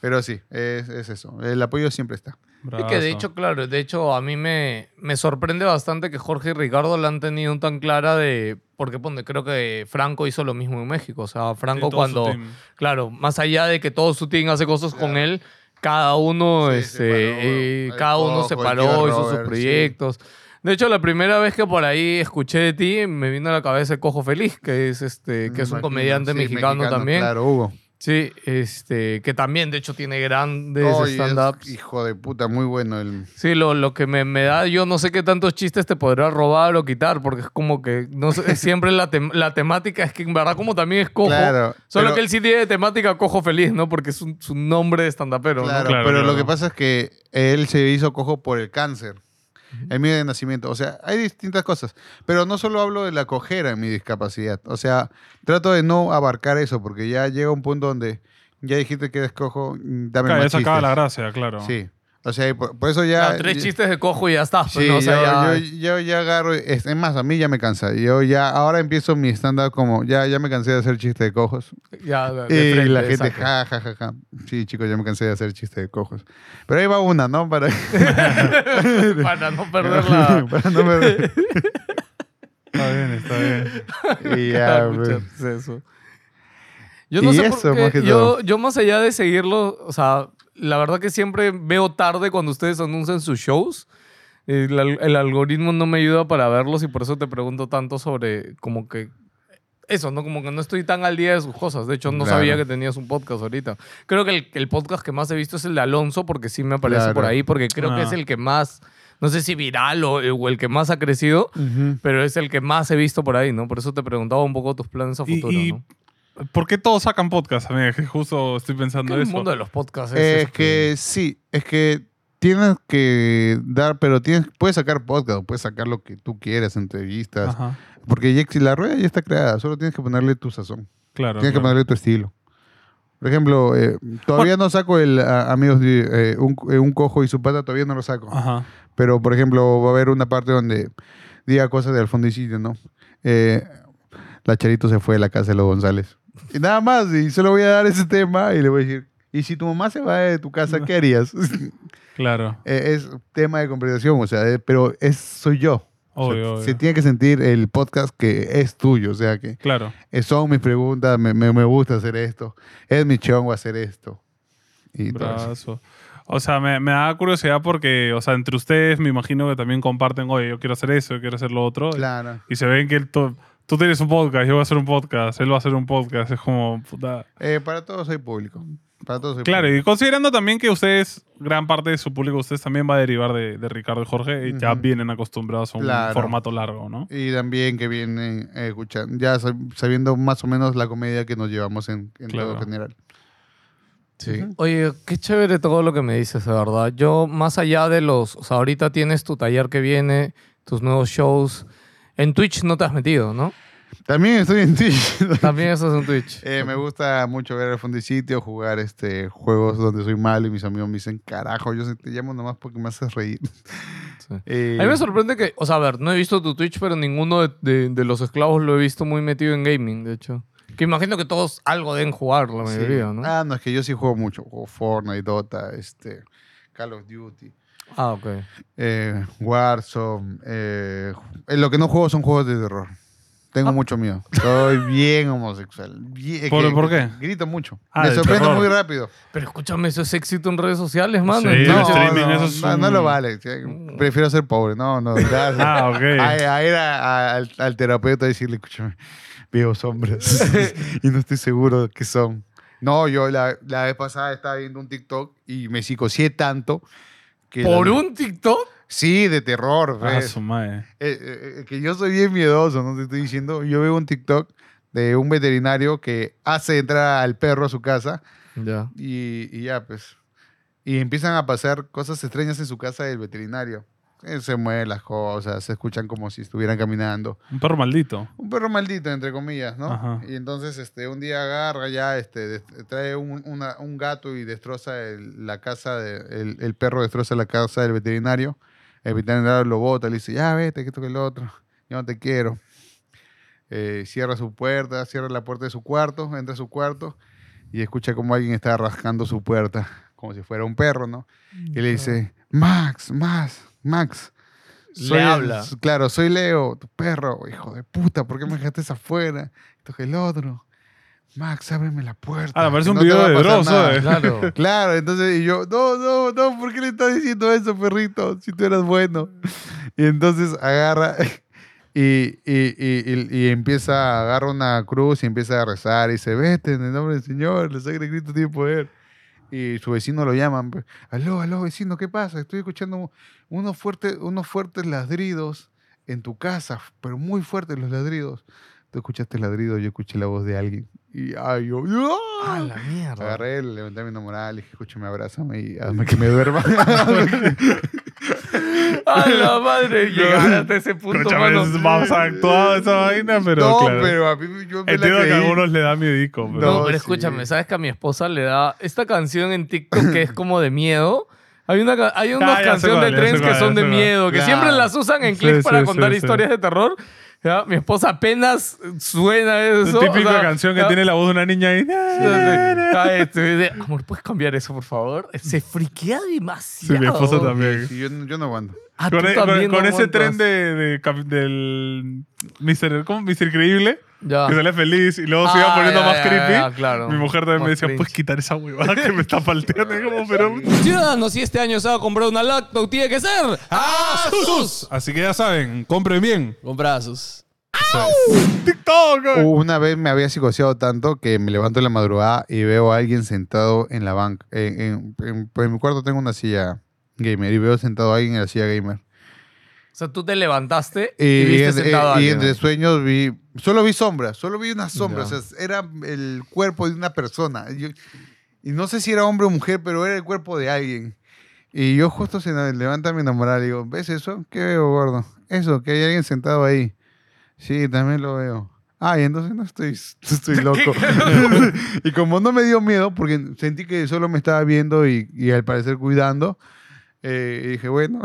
[SPEAKER 3] Pero sí, es, es eso. El apoyo siempre está.
[SPEAKER 1] Es
[SPEAKER 5] Bravazo.
[SPEAKER 1] que de hecho, claro, de hecho a mí me, me sorprende bastante que Jorge y Ricardo la han tenido tan clara de... Porque ponte, creo que Franco hizo lo mismo en México. O sea,
[SPEAKER 5] Sí,
[SPEAKER 1] Franco
[SPEAKER 5] todo su
[SPEAKER 1] cuando...
[SPEAKER 5] team.
[SPEAKER 1] Claro, más allá de que todo su team hace cosas con él, cada uno,
[SPEAKER 3] Sí,
[SPEAKER 1] este,
[SPEAKER 3] se paró,
[SPEAKER 1] eh,
[SPEAKER 3] el
[SPEAKER 1] cada uno
[SPEAKER 3] Cojo,
[SPEAKER 1] se
[SPEAKER 3] el
[SPEAKER 1] paró,
[SPEAKER 3] tío
[SPEAKER 1] hizo sus
[SPEAKER 3] Robert, sí.
[SPEAKER 1] proyectos. De hecho, la primera vez que por ahí escuché de ti, me vino a la cabeza el Cojo Feliz, que es este, que es un
[SPEAKER 3] Imagino.
[SPEAKER 1] comediante
[SPEAKER 3] Sí,
[SPEAKER 1] mexicano, también.
[SPEAKER 3] Claro, Hugo.
[SPEAKER 1] Sí, este, que también de hecho tiene grandes
[SPEAKER 3] No, y es
[SPEAKER 1] stand-ups.
[SPEAKER 3] hijo de puta, muy bueno. El,
[SPEAKER 1] Sí, lo, lo que me, me da, yo no sé qué tantos chistes te podrá robar o quitar, porque es como que no sé, siempre la, tem- la temática es que en verdad como también es cojo.
[SPEAKER 3] Claro,
[SPEAKER 1] solo
[SPEAKER 3] pero-
[SPEAKER 1] que él sí tiene temática cojo feliz, ¿no? Porque es un, su nombre de estandapero.
[SPEAKER 3] claro,
[SPEAKER 2] Claro,
[SPEAKER 3] pero
[SPEAKER 2] claro.
[SPEAKER 3] lo que pasa es que él se hizo cojo por el cáncer. El mío de nacimiento. O sea, hay distintas cosas. Pero no solo hablo de la cojera en mi discapacidad. O sea, trato de no abarcar eso porque ya llega un punto donde ya dijiste que eres cojo, mm, dame
[SPEAKER 5] Claro,
[SPEAKER 3] más
[SPEAKER 5] ya se acaba
[SPEAKER 3] chistes.
[SPEAKER 5] la gracia, claro.
[SPEAKER 3] Sí. O sea, y por, por eso
[SPEAKER 1] ¿no?
[SPEAKER 3] ya...
[SPEAKER 1] Ah, tres
[SPEAKER 3] ya-
[SPEAKER 1] chistes de cojo y ya está. pues,
[SPEAKER 3] Sí,
[SPEAKER 1] ¿no? O sea,
[SPEAKER 3] yo,
[SPEAKER 1] ya-
[SPEAKER 3] yo- yo ya agarro, es, es más, a mí ya me cansa. Yo ya, ahora empiezo mi stand-up como, ya, ya me cansé de hacer chistes de cojos.
[SPEAKER 1] ya de-
[SPEAKER 3] Y
[SPEAKER 1] de frente,
[SPEAKER 3] la gente,
[SPEAKER 1] exacto.
[SPEAKER 3] ja, ja, ja, ja. Sí, chicos, ya me cansé de hacer chistes de cojos. Pero ahí va una, ¿no? Para,
[SPEAKER 1] Para no perder la...
[SPEAKER 3] para no me...
[SPEAKER 2] Está bien, está bien.
[SPEAKER 3] Y ya,
[SPEAKER 1] Claro,
[SPEAKER 3] pues.
[SPEAKER 1] muchachos, eso. Ah, Yo no
[SPEAKER 3] Y
[SPEAKER 1] sé por
[SPEAKER 3] eso,
[SPEAKER 1] qué-
[SPEAKER 3] más que
[SPEAKER 1] yo,
[SPEAKER 3] todo.
[SPEAKER 1] yo más allá de seguirlo, o sea, la verdad que siempre veo tarde cuando ustedes anuncian sus shows. El, al- el algoritmo no me ayuda para verlos y por eso te pregunto tanto sobre como que eso, ¿no? Como que no estoy tan al día de sus cosas. De hecho, no
[SPEAKER 3] Claro.
[SPEAKER 1] sabía que tenías un podcast ahorita. Creo que el, el podcast que más he visto es el de Alonso porque sí me aparece
[SPEAKER 3] Claro.
[SPEAKER 1] por ahí porque creo que
[SPEAKER 5] Ah.
[SPEAKER 1] es el que más, no sé si viral o, o el que más ha crecido.
[SPEAKER 3] Ujú.
[SPEAKER 1] Pero es el que más he visto por ahí, ¿no? Por eso te preguntaba un poco tus planes a
[SPEAKER 5] Y-
[SPEAKER 1] futuro,
[SPEAKER 5] y-
[SPEAKER 1] ¿no?
[SPEAKER 5] ¿Por qué todos sacan podcast, amiga? Que justo estoy pensando
[SPEAKER 1] Que el
[SPEAKER 5] eso.
[SPEAKER 1] mundo de los podcasts es,
[SPEAKER 3] Es
[SPEAKER 1] este,
[SPEAKER 3] que sí, es que tienes que dar, pero tienes, puedes sacar podcast, puedes sacar lo que tú quieras, entrevistas.
[SPEAKER 5] Ajá.
[SPEAKER 3] Porque ya- si la rueda ya está creada, solo tienes que ponerle tu sazón.
[SPEAKER 5] Claro.
[SPEAKER 3] Tienes que
[SPEAKER 5] claro.
[SPEAKER 3] ponerle tu estilo. Por ejemplo, eh, todavía no saco el a- Amigos de eh, un, eh, un Cojo y su pata, todavía no lo saco.
[SPEAKER 5] Ajá.
[SPEAKER 3] Pero, por ejemplo, va a haber una parte donde diga cosas del fondo y sitio, ¿no? Eh, la Charito se fue de la casa de los González. Y nada más, y solo voy a dar ese tema y le voy a decir, ¿y si tu mamá se va de tu casa, qué harías?
[SPEAKER 5] Claro.
[SPEAKER 3] Eh, es tema de conversación, o sea, eh, pero es, soy yo. O sea,
[SPEAKER 5] Obvio, obvio.
[SPEAKER 3] Se tiene que sentir el podcast que es tuyo, o sea, que
[SPEAKER 5] Claro.
[SPEAKER 3] eh, son mis preguntas, me, me- me gusta hacer esto, es mi chongo hacer esto. Y todo eso.
[SPEAKER 5] Brazo. O sea, me, me da curiosidad porque, o sea, entre ustedes me imagino que también comparten, oye, yo quiero hacer eso, yo quiero hacer lo otro.
[SPEAKER 3] Claro.
[SPEAKER 5] Y se ven que el to- tú tienes un podcast, yo voy a hacer un podcast, él va a hacer un podcast. Es como, puta.
[SPEAKER 3] Eh, para todos soy público. Para todos soy
[SPEAKER 5] Claro,
[SPEAKER 3] público.
[SPEAKER 5] y considerando también que ustedes, gran parte de su público, ustedes también va a derivar de, de Ricardo y Jorge, y ya
[SPEAKER 3] Ujú.
[SPEAKER 5] vienen acostumbrados a un
[SPEAKER 3] Claro.
[SPEAKER 5] formato largo, ¿no?
[SPEAKER 3] Y también que vienen eh, escuchando, ya sab- sabiendo más o menos la comedia que nos llevamos en, en
[SPEAKER 5] Claro.
[SPEAKER 3] todo general.
[SPEAKER 1] Sí. Oye, qué chévere todo lo que me dices, de verdad. Yo, más allá de los... O sea, ahorita tienes tu taller que viene, tus nuevos shows. En Twitch no te has metido, ¿no?
[SPEAKER 3] También estoy en Twitch.
[SPEAKER 1] También eso es en Twitch.
[SPEAKER 3] Eh, me gusta mucho ver el fondo y sitio, jugar este, juegos donde soy malo y mis amigos me dicen, carajo, yo se- te llamo nomás porque me haces reír.
[SPEAKER 1] Sí.
[SPEAKER 3] Eh,
[SPEAKER 1] A mí me sorprende que... O sea, a ver, no he visto tu Twitch, pero ninguno de, de- de los esclavos lo he visto muy metido en gaming, de hecho. Que imagino que todos algo deben jugar, la
[SPEAKER 3] sí.
[SPEAKER 1] mayoría, ¿no?
[SPEAKER 3] Ah, no, es que yo sí juego mucho. Juego Fortnite, Dota, este, Call of Duty,
[SPEAKER 1] Ah, ok.
[SPEAKER 3] eh, Warzone. eh, ju- eh, lo que no juego son juegos de terror. Tengo mucho miedo. Soy bien homosexual. Bien-
[SPEAKER 5] ¿Por-
[SPEAKER 3] que-
[SPEAKER 5] por qué?
[SPEAKER 3] Grito mucho.
[SPEAKER 5] Ah,
[SPEAKER 3] me
[SPEAKER 5] de
[SPEAKER 3] sorprendo
[SPEAKER 5] terror.
[SPEAKER 3] muy rápido.
[SPEAKER 1] Pero escúchame, eso es éxito en redes sociales, mano.
[SPEAKER 5] Sí,
[SPEAKER 1] No,
[SPEAKER 5] el streaming,
[SPEAKER 3] no,
[SPEAKER 5] eso es
[SPEAKER 3] no, no
[SPEAKER 5] un-
[SPEAKER 3] lo vale. sí, Prefiero ser pobre. No, no. ya,
[SPEAKER 5] Ah, ok.
[SPEAKER 3] a, a ir a- a- al, al terapeuta y decirle, escúchame, veo sombras y no estoy seguro de qué son. No, yo la, la vez pasada estaba viendo un TikTok y me psicocié tanto. Que
[SPEAKER 1] ¿Por un TikTok?
[SPEAKER 3] Sí, de terror.
[SPEAKER 5] Ah,
[SPEAKER 3] pues.
[SPEAKER 5] su madre.
[SPEAKER 3] Eh, eh, eh, que yo soy bien miedoso, no te estoy diciendo. Yo veo un TikTok de un veterinario que hace entrar al perro a su casa
[SPEAKER 1] Ya.
[SPEAKER 3] y, y ya, pues. Y empiezan a pasar cosas extrañas en su casa del veterinario. Eh, Se mueven las cosas, se escuchan como si estuvieran caminando.
[SPEAKER 5] Un perro maldito.
[SPEAKER 3] Un perro maldito, entre comillas, ¿no?
[SPEAKER 5] Ajá.
[SPEAKER 3] Y entonces este, un día agarra ya, este, des- trae un, una- un gato y destroza el- la casa, de- el, el perro destroza la casa del veterinario. El veterinario lo bota, le dice, ya vete, que esto que el otro, yo no te quiero. Eh, cierra su puerta, cierra la puerta de su cuarto, entra a su cuarto y escucha como alguien está rascando su puerta, como si fuera un perro, ¿no? Y le dice, Max, Max, Max.
[SPEAKER 1] Le
[SPEAKER 3] el-
[SPEAKER 1] habla.
[SPEAKER 3] claro, soy Leo, tu perro, hijo de puta, ¿por qué me dejaste afuera? Esto que el otro. Max, ábreme la puerta.
[SPEAKER 5] Ah, parece
[SPEAKER 3] que
[SPEAKER 5] un
[SPEAKER 3] te
[SPEAKER 5] video
[SPEAKER 3] va a
[SPEAKER 5] de
[SPEAKER 3] pasar
[SPEAKER 5] Dross,
[SPEAKER 3] nada".
[SPEAKER 5] ¿sabes?
[SPEAKER 1] Ah, Claro.
[SPEAKER 3] Claro, entonces y yo, no, no, no, ¿por qué le estás diciendo eso, perrito? Si tú eras bueno. Y entonces agarra Y, y, y, y- y empieza, agarra una cruz y empieza a rezar y dice, vete en el nombre del Señor, la sangre de Cristo tiene poder. Y su vecino lo llaman, pe, aló, aló, vecino, ¿qué pasa? Estoy escuchando unos fuertes, unos fuertes ladridos en tu casa, pero muy fuertes los ladridos. Tú escuchaste el ladrido, yo escuché la voz de alguien. Y ay, yo,
[SPEAKER 1] ¡Ah,
[SPEAKER 3] ¡ah!
[SPEAKER 1] la mierda!
[SPEAKER 3] Agarré, le levanté a mi enamorada, le dije, escúchame, abrázame y hazme que me duerma.
[SPEAKER 1] ¡A la madre! Llegar hasta ese punto,
[SPEAKER 5] Escúchame,
[SPEAKER 1] mano.
[SPEAKER 5] es más actuado esa vaina, pero
[SPEAKER 3] no,
[SPEAKER 5] claro.
[SPEAKER 3] pero a mí yo me la
[SPEAKER 5] Entiendo que a
[SPEAKER 3] creí.
[SPEAKER 5] algunos le da miedico, pero...
[SPEAKER 1] No,
[SPEAKER 3] No,
[SPEAKER 1] pero
[SPEAKER 3] sí.
[SPEAKER 1] escúchame, ¿sabes que a mi esposa le da esta canción en TikTok que es como de miedo? Hay, una, ca- hay unas
[SPEAKER 5] Ah, ya sé
[SPEAKER 1] canciones
[SPEAKER 5] cuál,
[SPEAKER 1] de
[SPEAKER 5] ya sé
[SPEAKER 1] trends que
[SPEAKER 5] cuál,
[SPEAKER 1] son
[SPEAKER 5] ya
[SPEAKER 1] de
[SPEAKER 5] sé cuál.
[SPEAKER 1] miedo, que
[SPEAKER 3] Claro.
[SPEAKER 1] siempre las usan en clips
[SPEAKER 5] Sí,
[SPEAKER 1] para
[SPEAKER 5] sí,
[SPEAKER 1] contar
[SPEAKER 5] sí, sí.
[SPEAKER 1] historias de terror. Ya, Mi esposa apenas suena eso. o
[SPEAKER 5] Típica
[SPEAKER 1] sea,
[SPEAKER 5] canción que
[SPEAKER 1] ya-
[SPEAKER 5] tiene la voz de una niña ahí.
[SPEAKER 1] Sí, sí. Ah, esto, y dice, Amor, ¿puedes cambiar eso, por favor? Se friquea
[SPEAKER 5] Sí,
[SPEAKER 1] demasiado.
[SPEAKER 5] mi esposa también.
[SPEAKER 3] Sí, yo, no- yo no aguanto.
[SPEAKER 1] Ah, tú
[SPEAKER 5] Con, e- con-
[SPEAKER 1] también no
[SPEAKER 5] con ese
[SPEAKER 1] aguantas.
[SPEAKER 5] tren de, de cap- del Mr. ¿cómo? Mr. Increíble,
[SPEAKER 1] Ya.
[SPEAKER 5] que sale feliz y luego se
[SPEAKER 1] Ah,
[SPEAKER 5] iba poniendo
[SPEAKER 1] ya,
[SPEAKER 5] más
[SPEAKER 1] ya,
[SPEAKER 5] creepy.
[SPEAKER 1] ya, claro.
[SPEAKER 5] Mi mujer también
[SPEAKER 1] Más
[SPEAKER 5] me decía, "Pues
[SPEAKER 1] cringe.
[SPEAKER 5] puedes quitar esa huevada que me está falteando. Y como, pero...
[SPEAKER 1] Ciudadanos, si este año se va a comprar una laptop, tiene que ser
[SPEAKER 5] Ah,
[SPEAKER 1] Ah, ASUS.
[SPEAKER 6] Así que ya saben, compren bien.
[SPEAKER 7] Con brazos.
[SPEAKER 5] TikTok. güey".
[SPEAKER 3] Una vez me había psicoseado tanto que me levanto en la madrugada y veo a alguien sentado en la banca. En, en- en- pues en mi cuarto tengo una silla gamer y veo sentado a alguien en la silla gamer.
[SPEAKER 1] O sea, tú te levantaste y,
[SPEAKER 3] Y,
[SPEAKER 1] viste
[SPEAKER 3] en- eh,
[SPEAKER 1] sentado a
[SPEAKER 3] y
[SPEAKER 1] alguien.
[SPEAKER 3] entre sueños vi. Solo vi sombras, solo vi una sombra. O sea, era el cuerpo de una persona. Yo- y no sé si era hombre o mujer, pero era el cuerpo de alguien. Y yo justo se me levanta mi enamorada y digo, ¿ves eso? ¿Qué veo, gordo? Eso, que hay alguien sentado ahí. Sí, también lo veo. Ay, entonces no estoy, no estoy loco. y como no me dio miedo, porque sentí que solo me estaba viendo y, y al parecer cuidando, eh, dije, bueno,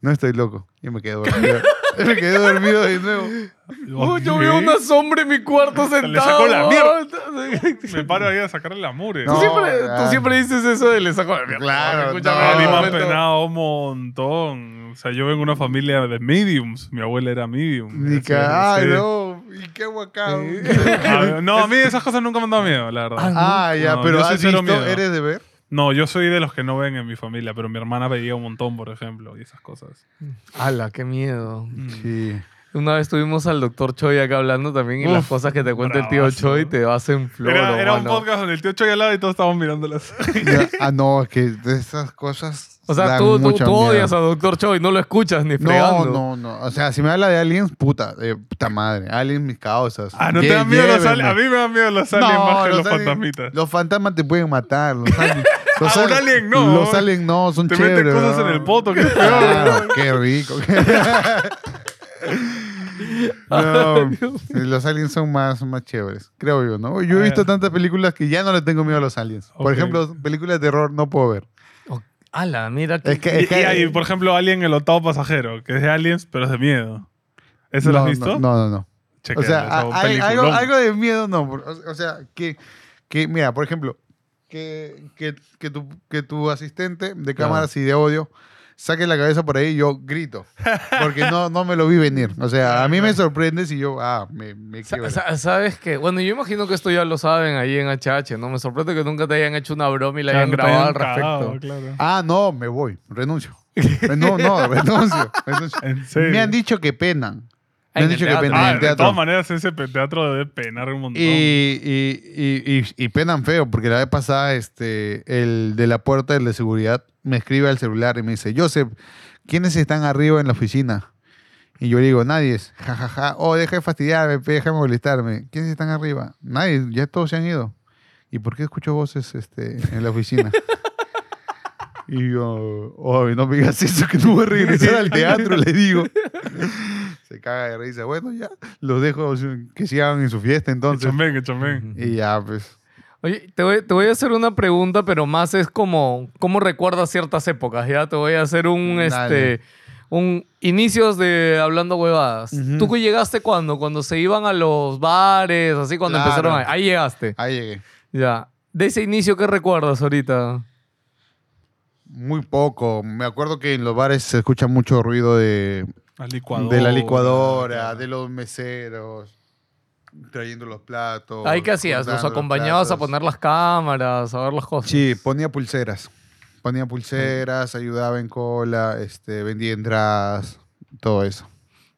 [SPEAKER 3] no estoy loco. Y me quedé dormido. me quedé dormido de nuevo.
[SPEAKER 5] uh,
[SPEAKER 1] Oh, yo veo una sombra en mi cuarto sentado.
[SPEAKER 5] Le sacó la mierda.
[SPEAKER 1] Tú
[SPEAKER 5] Me paro ahí a sacarle la mure.
[SPEAKER 3] No,
[SPEAKER 1] siempre- tú, siempre,
[SPEAKER 3] claro.
[SPEAKER 1] dices eso de le sacó la mierda.
[SPEAKER 3] Claro,
[SPEAKER 1] Escúchame,
[SPEAKER 3] no,
[SPEAKER 1] en
[SPEAKER 5] a mí
[SPEAKER 1] el
[SPEAKER 5] me ha
[SPEAKER 1] momento-
[SPEAKER 5] penado un montón. O sea, yo vengo de una familia de mediums. Mi abuela era medium.
[SPEAKER 3] Ni
[SPEAKER 5] Sí,
[SPEAKER 3] que, ay,
[SPEAKER 5] sí.
[SPEAKER 3] no, y qué guacao.
[SPEAKER 5] Ah, No, a mí esas cosas nunca me han dado miedo, la verdad.
[SPEAKER 3] ah, ya,
[SPEAKER 5] No,
[SPEAKER 3] pero
[SPEAKER 5] yo soy
[SPEAKER 3] has
[SPEAKER 5] cero
[SPEAKER 3] visto,
[SPEAKER 5] miedo.
[SPEAKER 3] eres de ver.
[SPEAKER 5] No, yo soy de los que no ven en mi familia, pero mi hermana veía un montón, por ejemplo, y esas cosas.
[SPEAKER 1] Ala, qué miedo.
[SPEAKER 5] Mm.
[SPEAKER 3] Sí.
[SPEAKER 1] Una vez estuvimos al doctor Choi acá hablando también y las cosas que te cuenta el tío
[SPEAKER 5] bravazo.
[SPEAKER 1] Choi te hacen flor.
[SPEAKER 5] era era un podcast donde el tío Choy al lado y todos estábamos mirándolas.
[SPEAKER 3] Ya, ah, no, es que de esas cosas.
[SPEAKER 1] O sea,
[SPEAKER 3] dan
[SPEAKER 1] tú, tú,
[SPEAKER 3] mucho
[SPEAKER 1] tú
[SPEAKER 3] miedo.
[SPEAKER 1] odias a Doctor Choi, no lo escuchas ni
[SPEAKER 3] No,
[SPEAKER 1] fregando.
[SPEAKER 3] no, no. O sea, si me habla de aliens, puta, eh, puta madre. Aliens, mis causas.
[SPEAKER 5] Ah, no
[SPEAKER 3] Lle-
[SPEAKER 5] te dan miedo los
[SPEAKER 3] llévenme.
[SPEAKER 5] aliens. A mí me dan miedo los
[SPEAKER 3] No,
[SPEAKER 5] aliens más que los,
[SPEAKER 3] aliens-
[SPEAKER 5] fantasmitas.
[SPEAKER 3] Los fantasmas te pueden matar. Los aliens, los
[SPEAKER 5] A un
[SPEAKER 3] al-
[SPEAKER 5] alien no.
[SPEAKER 3] Los aliens no, son
[SPEAKER 5] Te
[SPEAKER 3] chéveres.
[SPEAKER 5] meten cosas
[SPEAKER 3] ¿no?
[SPEAKER 5] en el poto, que es peor.
[SPEAKER 3] Claro, qué rico. No, los aliens son más, más chéveres, creo yo, ¿no? Yo he visto tantas películas que ya no le tengo miedo a los aliens. Por
[SPEAKER 5] Ah. Ok.
[SPEAKER 3] ejemplo, películas de terror no puedo ver.
[SPEAKER 1] Oh, ala, mira que.
[SPEAKER 3] Es que, es
[SPEAKER 5] Y, y
[SPEAKER 3] que-
[SPEAKER 5] hay, por ejemplo, Alien el octavo pasajero, que es de aliens, pero es de miedo. ¿Eso lo
[SPEAKER 3] No,
[SPEAKER 5] has
[SPEAKER 3] no,
[SPEAKER 5] visto?
[SPEAKER 3] No, no, no.
[SPEAKER 5] Chequea,
[SPEAKER 3] O sea,
[SPEAKER 5] esa
[SPEAKER 3] a- hay- algo,
[SPEAKER 5] peliculón.
[SPEAKER 3] algo de miedo no. bro. O, o sea, que, que, mira, por ejemplo, que, que, que, tu, que tu asistente de cámaras y de audio saque la cabeza por ahí yo grito. Porque no, no me lo vi venir. O sea, a mí me sorprende si yo, ah, me, me
[SPEAKER 1] Sa-
[SPEAKER 3] quiebra.
[SPEAKER 1] sa- ¿Sabes qué? Bueno, yo imagino que esto ya lo saben ahí en HH, ¿no? Me sorprende que nunca te hayan hecho una broma y la
[SPEAKER 5] Claro,
[SPEAKER 1] hayan
[SPEAKER 5] que te
[SPEAKER 1] grabado al
[SPEAKER 5] hayan cagado,
[SPEAKER 1] respecto.
[SPEAKER 5] claro.
[SPEAKER 3] Ah, no, me voy, renuncio. No, no, renuncio. renuncio.
[SPEAKER 5] En serio.
[SPEAKER 3] Me han dicho que penan. Me
[SPEAKER 1] En
[SPEAKER 3] han
[SPEAKER 1] el
[SPEAKER 3] dicho que
[SPEAKER 1] teatro.
[SPEAKER 3] penan
[SPEAKER 5] Ah,
[SPEAKER 3] en el
[SPEAKER 5] de
[SPEAKER 3] teatro.
[SPEAKER 5] todas maneras, ese pe- teatro debe penar un montón.
[SPEAKER 3] Y, y, y, y- y penan feo, porque la vez pasada este, el de la puerta, el de seguridad, me escribe al celular y me dice, Joseph, ¿quiénes están arriba en la oficina? Y yo le digo, nadie es, jajaja, oh, deja de fastidiarme, pe, deja de molestarme. ¿Quiénes están arriba? Nadie, ya todos se han ido. ¿Y por qué escucho voces este, en la oficina? y yo, oh, no me digas eso, que no voy a regresar al teatro, le digo. Se caga de risa. Bueno, ya, los dejo que sigan en su fiesta
[SPEAKER 5] Que
[SPEAKER 3] entonces.
[SPEAKER 5] chambeen, que chambeen.
[SPEAKER 3] Y ya, pues.
[SPEAKER 1] Oye, te voy, te voy a hacer una pregunta, pero más es como cómo recuerdas ciertas épocas. Ya te voy a hacer un
[SPEAKER 3] Mm, Dale.
[SPEAKER 1] este un inicios de hablando huevadas.
[SPEAKER 3] Ujú.
[SPEAKER 1] ¿Tú que llegaste cuando cuando se iban a los bares, así cuando
[SPEAKER 3] Claro.
[SPEAKER 1] empezaron a- ahí llegaste.
[SPEAKER 3] Ahí llegué.
[SPEAKER 1] Ya. De ese inicio qué recuerdas ahorita?
[SPEAKER 3] Muy poco. Me acuerdo que en los bares se escucha mucho ruido de, de la licuadora, de los meseros, trayendo los platos.
[SPEAKER 1] Ahí qué hacías?
[SPEAKER 3] juntando
[SPEAKER 1] ¿Los acompañabas a
[SPEAKER 3] platos.
[SPEAKER 1] poner las cámaras, a ver las cosas?
[SPEAKER 3] Sí, ponía pulseras. Ponía pulseras, ayudaba en cola, este, vendía entradas, todo eso.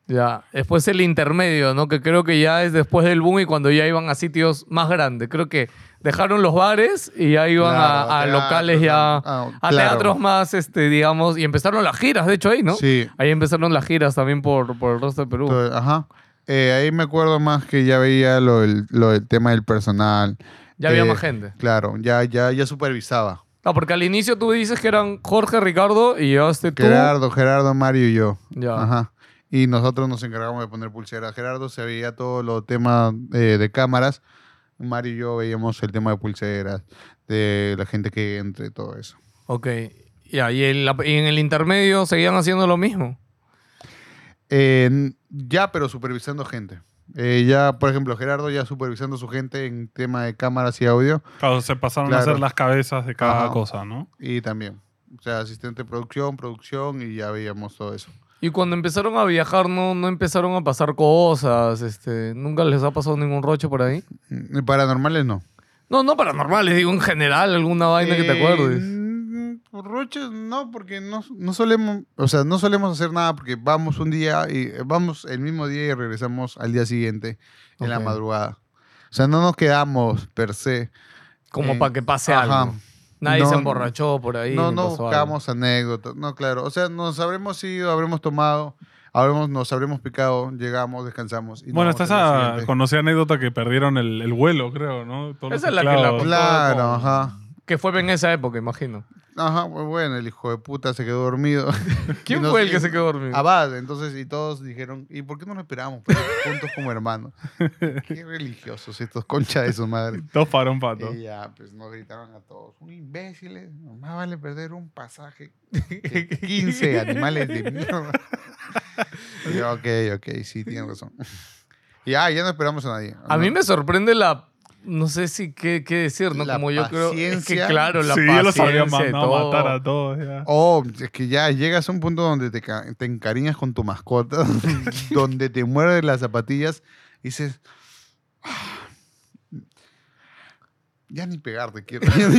[SPEAKER 1] Ya, después el intermedio, ¿no? Que creo que ya es después del boom y cuando ya iban a sitios más grandes. Creo que dejaron los bares y ya iban a-
[SPEAKER 3] Claro,
[SPEAKER 1] a,
[SPEAKER 3] teatros,
[SPEAKER 1] locales ya,
[SPEAKER 3] ah,
[SPEAKER 1] a
[SPEAKER 3] claro.
[SPEAKER 1] teatros más, este, digamos, y empezaron las giras, de hecho, ahí, ¿no? Uh.
[SPEAKER 3] Sí.
[SPEAKER 1] Ahí empezaron las giras también por, por el resto de Perú.
[SPEAKER 3] Todo- Ajá. Eh, ahí me acuerdo más que ya veía lo del, lo del tema del personal.
[SPEAKER 1] Ya había
[SPEAKER 3] Eh,
[SPEAKER 1] más gente.
[SPEAKER 3] Claro, ya, ya, ya supervisaba.
[SPEAKER 1] No, porque al inicio tú dices que eran Jorge, Ricardo y llevaste tú.
[SPEAKER 3] Gerardo, Gerardo, Mario y yo.
[SPEAKER 1] Ya.
[SPEAKER 3] Ajá. Y nosotros nos encargamos de poner pulseras. Gerardo se veía todo lo tema eh, de cámaras. Mario y yo veíamos el tema de pulseras, de la gente que entre, todo eso.
[SPEAKER 1] Ok. Ya, y, en la- y en el intermedio seguían haciendo lo mismo.
[SPEAKER 3] Eh, n- ya, pero supervisando gente. Eh, ya, por ejemplo, Gerardo ya supervisando su gente en tema de cámaras y audio.
[SPEAKER 5] Claro, se pasaron a
[SPEAKER 3] Claro.
[SPEAKER 5] hacer las cabezas de cada
[SPEAKER 3] Ajá.
[SPEAKER 5] cosa, ¿no?
[SPEAKER 3] Y también. O sea, asistente de producción, producción y ya veíamos todo eso.
[SPEAKER 1] Y cuando empezaron a viajar, no, no empezaron a pasar cosas, este, nunca les ha pasado ningún roche por ahí.
[SPEAKER 3] Mm, Paranormales no.
[SPEAKER 1] No, no paranormales, digo en general, alguna vaina que te
[SPEAKER 3] Eh,
[SPEAKER 1] acuerdes.
[SPEAKER 3] mm, Roches no, porque no, no solemos, o sea, no solemos hacer nada porque vamos un día y eh, vamos el mismo día y regresamos al día siguiente en la
[SPEAKER 1] Ok.
[SPEAKER 3] madrugada. O sea, no nos quedamos per se.
[SPEAKER 1] Como
[SPEAKER 3] eh,
[SPEAKER 1] para que pase
[SPEAKER 3] ajá.
[SPEAKER 1] algo. Nadie
[SPEAKER 3] No,
[SPEAKER 1] se emborrachó por ahí.
[SPEAKER 3] no,
[SPEAKER 1] ni
[SPEAKER 3] no
[SPEAKER 1] pasó algo.
[SPEAKER 3] buscamos anécdotas, no, claro. O sea, nos habremos ido, habremos tomado, habremos, nos habremos picado, llegamos, descansamos. y nos
[SPEAKER 5] Bueno,
[SPEAKER 3] vamos
[SPEAKER 5] estás
[SPEAKER 3] al día
[SPEAKER 5] a
[SPEAKER 3] siguiente.
[SPEAKER 5] conocí anécdota que perdieron el, el vuelo, creo, ¿no? Todos los
[SPEAKER 1] Esa es la que la
[SPEAKER 5] esclavos.
[SPEAKER 1] con todo
[SPEAKER 3] Claro,
[SPEAKER 1] con-
[SPEAKER 3] ajá.
[SPEAKER 1] Que fue en esa época, imagino.
[SPEAKER 3] Ajá, pues bueno, el hijo de puta se quedó dormido.
[SPEAKER 1] ¿Quién
[SPEAKER 3] Y nos-
[SPEAKER 1] fue el
[SPEAKER 3] y-
[SPEAKER 1] que se quedó dormido?
[SPEAKER 3] Abad, entonces, y todos dijeron, ¿y por qué no lo esperamos? pues, juntos como hermanos. qué religiosos estos concha de su madre.
[SPEAKER 5] Todos para un pato.
[SPEAKER 3] Y ya, pues nos gritaron a todos, un imbéciles, nomás vale perder un pasaje que 15 animales de mierda. Y yo, ok, ok, sí, tienen razón. Y ya, ya no esperamos a nadie.
[SPEAKER 1] A mí me sorprende la. No sé si qué, qué decir, ¿no?
[SPEAKER 3] La
[SPEAKER 1] Como yo creo. Es que
[SPEAKER 3] paciencia.
[SPEAKER 1] claro, la
[SPEAKER 5] sí,
[SPEAKER 1] paciencia.
[SPEAKER 5] ya los había
[SPEAKER 1] y
[SPEAKER 5] mandado a
[SPEAKER 1] todo.
[SPEAKER 5] matar a todos. ya.
[SPEAKER 3] Oh, es que ya llegas a un punto donde te, ca- te encariñas con tu mascota, donde te muerden las zapatillas y dices, "Ah, ya ni pegarte quiero, ya ni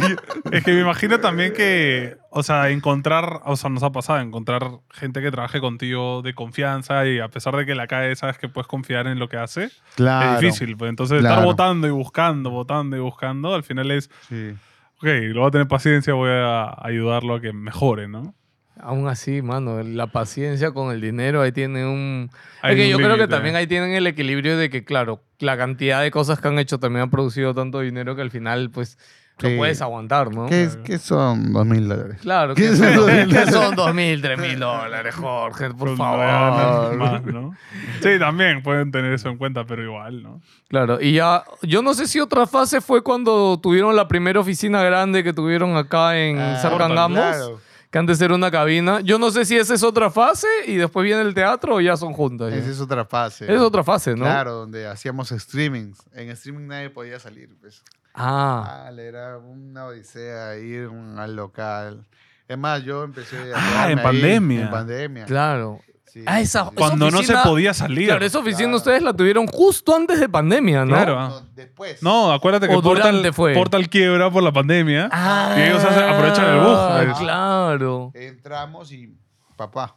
[SPEAKER 3] quiero".
[SPEAKER 5] Es que me imagino también que, o sea, encontrar, o sea, nos ha pasado encontrar gente que trabaje contigo de confianza y a pesar de que la cae, sabes que puedes confiar en lo que hace, es difícil. Pues entonces estar
[SPEAKER 3] Claro.
[SPEAKER 5] votando y buscando, votando y buscando, al final es,
[SPEAKER 3] Sí.
[SPEAKER 5] ok, lo voy a tener paciencia, voy a ayudarlo a que mejore, ¿no?
[SPEAKER 1] Aún así, mano, la paciencia con el dinero ahí tiene un...
[SPEAKER 5] Hay
[SPEAKER 1] es que
[SPEAKER 5] un
[SPEAKER 1] yo creo que
[SPEAKER 5] límite.
[SPEAKER 1] también ahí tienen el equilibrio de que, claro, la cantidad de cosas que han hecho también han producido tanto dinero que al final, pues,
[SPEAKER 3] Sí.
[SPEAKER 1] lo puedes aguantar, ¿no?
[SPEAKER 3] ¿Qué, es- qué son dos mil dólares?
[SPEAKER 1] Claro.
[SPEAKER 3] ¿Qué
[SPEAKER 1] que
[SPEAKER 3] son dos
[SPEAKER 1] ¿Qué
[SPEAKER 3] mil dólares?
[SPEAKER 1] son dos mil, tres mil dólares, Jorge? Por
[SPEAKER 5] Pero no ganan
[SPEAKER 1] favor.
[SPEAKER 5] más, ¿no? Sí, también pueden tener eso en cuenta, pero igual, ¿no?
[SPEAKER 1] Claro, y ya... Yo no sé si otra fase fue cuando tuvieron la primera oficina grande que tuvieron acá en
[SPEAKER 3] Ah,
[SPEAKER 1] Sarcangamos.
[SPEAKER 3] claro.
[SPEAKER 1] Que antes era una cabina. Yo no sé si esa es otra fase y después viene el teatro o ya son juntas. ya.
[SPEAKER 3] Esa es otra fase.
[SPEAKER 1] Es otra fase, ¿no?
[SPEAKER 3] Claro, donde hacíamos streamings. En streaming nadie podía salir. Pues.
[SPEAKER 1] Ah.
[SPEAKER 3] Vale, era una odisea ir al local. Es más, yo empecé a...
[SPEAKER 5] Ah, en
[SPEAKER 3] quedarme ahí,
[SPEAKER 5] pandemia.
[SPEAKER 3] En pandemia.
[SPEAKER 1] Claro.
[SPEAKER 3] Sí,
[SPEAKER 1] Ah, esa-
[SPEAKER 3] sí, sí.
[SPEAKER 5] Cuando no se
[SPEAKER 1] oficina-
[SPEAKER 5] podía salir.
[SPEAKER 1] Claro, esa oficina
[SPEAKER 3] Claro.
[SPEAKER 1] ustedes la tuvieron justo antes de pandemia, ¿no?
[SPEAKER 5] Claro. ah.
[SPEAKER 3] No, después.
[SPEAKER 5] No, acuérdate que
[SPEAKER 1] O durante
[SPEAKER 5] Portal,
[SPEAKER 1] fue.
[SPEAKER 5] Portal quiebra por la pandemia.
[SPEAKER 1] Ah,
[SPEAKER 5] Y ellos hacen- aprovechan el bus. pues.
[SPEAKER 1] Claro.
[SPEAKER 3] Entramos y, papá,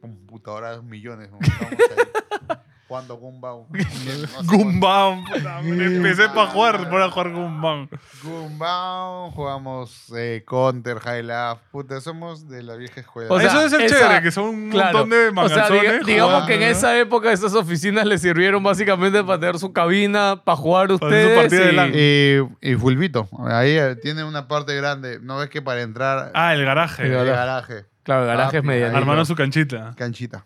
[SPEAKER 3] computadoras millones. ¿no? Estamos ahí Jugando Goomba. un- no sé,
[SPEAKER 5] Gumbam. puta madre. Empecé para jugar, por a jugar Gumbam.
[SPEAKER 3] Goombao, jugamos eh, Counter, High Life. Puta, somos de la vieja escuela.
[SPEAKER 1] O sea,
[SPEAKER 5] Eso es el
[SPEAKER 1] esa-
[SPEAKER 5] chévere, que son un
[SPEAKER 1] Claro.
[SPEAKER 5] montón de
[SPEAKER 1] o sea,
[SPEAKER 5] manganzones.
[SPEAKER 1] diga- digamos
[SPEAKER 5] jugando,
[SPEAKER 1] que en
[SPEAKER 5] ¿no?
[SPEAKER 1] esa época esas oficinas les sirvieron básicamente para tener su cabina, para jugar
[SPEAKER 5] Para hacer su
[SPEAKER 1] ustedes.
[SPEAKER 5] partida de
[SPEAKER 1] y-
[SPEAKER 5] LAN.
[SPEAKER 3] y, y Fulvito, ahí eh, tiene una parte grande. No ves que para entrar
[SPEAKER 5] Ah, el garaje.
[SPEAKER 3] el
[SPEAKER 1] garaje.
[SPEAKER 3] garaje,
[SPEAKER 1] Claro, garajes
[SPEAKER 3] Papi,
[SPEAKER 1] medianos.
[SPEAKER 3] ahí.
[SPEAKER 5] Ah, Armaron su canchita.
[SPEAKER 3] canchita.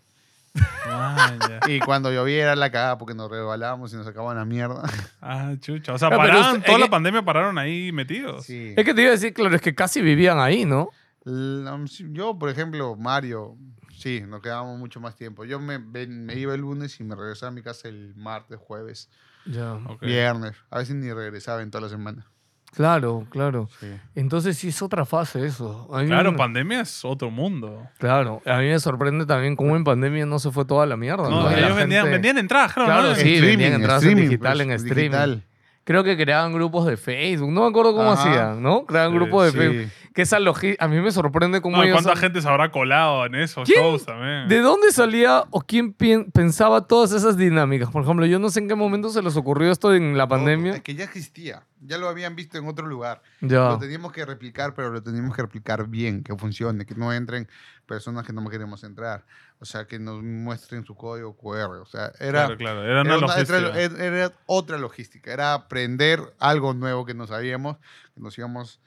[SPEAKER 5] Ah, ya.
[SPEAKER 3] Y cuando llovía era la cagada porque nos rebalábamos y nos sacaban la mierda.
[SPEAKER 5] Ah, chucha. O sea,
[SPEAKER 1] No, pero
[SPEAKER 5] pararon,
[SPEAKER 1] usted-
[SPEAKER 5] toda la
[SPEAKER 1] eh,
[SPEAKER 5] pandemia pararon ahí metidos.
[SPEAKER 3] Sí.
[SPEAKER 1] Es que te iba a decir, claro, es que casi vivían ahí, ¿no?
[SPEAKER 3] La- si- Yo, por ejemplo, Mario, sí, nos quedábamos mucho más tiempo. Yo me, ven- me iba el lunes y me regresaba a mi casa el martes, jueves,
[SPEAKER 1] Ya.
[SPEAKER 5] Ok.
[SPEAKER 3] viernes. A veces ni regresaba en toda la semana.
[SPEAKER 1] Claro, claro. Entonces sí es otra fase eso. A mí
[SPEAKER 5] Claro,
[SPEAKER 1] me-
[SPEAKER 5] pandemia es otro mundo.
[SPEAKER 1] Claro, a mí me sorprende también cómo en pandemia no se fue toda la mierda.
[SPEAKER 5] No,
[SPEAKER 1] Y la
[SPEAKER 5] ellos vendían,
[SPEAKER 1] gente-
[SPEAKER 5] vendían entradas, creo,
[SPEAKER 1] Claro,
[SPEAKER 5] ¿no?
[SPEAKER 1] sí. venían entradas en digital, en streaming.
[SPEAKER 3] pues, digital.
[SPEAKER 1] Creo que creaban grupos de Facebook. No me acuerdo cómo
[SPEAKER 3] Ajá.
[SPEAKER 1] hacían, ¿no? Creaban
[SPEAKER 5] Sí,
[SPEAKER 1] grupos de
[SPEAKER 3] sí.
[SPEAKER 1] Facebook. que esa logística. A mí me sorprende cómo
[SPEAKER 5] No, ¿y
[SPEAKER 1] ellos
[SPEAKER 5] ¿Cuánta
[SPEAKER 1] han-
[SPEAKER 5] gente se habrá colado en esos
[SPEAKER 1] ¿Quién?
[SPEAKER 5] shows también?
[SPEAKER 1] ¿De dónde salía o quién pien- pensaba todas esas dinámicas? Por ejemplo, yo no sé en qué momento se les ocurrió esto en la
[SPEAKER 3] pues, Es
[SPEAKER 1] pandemia.
[SPEAKER 3] que ya existía. Ya lo habían visto en otro lugar. Lo
[SPEAKER 1] Ya.
[SPEAKER 3] teníamos que replicar, pero lo teníamos que replicar bien, que funcione, que no entren personas que no queremos entrar. O sea, que nos muestren su código QR. O sea, era,
[SPEAKER 5] claro, claro. Era
[SPEAKER 3] era
[SPEAKER 5] una
[SPEAKER 3] una-
[SPEAKER 5] logística.
[SPEAKER 3] era- era otra logística. Era aprender algo nuevo que no sabíamos, que nos íbamos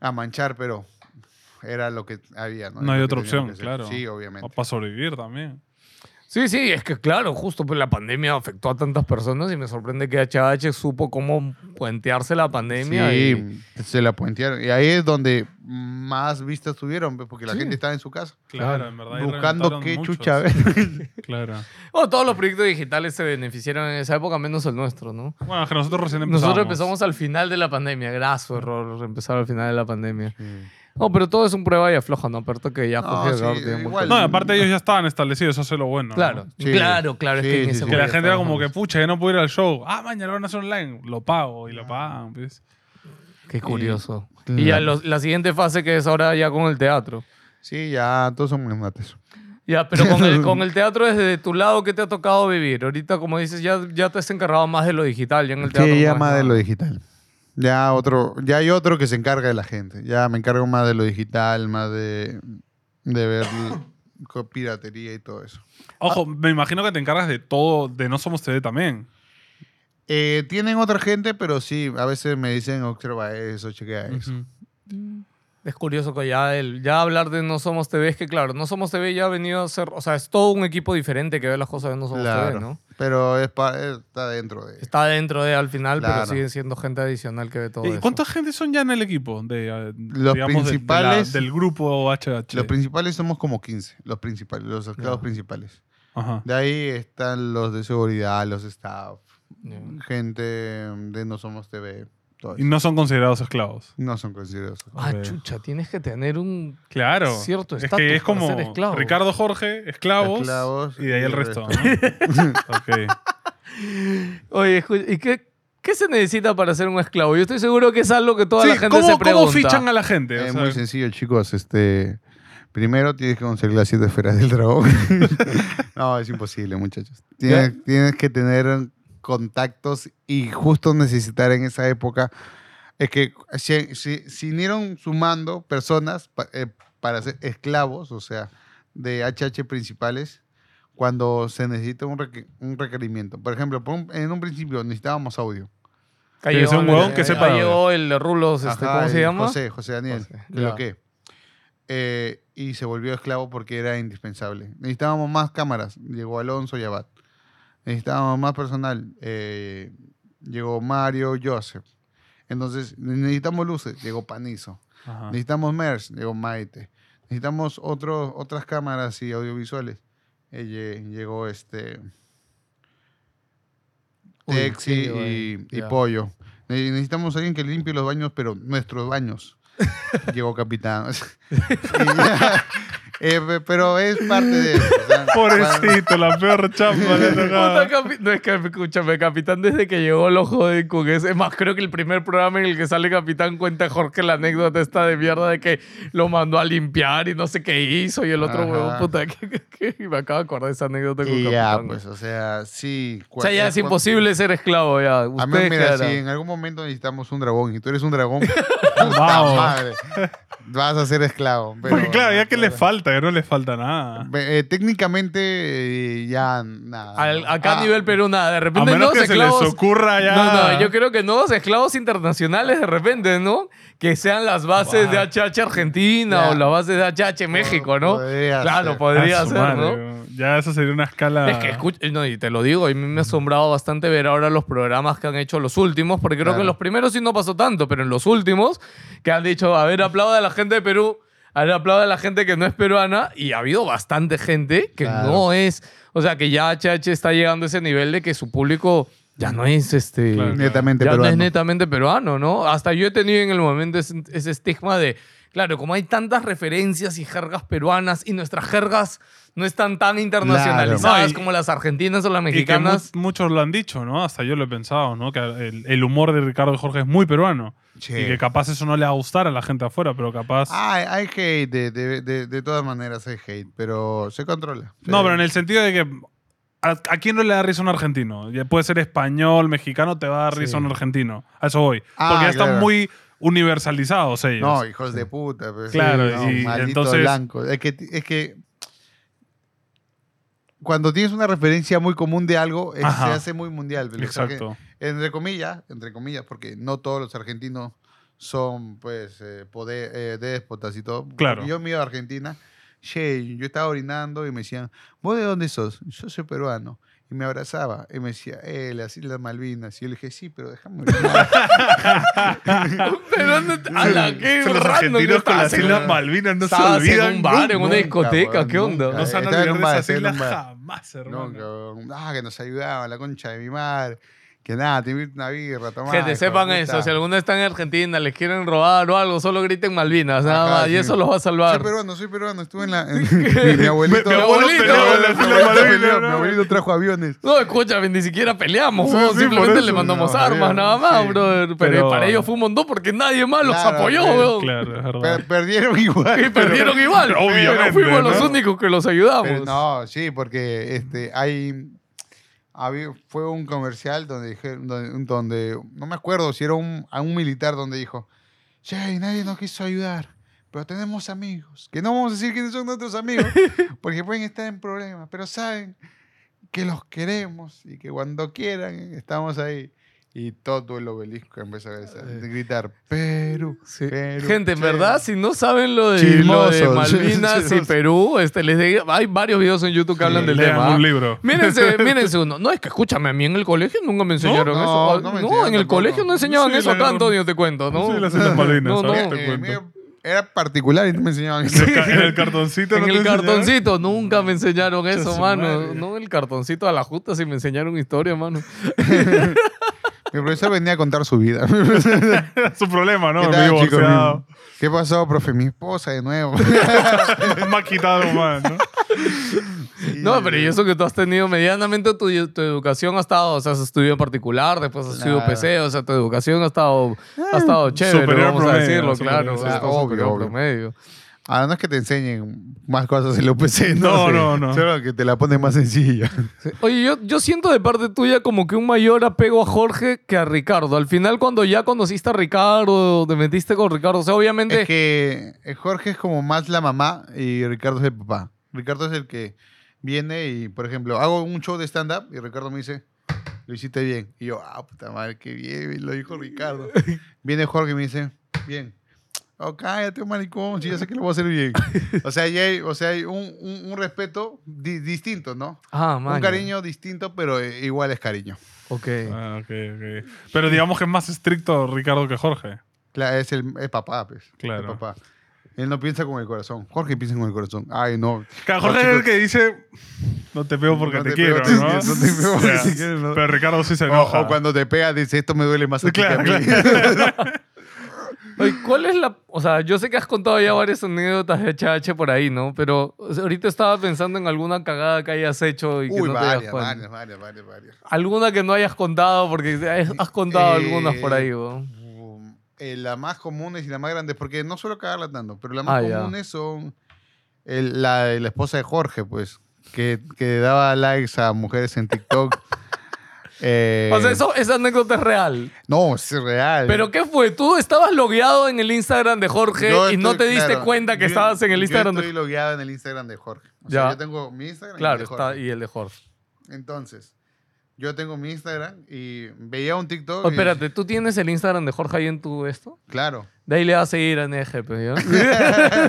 [SPEAKER 3] a manchar, pero era lo que había. No,
[SPEAKER 5] No
[SPEAKER 3] Era
[SPEAKER 5] hay
[SPEAKER 3] lo
[SPEAKER 5] otra
[SPEAKER 3] que teníamos
[SPEAKER 5] opción,
[SPEAKER 3] que hacer.
[SPEAKER 5] claro.
[SPEAKER 3] Sí, obviamente.
[SPEAKER 5] Para sobrevivir también.
[SPEAKER 1] Sí, sí, es que claro, justo pues, la pandemia afectó a tantas personas y me sorprende que HH supo cómo puentearse la pandemia. y-
[SPEAKER 3] Sí, se la puentearon. Y ahí es donde más vistas tuvieron, pues, porque la gente estaba en su casa.
[SPEAKER 5] Claro, en verdad. ahí
[SPEAKER 3] Buscando
[SPEAKER 5] reventaron
[SPEAKER 3] qué
[SPEAKER 5] muchos.
[SPEAKER 3] chucha ver.
[SPEAKER 5] Claro.
[SPEAKER 1] Bueno, todos los proyectos digitales se beneficiaron en esa época, menos el nuestro, ¿no?
[SPEAKER 5] Bueno, es que nosotros recién empezamos.
[SPEAKER 1] Nosotros empezamos al final de la pandemia.
[SPEAKER 3] Mm.
[SPEAKER 1] Graso error empezar al final de la pandemia. No, pero todo es un prueba y afloja, ¿no? Aparte que ya
[SPEAKER 3] No,
[SPEAKER 1] Jorge
[SPEAKER 3] sí,
[SPEAKER 1] Gab tiene muy
[SPEAKER 3] igual.
[SPEAKER 5] No, aparte ellos ya estaban establecidos, eso es lo bueno. ¿no?
[SPEAKER 1] Claro,
[SPEAKER 3] Sí.
[SPEAKER 1] claro, claro. es
[SPEAKER 3] Sí,
[SPEAKER 1] que en
[SPEAKER 3] sí,
[SPEAKER 1] ese
[SPEAKER 3] sí.
[SPEAKER 5] Que la
[SPEAKER 1] momento
[SPEAKER 5] gente era como que,
[SPEAKER 1] estábamos-
[SPEAKER 5] pucha, ya no puedo ir al show. Ah, mañana lo van a hacer online. Lo pago y lo pagan. pues.
[SPEAKER 1] Qué curioso. Y ya los- la siguiente fase que es ahora ya con el teatro.
[SPEAKER 3] Sí, ya, todos son magnates.
[SPEAKER 1] Ya, pero con el, con el teatro desde tu lado, ¿qué te ha tocado vivir? Ahorita, como dices, ya, ya te has encargado más de lo digital, ya en el teatro.
[SPEAKER 3] Sí,
[SPEAKER 1] no
[SPEAKER 3] ya
[SPEAKER 1] ves
[SPEAKER 3] más de
[SPEAKER 1] nada.
[SPEAKER 3] lo digital. Ya otro, ya hay otro que se encarga de la gente. Ya me encargo más de lo digital, más de, de ver l- co- piratería y todo eso.
[SPEAKER 5] Ojo,
[SPEAKER 1] Ah.
[SPEAKER 5] me imagino que te encargas de todo, de No Somos TV también.
[SPEAKER 3] Eh, tienen otra gente, pero sí, a veces me dicen observa eso, chequea eso.
[SPEAKER 1] Es curioso que ya, el, ya hablar de No Somos TV es que, claro, No Somos TV ya ha venido a ser. O sea, es todo un equipo diferente que ve las cosas de No Somos
[SPEAKER 3] Claro.
[SPEAKER 1] TV, ¿no? Este,
[SPEAKER 3] Pero es pa- está dentro de.
[SPEAKER 1] Está dentro de al final,
[SPEAKER 3] Claro.
[SPEAKER 1] pero siguen siendo gente adicional que ve todo.
[SPEAKER 5] ¿Y
[SPEAKER 1] eso.
[SPEAKER 5] cuánta gente son ya en el equipo? De, eh, digamos, de-
[SPEAKER 3] Los
[SPEAKER 5] de la-
[SPEAKER 3] principales-
[SPEAKER 5] del grupo HH.
[SPEAKER 3] Los principales somos como 15, los principales, los esclavos principales.
[SPEAKER 5] Ajá.
[SPEAKER 3] De ahí están los de seguridad, los staff,
[SPEAKER 1] Ya.
[SPEAKER 3] gente de No Somos TV, todo
[SPEAKER 5] Y
[SPEAKER 3] eso.
[SPEAKER 5] no son considerados esclavos.
[SPEAKER 3] No son considerados.
[SPEAKER 1] Ah,
[SPEAKER 5] Ok.
[SPEAKER 1] chucha, tienes que tener un.
[SPEAKER 5] Claro.
[SPEAKER 1] Cierto
[SPEAKER 5] es
[SPEAKER 1] estatus
[SPEAKER 5] que es
[SPEAKER 1] para
[SPEAKER 5] como
[SPEAKER 1] ser esclavo.
[SPEAKER 5] Ricardo Jorge, esclavos,
[SPEAKER 3] Esclavos
[SPEAKER 5] y de ahí
[SPEAKER 3] y
[SPEAKER 5] el
[SPEAKER 3] el
[SPEAKER 5] resto.
[SPEAKER 3] resto.
[SPEAKER 5] ¿no? Ok.
[SPEAKER 1] Oye, escu- ¿y qué, qué se necesita para ser un esclavo? Yo estoy seguro que es algo que toda la
[SPEAKER 5] Sí,
[SPEAKER 1] gente
[SPEAKER 5] ¿cómo,
[SPEAKER 1] se pregunta.
[SPEAKER 5] ¿Cómo fichan a la gente? O
[SPEAKER 3] Es
[SPEAKER 5] sea,
[SPEAKER 3] Eh, muy sencillo, chicos. Este, primero tienes que conseguir las siete esferas del dragón. no, es imposible, muchachos. Tienes, tienes que tener contactos y justo necesitar en esa época. Es que se, se- se unieron sumando personas pa- eh, para ser esclavos, o sea, de HH principales, cuando se necesita un, requ- un requerimiento. Por ejemplo, por un- en un principio necesitábamos audio.
[SPEAKER 1] Ahí
[SPEAKER 5] Tiene que ser un
[SPEAKER 1] llegó-
[SPEAKER 5] huevón que
[SPEAKER 1] ahí
[SPEAKER 5] sepa.
[SPEAKER 1] llegó el de Rulos, este,
[SPEAKER 3] Ajá,
[SPEAKER 1] ¿cómo se
[SPEAKER 3] el
[SPEAKER 1] llama?
[SPEAKER 3] José, José Daniel.
[SPEAKER 1] José,
[SPEAKER 3] creo
[SPEAKER 1] ya.
[SPEAKER 3] que. Eh, y se volvió esclavo porque era indispensable. Necesitábamos más cámaras. Llegó Alonso y Abad. Necesitábamos más personal. Eh, llegó Mario, Joseph. Entonces, necesitamos luces. Llegó Panizo.
[SPEAKER 5] ajá.
[SPEAKER 3] Necesitamos MERS. Llegó Maite. Necesitamos otro- otras cámaras y audiovisuales. Eh, lle- llegó este.
[SPEAKER 1] Uy,
[SPEAKER 3] Texi
[SPEAKER 1] sí, güey,
[SPEAKER 3] y, y
[SPEAKER 1] ya.
[SPEAKER 3] Pollo. Ne- Necesitamos alguien que limpie los baños, pero nuestros baños. Llegó Capitán. Y ya. Eh, pe- pero es parte de... eso, o sea,
[SPEAKER 5] Pobrecito, la peor chamba le ha tocado.
[SPEAKER 1] Puta, capi- no es que, escúchame, Capitán, desde que llegó lo joden con ese. Es más, creo que el primer programa en el que sale Capitán cuenta Jorge la anécdota esta de mierda de que lo mandó a limpiar y no sé qué hizo. Y el otro
[SPEAKER 3] Ajá.
[SPEAKER 1] huevón, puta, que, que- que- me acabo de acordar de esa anécdota con
[SPEAKER 3] Y ya,
[SPEAKER 1] Capitán.
[SPEAKER 3] pues, o sea, sí.
[SPEAKER 1] o sea, ya es
[SPEAKER 3] cualquier-
[SPEAKER 1] imposible ser esclavo, ya.
[SPEAKER 3] A mí,
[SPEAKER 1] Ustedes qué
[SPEAKER 3] mira, si
[SPEAKER 1] harán.
[SPEAKER 3] en algún momento necesitamos un dragón y tú eres un dragón, puta madre, vas a ser esclavo. pero-
[SPEAKER 5] Porque claro, ya que les falta, ya no les falta nada.
[SPEAKER 3] Ve- eh, técnicamente, eh, ya nada.
[SPEAKER 1] Al-
[SPEAKER 3] ¿no?
[SPEAKER 1] acá
[SPEAKER 3] Ah,
[SPEAKER 1] a nivel Perú, nada. De
[SPEAKER 5] A
[SPEAKER 1] repente no
[SPEAKER 5] menos que se les
[SPEAKER 1] esclavos.
[SPEAKER 5] ocurra ya.
[SPEAKER 1] No, no, yo creo que nuevos esclavos internacionales de repente, ¿no? Que sean las bases de HH Argentina
[SPEAKER 3] Ya.
[SPEAKER 1] o las bases de HH México, ¿no?
[SPEAKER 3] Podría
[SPEAKER 1] claro,
[SPEAKER 3] ser.
[SPEAKER 1] podría
[SPEAKER 5] Ah, su
[SPEAKER 1] ser,
[SPEAKER 5] madre,
[SPEAKER 1] ¿no?
[SPEAKER 5] weón. Ya eso sería una escala.
[SPEAKER 1] Es que escucha, no, y te lo digo, y me ha asombrado bastante ver ahora los programas que han hecho los últimos, porque creo que en los primeros sí no pasó tanto, pero en los últimos, que han dicho, a ver, aplauda a la gente de Perú, a ver, aplauda a la gente que no es peruana, y ha habido bastante gente que
[SPEAKER 3] Claro.
[SPEAKER 1] no es, o sea, que ya HH está llegando a ese nivel de que su público ya no es este...
[SPEAKER 5] Claro.
[SPEAKER 3] Netamente
[SPEAKER 1] Ya no
[SPEAKER 3] peruano.
[SPEAKER 1] es netamente peruano, ¿no? Hasta yo he tenido en el momento ese, ese estigma de Claro, como hay tantas referencias y jergas peruanas y nuestras jergas no están tan internacionalizadas
[SPEAKER 5] Claro. No, y-
[SPEAKER 1] como las argentinas o las
[SPEAKER 5] Y que mu-
[SPEAKER 1] mexicanas.
[SPEAKER 5] muchos lo han dicho, ¿no? Hasta yo lo he pensado, ¿no? Que el, el humor de Ricardo Jorge es muy peruano.
[SPEAKER 3] Sí. Ah,
[SPEAKER 5] Y que capaz eso no le va a gustar a la gente afuera, pero capaz.
[SPEAKER 3] Hay, hay hate, de, de- de- de todas maneras hay hate, pero se controla.
[SPEAKER 5] no, pero en el sentido de que. ¿A, a quién no le da risa un argentino? Ya Puede ser español, mexicano, te va a dar risa un argentino. A eso voy.
[SPEAKER 3] Ah,
[SPEAKER 5] Porque ya están
[SPEAKER 3] claro.
[SPEAKER 5] muy universalizados ellos.
[SPEAKER 3] No, hijos de puta. pues.
[SPEAKER 5] Claro,
[SPEAKER 3] Sí, no,
[SPEAKER 5] y
[SPEAKER 3] malditos
[SPEAKER 5] entonces-
[SPEAKER 3] blancos. Es que, es que cuando tienes una referencia muy común de algo, es- se
[SPEAKER 5] Ajá.
[SPEAKER 3] hace muy mundial. pues, o sea que,
[SPEAKER 5] Exacto.
[SPEAKER 3] entre comillas, entre comillas, porque no todos los argentinos son, pues, eh, poder, eh, déspotas y todo.
[SPEAKER 5] Claro.
[SPEAKER 3] Porque Yo me iba a Argentina, che, yo estaba orinando y me decían, ¿vos de dónde sos? Yo soy peruano. Y me abrazaba y me decía, eh, las Islas Malvinas. Y yo le dije, sí, pero déjame orinar".
[SPEAKER 1] Pero ¿dónde- a la que
[SPEAKER 2] Son los
[SPEAKER 1] random que
[SPEAKER 2] argentinos con
[SPEAKER 1] estás,
[SPEAKER 2] las Islas
[SPEAKER 1] ¿no?
[SPEAKER 2] Malvinas, no se
[SPEAKER 1] Estabas
[SPEAKER 2] olvidan.
[SPEAKER 1] en un bar, en una
[SPEAKER 3] nunca,
[SPEAKER 1] discoteca,
[SPEAKER 3] weón,
[SPEAKER 1] ¿qué onda?
[SPEAKER 3] nunca.
[SPEAKER 5] No se han
[SPEAKER 3] Estaba en
[SPEAKER 5] olvidado
[SPEAKER 3] un
[SPEAKER 5] de
[SPEAKER 3] bar,
[SPEAKER 5] esas
[SPEAKER 3] estaba
[SPEAKER 5] islas
[SPEAKER 3] en un bar.
[SPEAKER 5] jamás, hermano.
[SPEAKER 3] No, cabrón. Ah, que nos ayudaban, la concha de mi madre. Que nada, te invito una birra, tomá.
[SPEAKER 1] Que
[SPEAKER 3] hijo de
[SPEAKER 1] te sepan
[SPEAKER 3] puta.
[SPEAKER 1] eso. Si alguna está en Argentina, les quieren robar o algo, solo griten Malvinas, nada
[SPEAKER 3] Ajá,
[SPEAKER 1] más. Y
[SPEAKER 3] sí.
[SPEAKER 1] eso los va a
[SPEAKER 3] Soy
[SPEAKER 1] salvar.
[SPEAKER 3] peruano, soy peruano. Estuve en la... en- mi, mi abuelito...
[SPEAKER 1] Mi abuelito,
[SPEAKER 3] peleaba en las
[SPEAKER 1] mi
[SPEAKER 3] Islas
[SPEAKER 2] abuelito
[SPEAKER 3] Malvinas,
[SPEAKER 2] peleaba,
[SPEAKER 3] mi
[SPEAKER 2] ¿no?
[SPEAKER 3] abuelito trajo aviones.
[SPEAKER 1] No, escúchame, ni siquiera peleamos.
[SPEAKER 3] Sí,
[SPEAKER 1] weón.
[SPEAKER 3] sí,
[SPEAKER 1] Simplemente
[SPEAKER 3] por eso,
[SPEAKER 1] le mandamos
[SPEAKER 3] no,
[SPEAKER 1] armas,
[SPEAKER 3] bien,
[SPEAKER 1] nada más,
[SPEAKER 3] sí.
[SPEAKER 1] brother. Pero,
[SPEAKER 5] Pero-
[SPEAKER 1] para ellos fue un montón porque nadie más los
[SPEAKER 3] Claro,
[SPEAKER 1] apoyó,
[SPEAKER 3] bien,
[SPEAKER 1] weón.
[SPEAKER 5] Claro, es verdad.
[SPEAKER 3] Per- perdieron igual.
[SPEAKER 1] Y perdieron igual.
[SPEAKER 2] Pero obviamente,
[SPEAKER 1] Pero fuimos los
[SPEAKER 2] ¿no?
[SPEAKER 1] únicos que los ayudamos.
[SPEAKER 3] Pero no, sí, porque este, hay... había- fue un comercial donde, dije- donde, donde- No me acuerdo si era un, a un militar donde dijo... Che, nadie nos quiso ayudar. Pero tenemos amigos. Que no vamos a decir quiénes son nuestros amigos. porque pueden estar en problemas. Pero saben que los queremos. Y que cuando quieran estamos ahí. Y todo el obelisco empezó a besar- a gritar. Perú,
[SPEAKER 1] Sí.
[SPEAKER 3] Perú,
[SPEAKER 1] Gente, en
[SPEAKER 3] che".
[SPEAKER 1] verdad, si no saben lo de, lo
[SPEAKER 3] Chismosos,
[SPEAKER 1] de Malvinas y
[SPEAKER 3] chismosos.
[SPEAKER 1] Perú, este, les de- hay varios videos en YouTube que hablan del
[SPEAKER 5] Lean
[SPEAKER 1] tema.
[SPEAKER 5] un libro.
[SPEAKER 1] Mírense, mírense uno. No, es que escúchame, a mí en el colegio nunca me enseñaron
[SPEAKER 3] No,
[SPEAKER 1] eso. Ah,
[SPEAKER 3] no
[SPEAKER 1] No,
[SPEAKER 3] me enseñaron
[SPEAKER 1] en el
[SPEAKER 3] tampoco.
[SPEAKER 1] colegio no enseñaban
[SPEAKER 5] Sí,
[SPEAKER 1] eso
[SPEAKER 5] la-
[SPEAKER 1] acá, Antonio, te cuento, ¿no?
[SPEAKER 5] Sí, las Islas Malvinas,
[SPEAKER 1] No,
[SPEAKER 5] ahora
[SPEAKER 1] no.
[SPEAKER 5] te
[SPEAKER 3] Eh,
[SPEAKER 5] cuento.
[SPEAKER 3] mira, era particular y no me enseñaban eso.
[SPEAKER 5] En el cartoncito no
[SPEAKER 1] en
[SPEAKER 5] te
[SPEAKER 1] el
[SPEAKER 5] enseñaron.
[SPEAKER 1] cartoncito nunca me enseñaron eso,
[SPEAKER 5] su
[SPEAKER 1] mano.
[SPEAKER 5] madre.
[SPEAKER 1] No, el cartoncito a la justa sí me enseñaron historia, mano.
[SPEAKER 3] Mi profesor venía a contar su vida.
[SPEAKER 5] Es su problema, ¿no?
[SPEAKER 3] ¿Qué
[SPEAKER 5] Me
[SPEAKER 3] tal,
[SPEAKER 5] he
[SPEAKER 3] chicos?
[SPEAKER 5] divorciado.
[SPEAKER 3] ¿Qué pasó, profe? Mi esposa de nuevo.
[SPEAKER 5] Me ha quitado, man, ¿no?
[SPEAKER 1] No, pero y eso que tú has tenido medianamente tu, tu educación ha estado, o sea, has estudiado en particular, después has estudiado
[SPEAKER 3] Claro.
[SPEAKER 1] PC, o sea, tu educación ha estado, ha estado chévere,
[SPEAKER 5] Ah, superior
[SPEAKER 1] vamos a
[SPEAKER 5] promedio,
[SPEAKER 1] decirlo,
[SPEAKER 5] superior,
[SPEAKER 1] claro.
[SPEAKER 5] sí,
[SPEAKER 1] ha estado
[SPEAKER 3] obvio,
[SPEAKER 1] superior
[SPEAKER 3] obvio.
[SPEAKER 1] promedio.
[SPEAKER 3] Ahora no es que te enseñen más cosas en la UPC,
[SPEAKER 5] No,
[SPEAKER 3] ¿no?
[SPEAKER 5] no, no.
[SPEAKER 3] Solo que te la ponen más sencilla.
[SPEAKER 1] Oye, yo, yo siento de parte tuya como que un mayor apego a Jorge que a Ricardo. Al final, cuando ya conociste a Ricardo, te metiste con Ricardo, o sea, obviamente...
[SPEAKER 3] Es que eh, Jorge es como más la mamá y Ricardo es el papá. Ricardo es el que viene y, por ejemplo, hago un show de stand-up y Ricardo me dice, lo hiciste bien. Y yo, ah, puta madre, qué bien, lo dijo Ricardo. Viene Jorge y me dice, bien. Oh, cállate, maricón, si ya sé que lo voy a hacer bien. O sea, ya hay, o sea, hay un, un- un respeto di- distinto, ¿no?
[SPEAKER 1] ah,
[SPEAKER 3] Un
[SPEAKER 1] maña.
[SPEAKER 3] cariño distinto, pero eh, igual es cariño.
[SPEAKER 1] Ok.
[SPEAKER 5] Ah, ok, ok. Pero digamos que es más estricto Ricardo que Jorge.
[SPEAKER 3] Claro, es el es papá, pues.
[SPEAKER 5] Claro.
[SPEAKER 3] Es papá. Él no piensa con el corazón. Jorge piensa con el corazón. Ay, no.
[SPEAKER 5] Claro, Jorge
[SPEAKER 3] No,
[SPEAKER 5] es el
[SPEAKER 3] chicos.
[SPEAKER 5] que dice, no te pego porque
[SPEAKER 3] No
[SPEAKER 5] te,
[SPEAKER 3] te
[SPEAKER 5] quiero,
[SPEAKER 3] pego,
[SPEAKER 5] ¿no?
[SPEAKER 3] te- no te pego
[SPEAKER 5] O
[SPEAKER 3] porque
[SPEAKER 5] sea,
[SPEAKER 3] te quiero, ¿no?
[SPEAKER 5] Pero Ricardo sí se
[SPEAKER 3] O,
[SPEAKER 5] enoja.
[SPEAKER 3] o cuando te pega, dice, esto me duele más a ti
[SPEAKER 5] Claro,
[SPEAKER 3] que a mí.
[SPEAKER 1] Oye, ¿Cuál es la...? O sea, yo sé que has contado ya varias anécdotas de HH por ahí, ¿no? Pero o sea, ahorita estaba pensando en alguna cagada que hayas hecho y que
[SPEAKER 3] Uy,
[SPEAKER 1] no te hayas
[SPEAKER 3] varias,
[SPEAKER 1] cuenta.
[SPEAKER 3] varias, varias, varias, varias.
[SPEAKER 1] Alguna que no hayas contado, porque has- has contado
[SPEAKER 3] Eh,
[SPEAKER 1] algunas por ahí, ¿no?
[SPEAKER 3] Um, eh, las más comunes y las más grandes, porque no suelo cagarla tanto, pero las más
[SPEAKER 1] Ah, ya.
[SPEAKER 3] comunes son el- la de la esposa de Jorge, pues, que, que daba likes a mujeres en TikTok. Eh,
[SPEAKER 1] O sea, eso, esa anécdota es real.
[SPEAKER 3] No, es real.
[SPEAKER 1] ¿Pero qué fue? Tú estabas logueado en el Instagram de Jorge
[SPEAKER 3] Yo
[SPEAKER 1] y no
[SPEAKER 3] estoy-
[SPEAKER 1] te diste
[SPEAKER 3] claro,
[SPEAKER 1] cuenta que
[SPEAKER 3] yo-
[SPEAKER 1] estabas en el Instagram
[SPEAKER 3] Yo estoy
[SPEAKER 1] de...
[SPEAKER 3] logueado en el Instagram de Jorge. O sea,
[SPEAKER 1] Ya.
[SPEAKER 3] yo tengo mi Instagram y el
[SPEAKER 1] Claro,
[SPEAKER 3] de
[SPEAKER 1] está,
[SPEAKER 3] Jorge.
[SPEAKER 1] y el de Jorge.
[SPEAKER 3] Entonces, yo tengo mi Instagram y veía un TikTok.
[SPEAKER 1] Oh,
[SPEAKER 3] y-
[SPEAKER 1] espérate, ¿tú tienes el Instagram de Jorge ahí en tu esto?
[SPEAKER 3] Claro.
[SPEAKER 1] De ahí le vas a seguir a NG, pues, ¿ya?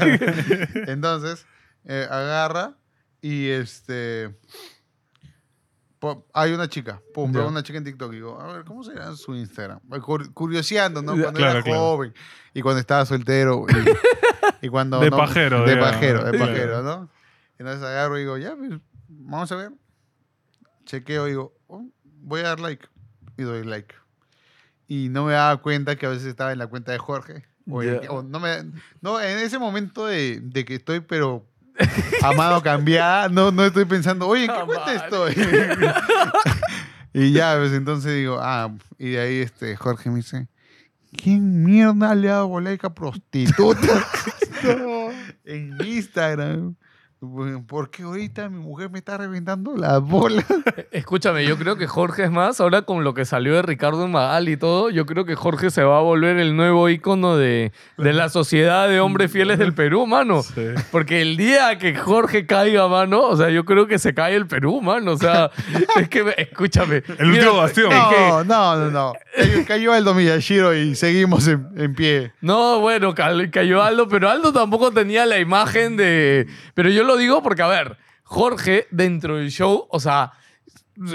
[SPEAKER 3] Entonces, eh, agarra y este. po- Hay una chica, pum, veo una chica en TikTok y digo, a ver, ¿cómo será su Instagram? Cur- curioseando, ¿no? Cuando
[SPEAKER 5] Claro,
[SPEAKER 3] era
[SPEAKER 5] claro.
[SPEAKER 3] joven y cuando estaba soltero y, y cuando.
[SPEAKER 5] De
[SPEAKER 3] no-
[SPEAKER 5] pajero,
[SPEAKER 3] De
[SPEAKER 5] digamos.
[SPEAKER 3] pajero, de
[SPEAKER 5] Claro.
[SPEAKER 3] pajero, ¿no? Entonces agarro y digo, ya, pues, vamos a ver. Chequeo y digo, oh, voy a dar like. Y doy like. Y no me daba cuenta que a veces estaba en la cuenta de Jorge O en- o no, me- no, en ese momento de, de que estoy, pero amado cambiada, no, no estoy pensando, oye, ¿en qué cuenta estoy? y ya, pues entonces digo, ah, y de ahí este Jorge me dice, ¿quién mierda le ha dado boleca prostituta? No, en Instagram. Porque ahorita mi mujer me está reventando las bolas.
[SPEAKER 1] Escúchame, yo creo que Jorge es más, ahora con lo que salió de Ricardo Magal y todo, yo creo que Jorge se va a volver el nuevo ícono de, de la sociedad de hombres fieles del Perú, mano. Porque el día que Jorge caiga, mano, o sea, yo creo que se cae el Perú, mano. O sea, es que, escúchame.
[SPEAKER 5] El último bastión.
[SPEAKER 1] es que-
[SPEAKER 3] No, no, no, no. Cayó- Cayó Aldo Miyashiro y seguimos en, en pie.
[SPEAKER 1] No, bueno, cal- cayó Aldo, pero Aldo tampoco tenía la imagen de... Pero yo lo digo porque, a ver, Jorge dentro del show, o sea,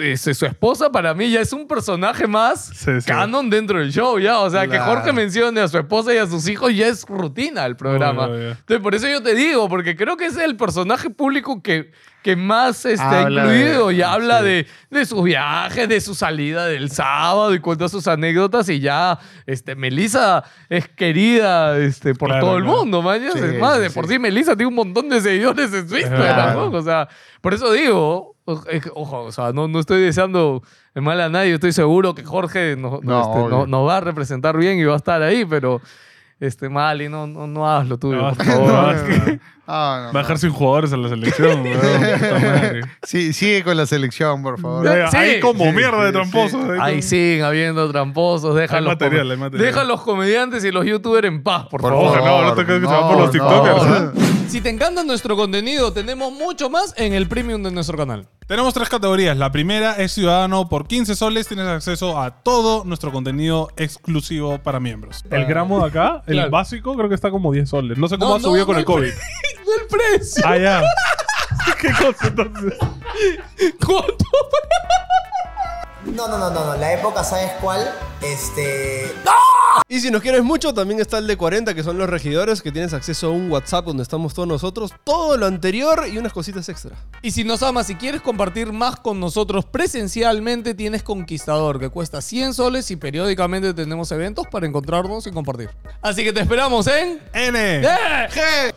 [SPEAKER 1] es- su esposa para mí ya es un personaje más
[SPEAKER 5] Sí, sí.
[SPEAKER 1] canon dentro del show, ya. O sea, que
[SPEAKER 3] Claro.
[SPEAKER 1] Jorge mencione a su esposa y a sus hijos ya es rutina el programa.
[SPEAKER 5] Obvio, obvio.
[SPEAKER 1] Entonces, por eso yo te digo, porque creo que es el personaje público que, que más está
[SPEAKER 3] Habla de-
[SPEAKER 1] incluido y habla
[SPEAKER 3] sí.
[SPEAKER 1] de, de sus viajes, de su salida del sábado y cuenta sus anécdotas y ya, este, Melissa es querida este, por
[SPEAKER 5] Claro,
[SPEAKER 1] todo el
[SPEAKER 5] claro.
[SPEAKER 1] mundo, man. Ya
[SPEAKER 3] Sí,
[SPEAKER 1] es más,
[SPEAKER 3] sí,
[SPEAKER 1] de por
[SPEAKER 3] sí.
[SPEAKER 1] sí Melissa tiene un montón de seguidores en su Instagram,
[SPEAKER 3] Claro.
[SPEAKER 1] ¿no? O sea, por eso digo, o- es que, ojo, o sea, no, no estoy deseando el mal a nadie, estoy seguro que Jorge no- no,
[SPEAKER 3] No,
[SPEAKER 1] este, no-
[SPEAKER 3] obvio.
[SPEAKER 1] nos va a representar bien y va a estar ahí, pero... Este, Mali, no, no, no hagas lo tuyo,
[SPEAKER 5] No,
[SPEAKER 1] por
[SPEAKER 5] no,
[SPEAKER 1] favor.
[SPEAKER 5] no, no.
[SPEAKER 3] Ah, no,
[SPEAKER 5] Va a
[SPEAKER 3] no.
[SPEAKER 5] dejar sin jugadores a la selección, weón. Puta madre.
[SPEAKER 3] Sí, sigue con la selección, por favor.
[SPEAKER 1] Sí,
[SPEAKER 5] Ahí como
[SPEAKER 3] sí,
[SPEAKER 5] mierda de
[SPEAKER 3] sí,
[SPEAKER 5] tramposos. ahí
[SPEAKER 1] Ahí
[SPEAKER 5] como-
[SPEAKER 1] siguen habiendo tramposos. Deja,
[SPEAKER 5] Hay
[SPEAKER 1] los
[SPEAKER 5] material,
[SPEAKER 1] come-
[SPEAKER 5] hay material.
[SPEAKER 1] deja los comediantes y los youtubers en paz, por,
[SPEAKER 3] Por
[SPEAKER 1] favor.
[SPEAKER 5] Ojo, no, no te creas que se van por los
[SPEAKER 1] Por
[SPEAKER 5] tiktokers,
[SPEAKER 1] favor. Si te encanta nuestro contenido, tenemos mucho más en el premium de nuestro canal.
[SPEAKER 6] Tenemos tres categorías. La primera es Ciudadano por 15 soles. Tienes acceso a todo nuestro contenido exclusivo para miembros. Ah.
[SPEAKER 5] El gramo de acá, el
[SPEAKER 1] Claro.
[SPEAKER 5] básico, creo que está como 10 soles. No sé cómo
[SPEAKER 1] No,
[SPEAKER 5] ha subido
[SPEAKER 1] no,
[SPEAKER 5] con
[SPEAKER 1] no
[SPEAKER 5] el
[SPEAKER 1] hay-
[SPEAKER 5] COVID.
[SPEAKER 1] No el precio.
[SPEAKER 5] Ah, ya. ¿Qué cosa entonces?
[SPEAKER 1] ¿Cuánto?
[SPEAKER 7] No, no, no, no, no. La época, ¿sabes cuál? Este.
[SPEAKER 8] Y si nos quieres mucho, también está el de 40, que son los regidores, que tienes acceso a un WhatsApp donde estamos todos nosotros, todo lo anterior y unas cositas extra.
[SPEAKER 1] Y si nos amas y quieres compartir más con nosotros presencialmente, tienes Conquistador, que cuesta 100 soles y periódicamente tenemos eventos para encontrarnos y compartir. Así que te esperamos en...
[SPEAKER 6] N.
[SPEAKER 1] ¡Eh!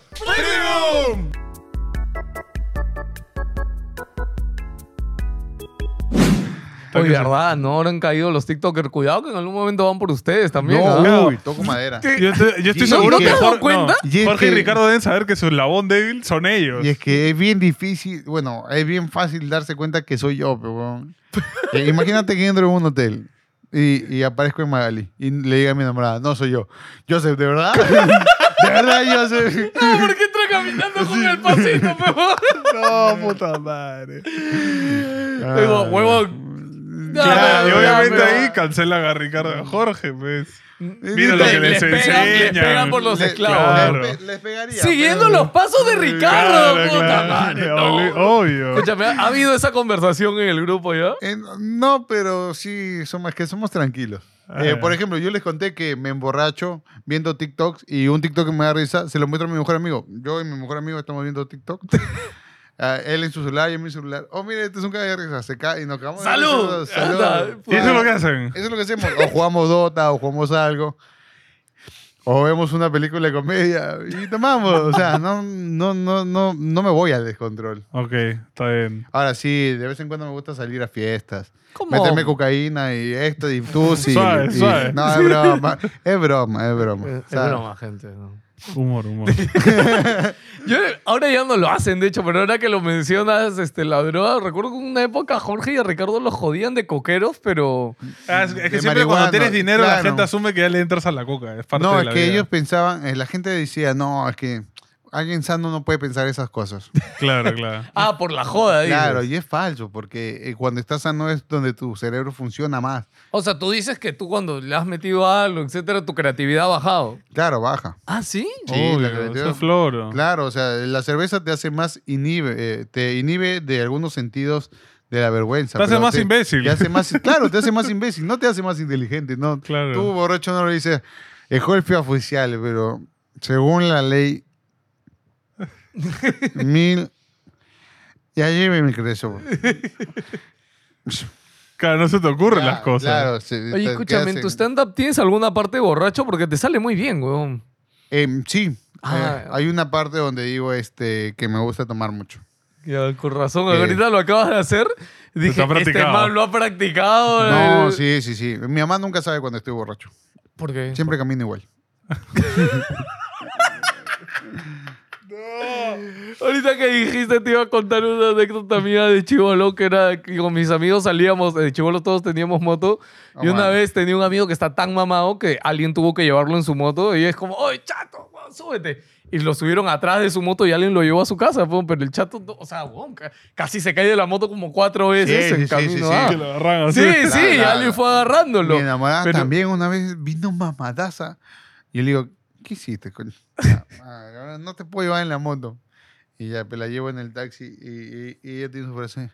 [SPEAKER 1] Uy, verdad, no han caído los TikTokers. Cuidado que en algún momento van por ustedes también. ¿ah?
[SPEAKER 3] No, uy, toco madera.
[SPEAKER 5] Yo, te- yo estoy
[SPEAKER 3] ¿No-
[SPEAKER 5] seguro
[SPEAKER 3] no
[SPEAKER 5] que
[SPEAKER 3] te has
[SPEAKER 1] dado
[SPEAKER 5] Jorge,
[SPEAKER 1] cuenta?
[SPEAKER 3] Y es
[SPEAKER 5] Jorge y
[SPEAKER 3] que-
[SPEAKER 5] Ricardo deben saber que su labón débil son ellos.
[SPEAKER 3] Y es que es bien difícil, bueno, es bien fácil darse cuenta que soy yo, pero weón. Eh, imagínate que entro en un hotel y, y aparezco en Magali y le digo a mi enamorada, no soy yo. Joseph, ¿de verdad? ¿De verdad, Joseph?
[SPEAKER 1] No, Ah, ¿por qué entra caminando con el pasito, huevón?
[SPEAKER 3] No, puta madre. Ah,
[SPEAKER 1] Digo, huevón. No,
[SPEAKER 5] Claro,
[SPEAKER 1] no,
[SPEAKER 5] y
[SPEAKER 1] no,
[SPEAKER 5] obviamente
[SPEAKER 1] no.
[SPEAKER 5] ahí cancelan a Ricardo y a Jorge, pues. Mira
[SPEAKER 3] Le-
[SPEAKER 5] lo que les,
[SPEAKER 1] les pegan- les
[SPEAKER 5] enseñan.
[SPEAKER 1] pegan por los
[SPEAKER 3] Le-
[SPEAKER 1] esclavos.
[SPEAKER 5] Claro.
[SPEAKER 3] les pe- les pegaría.
[SPEAKER 1] Siguiendo
[SPEAKER 3] pero-
[SPEAKER 1] los pasos de Ricardo,
[SPEAKER 5] Claro,
[SPEAKER 1] puta
[SPEAKER 5] claro.
[SPEAKER 1] madre.
[SPEAKER 5] Obli-
[SPEAKER 1] no.
[SPEAKER 5] Obvio.
[SPEAKER 1] Escúchame, ¿ha habido esa conversación en el grupo ya?
[SPEAKER 3] Eh, no, pero sí, somos, es que somos tranquilos. Eh, por ejemplo, yo les conté que me emborracho viendo TikToks y un TikTok que me da risa, se lo muestro a mi mejor amigo. Yo y mi mejor amigo estamos viendo TikTok. Ah, él en su celular y en mi celular. Oh, mire, este es un caga de risa. Se cae y nos cagamos. de risa.
[SPEAKER 1] ¡Salud!
[SPEAKER 3] ¡Salud!
[SPEAKER 1] Anda,
[SPEAKER 5] ¿Y eso es lo que hacen?
[SPEAKER 3] Eso es lo que hacemos. O jugamos Dota, o jugamos algo. O vemos una película de comedia y tomamos. O sea, no, no, no, no, no me voy al descontrol.
[SPEAKER 5] Ok, está bien.
[SPEAKER 3] Ahora sí, de vez en cuando me gusta salir a fiestas.
[SPEAKER 1] ¿Cómo?
[SPEAKER 3] Meterme cocaína y esto y tú sí.
[SPEAKER 5] Suave,
[SPEAKER 3] y-
[SPEAKER 5] suave.
[SPEAKER 3] No, es broma. Es broma, es broma.
[SPEAKER 1] Eh,
[SPEAKER 3] O
[SPEAKER 1] Es
[SPEAKER 3] sea,
[SPEAKER 1] broma, gente. ¿no?
[SPEAKER 5] Humor, humor.
[SPEAKER 1] Yo, ahora ya no lo hacen, de hecho, pero ahora que lo mencionas, este, la droga, recuerdo que en una época a Jorge y a Ricardo los jodían de coqueros, pero...
[SPEAKER 5] Ah, es, es que
[SPEAKER 3] De
[SPEAKER 5] siempre
[SPEAKER 3] marihuana,
[SPEAKER 5] cuando tienes dinero la
[SPEAKER 3] claro.
[SPEAKER 5] gente asume que ya le entras a la coca. Es parte
[SPEAKER 3] No,
[SPEAKER 5] de
[SPEAKER 3] es
[SPEAKER 5] la
[SPEAKER 3] que
[SPEAKER 5] vida.
[SPEAKER 3] ellos pensaban, eh, la gente decía, no, es que alguien sano no puede pensar esas cosas.
[SPEAKER 5] Claro, claro.
[SPEAKER 1] Ah, por la joda, dices.
[SPEAKER 3] claro, y es falso, porque eh, cuando estás sano es donde tu cerebro funciona más.
[SPEAKER 1] O sea, tú dices que tú cuando le has metido algo, etcétera, tu creatividad ha bajado.
[SPEAKER 3] Claro, baja.
[SPEAKER 1] ¿Ah, sí?
[SPEAKER 3] Sí, la
[SPEAKER 5] Obvio,
[SPEAKER 3] creatividad-
[SPEAKER 5] eso es floro.
[SPEAKER 3] Claro, o sea, la cerveza te hace más inhibe, eh, te inhibe de algunos sentidos de la vergüenza.
[SPEAKER 5] Te hace
[SPEAKER 3] pero
[SPEAKER 5] más imbécil.
[SPEAKER 3] Te hace más, claro, te hace más imbécil, no te hace más inteligente, no.
[SPEAKER 5] Claro.
[SPEAKER 3] Tú borracho no le dices, es golpe oficial, pero según la ley mil, ya lléveme mi creso.
[SPEAKER 5] Claro, no se te ocurren las
[SPEAKER 3] Claro,
[SPEAKER 5] cosas.
[SPEAKER 3] Claro, sí, te
[SPEAKER 1] Oye,
[SPEAKER 3] quedas
[SPEAKER 1] escúchame, ¿en tu
[SPEAKER 3] en-
[SPEAKER 1] stand-up tienes alguna parte borracho? Porque te sale muy bien, weón.
[SPEAKER 3] Em, sí.
[SPEAKER 1] Ah.
[SPEAKER 3] Eh, hay una parte donde digo este, que me gusta tomar mucho.
[SPEAKER 1] Ya, con razón,
[SPEAKER 3] Eh.
[SPEAKER 1] ahorita lo acabas de hacer. Dije,
[SPEAKER 5] ha
[SPEAKER 1] este
[SPEAKER 5] practicado".
[SPEAKER 1] man lo ha practicado.
[SPEAKER 3] No,
[SPEAKER 1] el-
[SPEAKER 3] sí, sí, sí. Mi mamá nunca sabe cuando estoy borracho.
[SPEAKER 1] ¿Por qué?
[SPEAKER 3] Siempre camino igual.
[SPEAKER 1] Ahorita que dijiste te iba a contar una anécdota mía de chivolo que era que con mis amigos salíamos, de chivolo todos teníamos moto y
[SPEAKER 3] Oh,
[SPEAKER 1] una
[SPEAKER 3] man.
[SPEAKER 1] vez tenía un amigo que está tan mamado que alguien tuvo que llevarlo en su moto y es como, oye, chato, weón, súbete! Y lo subieron atrás de su moto y alguien lo llevó a su casa, weón, pero el chato, no- o sea, weón, ca- casi se cae de la moto como cuatro veces
[SPEAKER 3] Sí,
[SPEAKER 1] en
[SPEAKER 3] sí, sí,
[SPEAKER 1] camino.
[SPEAKER 3] sí, sí.
[SPEAKER 1] ah.
[SPEAKER 5] Que lo agarran así.
[SPEAKER 1] Sí, sí,
[SPEAKER 3] Claro, claro.
[SPEAKER 1] alguien fue agarrándolo.
[SPEAKER 3] Mi enamorada
[SPEAKER 1] Pero-
[SPEAKER 3] también una vez vino mamadaza. Yo le digo, ¿qué hiciste, coño? Ah, ah, ahora no te puedo llevar en la moto. Y ya, pues la llevo en el taxi y, y- y ella tiene su frase.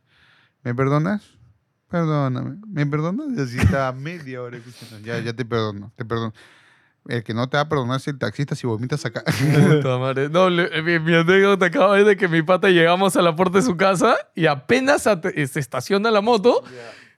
[SPEAKER 3] ¿Me perdonas? Perdóname. ¿Me perdonas? Y así está media hora escuchando. Ya, ya te perdono, te perdono. El que no te va a perdonar es el taxista si vomitas acá.
[SPEAKER 1] Puta madre. No, le- eh, mi, mi anécdota acaba de que mi pata llegamos a la puerta de su casa y apenas ate- eh, se estaciona la moto.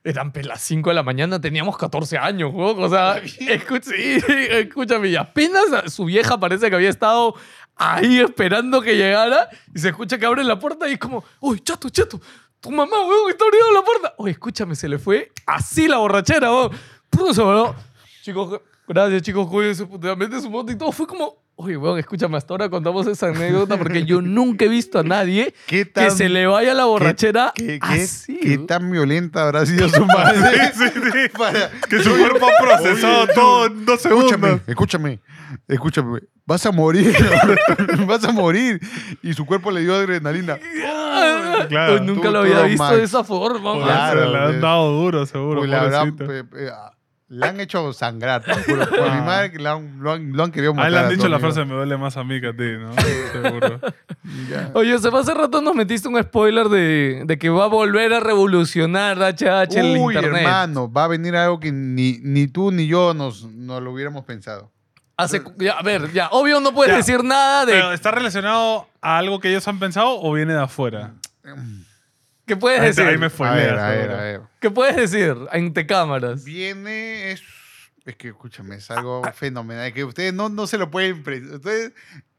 [SPEAKER 1] Eran pues, las 5 de la mañana, teníamos 14 años, weón. O sea, escu- sí, escúchame, y apenas a- su vieja parece que había estado ahí esperando que llegara y se escucha que abren la puerta y es como, uy, chato, chato, tu mamá, weón, está abriendo la puerta. Uy, escúchame, se le fue así la borrachera, weón. Puro se voló. Chicos, gracias, chicos, cuídense, puta, mete su moto y todo. Fue como, oye, weón, escúchame, hasta ahora contamos esa anécdota porque yo nunca he visto a nadie
[SPEAKER 3] ¿Qué
[SPEAKER 1] que
[SPEAKER 3] tan-
[SPEAKER 1] se le vaya la borrachera
[SPEAKER 3] ¿Qué, qué-
[SPEAKER 1] así.
[SPEAKER 3] qué tan violenta habrá sido su madre? Para-
[SPEAKER 5] Que su cuerpo ha procesado todo en dos segundos.
[SPEAKER 3] Escúchame, escúchame, escúchame. Vas a morir, vas a morir. Y su cuerpo le dio adrenalina.
[SPEAKER 1] Ah,
[SPEAKER 5] Claro,
[SPEAKER 1] yo nunca
[SPEAKER 3] tú-
[SPEAKER 1] lo
[SPEAKER 3] tú
[SPEAKER 1] había
[SPEAKER 3] lo
[SPEAKER 1] visto
[SPEAKER 3] max.
[SPEAKER 1] de esa forma.
[SPEAKER 5] Por
[SPEAKER 1] weón.
[SPEAKER 3] Claro,
[SPEAKER 5] eso le han
[SPEAKER 3] pues.
[SPEAKER 5] dado duro, seguro.
[SPEAKER 3] Uy, la, habrán,
[SPEAKER 5] pobrecito.
[SPEAKER 3] pe- pe- ah, la han hecho sangrar. te juro. Por mi madre que la han- lo, han, lo han querido matar.
[SPEAKER 5] Ah, le
[SPEAKER 3] a
[SPEAKER 5] han
[SPEAKER 3] tu
[SPEAKER 5] dicho la
[SPEAKER 3] amigo.
[SPEAKER 5] frase, me duele más a mí que a ti, ¿no? Seguro.
[SPEAKER 3] Ya.
[SPEAKER 1] Oye, se hace rato nos metiste un spoiler de, de que va a volver a revolucionar HH el
[SPEAKER 3] Uy,
[SPEAKER 1] internet.
[SPEAKER 3] hermano, va a venir algo que ni, ni tú ni yo nos, nos lo hubiéramos pensado.
[SPEAKER 1] Hace cu- ya, a ver, ya, obvio no puedes
[SPEAKER 5] Ya.
[SPEAKER 1] decir nada de
[SPEAKER 5] Pero, ¿está relacionado a algo que ellos han pensado o viene de afuera?
[SPEAKER 1] qué puedes
[SPEAKER 5] Ahí,
[SPEAKER 1] decir.
[SPEAKER 5] ahí me fue.
[SPEAKER 3] A ver, a ver, a ver.
[SPEAKER 1] ¿Qué puedes decir ante cámaras?
[SPEAKER 3] Viene, es, es que escúchame, es algo fenomenal. Que ustedes no, no se lo pueden. pre- Ustedes,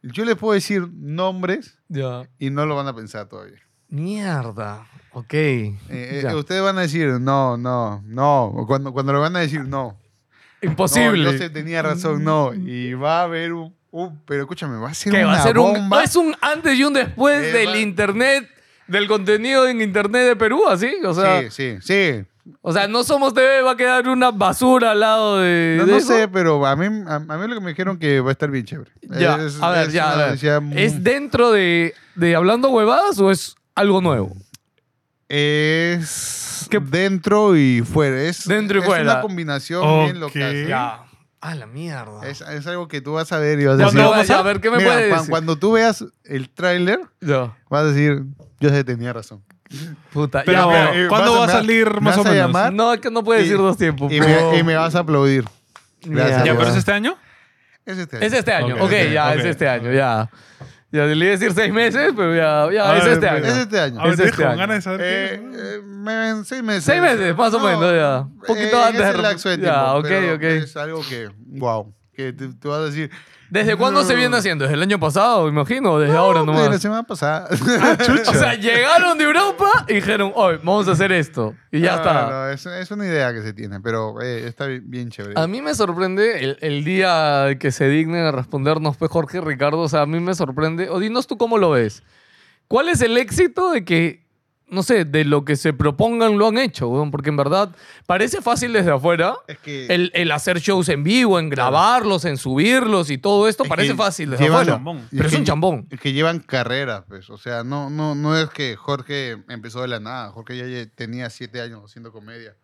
[SPEAKER 3] yo les puedo decir nombres
[SPEAKER 1] Ya.
[SPEAKER 3] y no lo van a pensar todavía.
[SPEAKER 1] Mierda. Ok.
[SPEAKER 3] Eh, eh,
[SPEAKER 1] Ya.
[SPEAKER 3] ustedes van a decir, no, no, no. O Cuando, cuando lo van a decir, no.
[SPEAKER 1] Imposible.
[SPEAKER 3] No, yo se tenía razón, no. Y va a haber un. un- pero escúchame, va a ser
[SPEAKER 1] que
[SPEAKER 3] una
[SPEAKER 1] va a ser un,
[SPEAKER 3] bomba.
[SPEAKER 1] es un antes y un después
[SPEAKER 3] Eh,
[SPEAKER 1] del
[SPEAKER 3] va-
[SPEAKER 1] internet, del contenido en internet de Perú, así. O sea,
[SPEAKER 3] sí, sí, sí.
[SPEAKER 1] o sea, no somos TV, va a quedar una basura al lado de.
[SPEAKER 3] No,
[SPEAKER 1] de
[SPEAKER 3] no
[SPEAKER 1] eso.
[SPEAKER 3] sé, pero a mí, a, a mí lo que me dijeron que va a estar bien chévere.
[SPEAKER 1] Ya,
[SPEAKER 3] Es-
[SPEAKER 1] a ver,
[SPEAKER 3] es
[SPEAKER 1] ya.
[SPEAKER 3] una
[SPEAKER 1] a ver.
[SPEAKER 3] noticia muy-
[SPEAKER 1] ¿Es dentro de, de Hablando Huevadas o es algo nuevo?
[SPEAKER 3] es
[SPEAKER 1] ¿Qué-
[SPEAKER 3] dentro y fuera. Es,
[SPEAKER 1] Dentro y
[SPEAKER 3] es
[SPEAKER 1] fuera.
[SPEAKER 3] una combinación bien
[SPEAKER 5] Ok.
[SPEAKER 3] loca. ¿sí?
[SPEAKER 1] Ya. A la mierda.
[SPEAKER 3] Es, es algo que tú vas a ver y vas a
[SPEAKER 1] Cuando
[SPEAKER 3] decir.
[SPEAKER 1] vaya a ver qué me
[SPEAKER 3] Mira,
[SPEAKER 1] puedes
[SPEAKER 3] cuan-
[SPEAKER 1] decir.
[SPEAKER 3] cuando tú veas el tráiler,
[SPEAKER 1] Ya.
[SPEAKER 3] vas a decir, yo sé, tenía razón.
[SPEAKER 1] Puta.
[SPEAKER 5] Pero, ah,
[SPEAKER 1] ya,
[SPEAKER 3] eh,
[SPEAKER 5] ¿cuándo
[SPEAKER 3] vas a-
[SPEAKER 5] va a
[SPEAKER 3] me vas-
[SPEAKER 5] salir
[SPEAKER 3] me
[SPEAKER 5] más o
[SPEAKER 3] vas a
[SPEAKER 5] menos?
[SPEAKER 3] llamar?
[SPEAKER 1] no, es que no puede
[SPEAKER 3] y-
[SPEAKER 1] decir dos tiempos.
[SPEAKER 3] Y
[SPEAKER 1] po.
[SPEAKER 3] me, y me vas a aplaudir. Gracias.
[SPEAKER 5] ¿Ya,
[SPEAKER 1] Ya.
[SPEAKER 5] pero es este año?
[SPEAKER 3] Es este año.
[SPEAKER 1] Es este año, ok,
[SPEAKER 5] Ok, ok,
[SPEAKER 1] ya,
[SPEAKER 5] ok.
[SPEAKER 1] es este año, ya. Ya le iba a decir seis meses, pero ya, ya
[SPEAKER 5] A
[SPEAKER 1] es
[SPEAKER 5] ver,
[SPEAKER 1] este
[SPEAKER 5] pero-
[SPEAKER 1] año.
[SPEAKER 3] Es este año.
[SPEAKER 5] A ver,
[SPEAKER 1] Es
[SPEAKER 5] te
[SPEAKER 1] este
[SPEAKER 5] dejo con
[SPEAKER 1] año.
[SPEAKER 5] ganas de saber qué
[SPEAKER 3] Eh,
[SPEAKER 5] es, ¿no?
[SPEAKER 3] eh, me- en seis meses. eh,
[SPEAKER 1] Seis meses, más o menos, ya. Un poquito
[SPEAKER 3] en
[SPEAKER 1] antes de
[SPEAKER 3] ese
[SPEAKER 1] rep-
[SPEAKER 3] lapso de
[SPEAKER 1] ya,
[SPEAKER 3] tiempo,
[SPEAKER 1] ok,
[SPEAKER 3] pero
[SPEAKER 1] ok.
[SPEAKER 3] Es algo que, wow, que tú tú vas a decir.
[SPEAKER 1] ¿Desde cuándo se viene haciendo? ¿Desde el año pasado, imagino? ¿O desde ahora
[SPEAKER 3] "No, de la
[SPEAKER 1] nomás?
[SPEAKER 3] semana pasada.
[SPEAKER 1] O sea, llegaron de Europa y dijeron, hoy vamos a hacer esto. Y ya
[SPEAKER 3] No,
[SPEAKER 1] está.
[SPEAKER 3] no, es, es una idea que se tiene, pero eh, está bien, bien chévere.
[SPEAKER 1] A mí me sorprende el, el día que se dignen a respondernos, pues Jorge Ricardo, o sea, a mí me sorprende, o dinos tú cómo lo ves. ¿Cuál es el éxito de que, no sé, de lo que se propongan lo han hecho? weón? Porque en verdad parece fácil desde afuera
[SPEAKER 3] Es que-
[SPEAKER 1] el, el hacer shows en vivo, en grabarlos, en subirlos y todo esto,
[SPEAKER 3] Es
[SPEAKER 1] parece
[SPEAKER 3] que
[SPEAKER 1] fácil desde
[SPEAKER 3] llevan-
[SPEAKER 1] afuera.
[SPEAKER 5] chambón.
[SPEAKER 1] Pero es
[SPEAKER 3] que-
[SPEAKER 1] un chambón.
[SPEAKER 3] Es que llevan carreras, pues. O sea, no, no, no es que Jorge empezó de la nada. Jorge ya lle- tenía siete años haciendo comedia.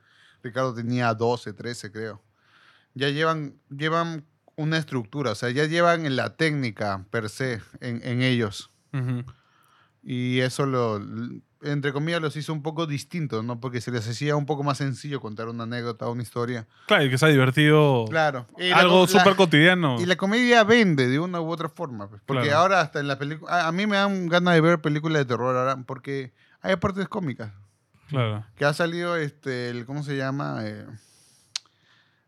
[SPEAKER 3] Ricardo tenía 12, 13, creo. Ya llevan, llevan una estructura, o sea, ya llevan en la técnica per se en, en ellos.
[SPEAKER 5] Ujú.
[SPEAKER 3] Y eso lo, entre comillas, los hizo un poco distintos, ¿no? Porque se les hacía un poco más sencillo contar una anécdota, una historia.
[SPEAKER 5] Claro, y que sea divertido.
[SPEAKER 3] Claro. Y la
[SPEAKER 5] Algo
[SPEAKER 3] co- la-
[SPEAKER 5] súper cotidiano.
[SPEAKER 1] Oh.
[SPEAKER 3] y la comedia vende de una u otra forma. pues, Porque
[SPEAKER 5] Claro.
[SPEAKER 3] ahora hasta en las películas... A, a mí me dan ganas de ver películas de terror ahora porque hay partes cómicas.
[SPEAKER 5] Claro.
[SPEAKER 3] Que ha salido, este, el, ¿cómo se llama? Eh,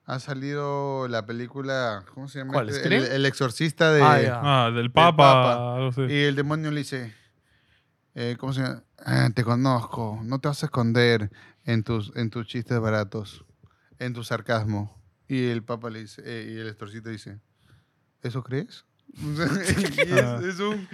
[SPEAKER 3] ha salido la película, ¿cómo se llama?
[SPEAKER 1] ¿Cuál,
[SPEAKER 3] este?
[SPEAKER 1] Scream?
[SPEAKER 3] el, el exorcista de...
[SPEAKER 1] Ah, ya.
[SPEAKER 5] Ah, del Papa.
[SPEAKER 3] Papa.
[SPEAKER 5] algo así.
[SPEAKER 3] Y el demonio le dice, eh, ¿cómo se llama? Ah, te conozco, no te vas a esconder en tus, en tus chistes baratos, en tu sarcasmo. Y el papa le dice, eh, y el exorcista dice, ¿eso crees? Y es,
[SPEAKER 5] Ah.
[SPEAKER 3] es un...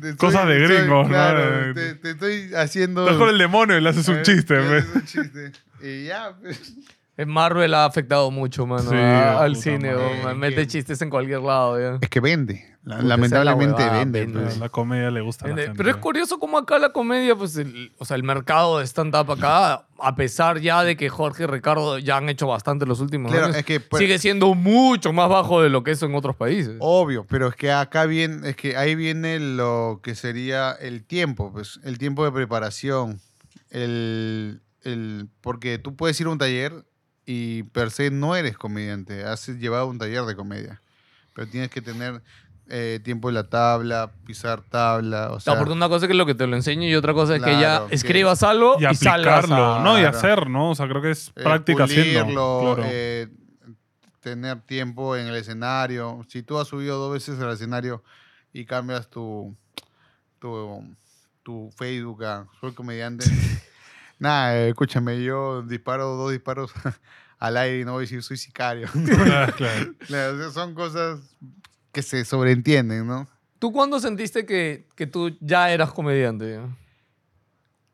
[SPEAKER 3] te
[SPEAKER 5] Cosas
[SPEAKER 3] estoy-
[SPEAKER 5] de
[SPEAKER 3] estoy-
[SPEAKER 5] gringos, ¿no?
[SPEAKER 3] claro, te, te estoy haciendo...
[SPEAKER 5] Estás con el demonio y le haces un
[SPEAKER 3] Eh,
[SPEAKER 5] chiste.
[SPEAKER 3] te
[SPEAKER 5] pues.
[SPEAKER 3] haces un chiste. Y ya, pues.
[SPEAKER 1] Eh, Marvel ha afectado mucho, mano,
[SPEAKER 5] Sí,
[SPEAKER 1] a-
[SPEAKER 5] la
[SPEAKER 1] al
[SPEAKER 5] puta
[SPEAKER 1] cine.
[SPEAKER 3] madre.
[SPEAKER 1] weón. Mete chistes en cualquier lado, ya.
[SPEAKER 3] Es que vende. La-
[SPEAKER 1] Puta,
[SPEAKER 3] lamentablemente
[SPEAKER 1] esa es la
[SPEAKER 3] vende.
[SPEAKER 1] huevada,
[SPEAKER 3] pues.
[SPEAKER 5] La comedia le gusta a la gente.
[SPEAKER 1] Pero es curioso cómo acá la comedia, pues, el, o sea, el mercado de stand-up acá, a pesar ya de que Jorge y Ricardo ya han hecho bastante los últimos
[SPEAKER 3] Claro,
[SPEAKER 1] años,
[SPEAKER 3] es que, pues- Oh,
[SPEAKER 1] sigue siendo mucho más bajo de lo que es en otros países.
[SPEAKER 3] Obvio, pero es que acá viene, es que ahí viene lo que sería el tiempo, pues, el tiempo de preparación. El, el- porque tú puedes ir a un taller y per se no eres comediante, has llevado un taller de comedia. Pero tienes que tener eh, tiempo en la tabla, pisar tabla, o sea,
[SPEAKER 1] No, porque una cosa es que lo que te lo enseño y otra cosa es que ya
[SPEAKER 3] Claro, que-
[SPEAKER 1] escribas algo
[SPEAKER 5] Y
[SPEAKER 1] y, salgas
[SPEAKER 5] aplicarlo,
[SPEAKER 1] a-
[SPEAKER 5] ¿no? Y
[SPEAKER 3] claro.
[SPEAKER 5] hacer, ¿no? O sea, creo que es
[SPEAKER 3] eh,
[SPEAKER 5] práctica haciendo.
[SPEAKER 3] pulirlo,
[SPEAKER 5] Claro.
[SPEAKER 3] eh, tener tiempo en el escenario. Si tú has subido dos veces al escenario y cambias tu, tu, tu Facebook a soy comediante. Nada, eh, escúchame, yo disparo dos disparos al aire y no voy a decir soy sicario.
[SPEAKER 5] Ah, claro.
[SPEAKER 3] Claro, o sea, son cosas que se sobreentienden, ¿no?
[SPEAKER 1] ¿Tú cuándo sentiste que, que tú ya eras comediante? ya?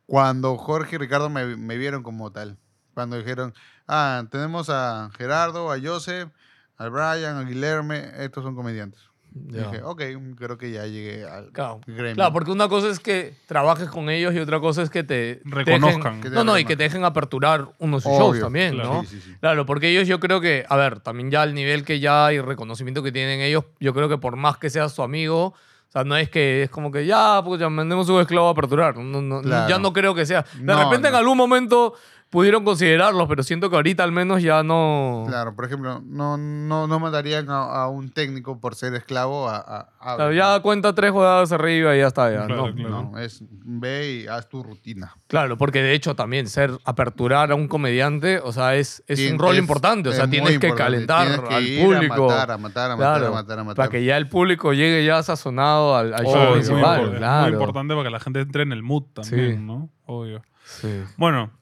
[SPEAKER 3] cuando Jorge y Ricardo me, me vieron como tal. Cuando dijeron, ah, tenemos a Gerardo, a Joseph, a Brian, a Guilherme, estos son comediantes.
[SPEAKER 1] Ya.
[SPEAKER 3] Dije, ok, creo que ya llegué al
[SPEAKER 1] Claro.
[SPEAKER 3] gremio.
[SPEAKER 1] Claro, porque una cosa es que trabajes con ellos y otra cosa es que te
[SPEAKER 5] Reconozcan.
[SPEAKER 1] dejen- no, no, y que te dejen aperturar unos shows
[SPEAKER 3] Obvio,
[SPEAKER 1] también,
[SPEAKER 3] claro.
[SPEAKER 1] ¿no?
[SPEAKER 3] Sí, sí, sí.
[SPEAKER 1] Claro, porque ellos yo creo que, a ver, también ya el nivel que ya y reconocimiento que tienen ellos, yo creo que por más que seas su amigo, o sea, no es que es como que ya, pues ya mandemos un esclavo a aperturar. No, no,
[SPEAKER 3] Claro.
[SPEAKER 1] Ya no creo que sea. De
[SPEAKER 3] No,
[SPEAKER 1] repente en
[SPEAKER 3] no.
[SPEAKER 1] algún momento pudieron considerarlos, pero siento que ahorita al menos ya no.
[SPEAKER 3] Claro, por ejemplo, no, no, no mandarían a, a un técnico por ser esclavo a... a- a-
[SPEAKER 1] Claro, ya cuenta tres jugadas arriba y ya está, ya.
[SPEAKER 5] Claro,
[SPEAKER 1] no.
[SPEAKER 5] claro.
[SPEAKER 3] No, es ve y haz tu rutina.
[SPEAKER 1] Claro, porque de hecho también ser aperturar a un comediante, o sea, es, es
[SPEAKER 3] Tien-
[SPEAKER 1] un rol
[SPEAKER 3] es-
[SPEAKER 1] importante. O sea,
[SPEAKER 3] es
[SPEAKER 1] tienes
[SPEAKER 3] muy
[SPEAKER 1] que
[SPEAKER 3] importante.
[SPEAKER 1] calentar
[SPEAKER 3] Tienes que
[SPEAKER 1] al
[SPEAKER 3] ir
[SPEAKER 1] público.
[SPEAKER 3] A matar, a matar, a matar,
[SPEAKER 1] Claro,
[SPEAKER 3] a matar, a matar.
[SPEAKER 1] Para que ya el público llegue ya sazonado al, al
[SPEAKER 5] Obvio,
[SPEAKER 1] show
[SPEAKER 5] Oh, muy
[SPEAKER 1] principal.
[SPEAKER 5] importante.
[SPEAKER 1] claro.
[SPEAKER 5] Muy importante para que la gente entre en el mood también,
[SPEAKER 1] Sí.
[SPEAKER 5] ¿no? Obvio.
[SPEAKER 1] Sí.
[SPEAKER 5] Bueno.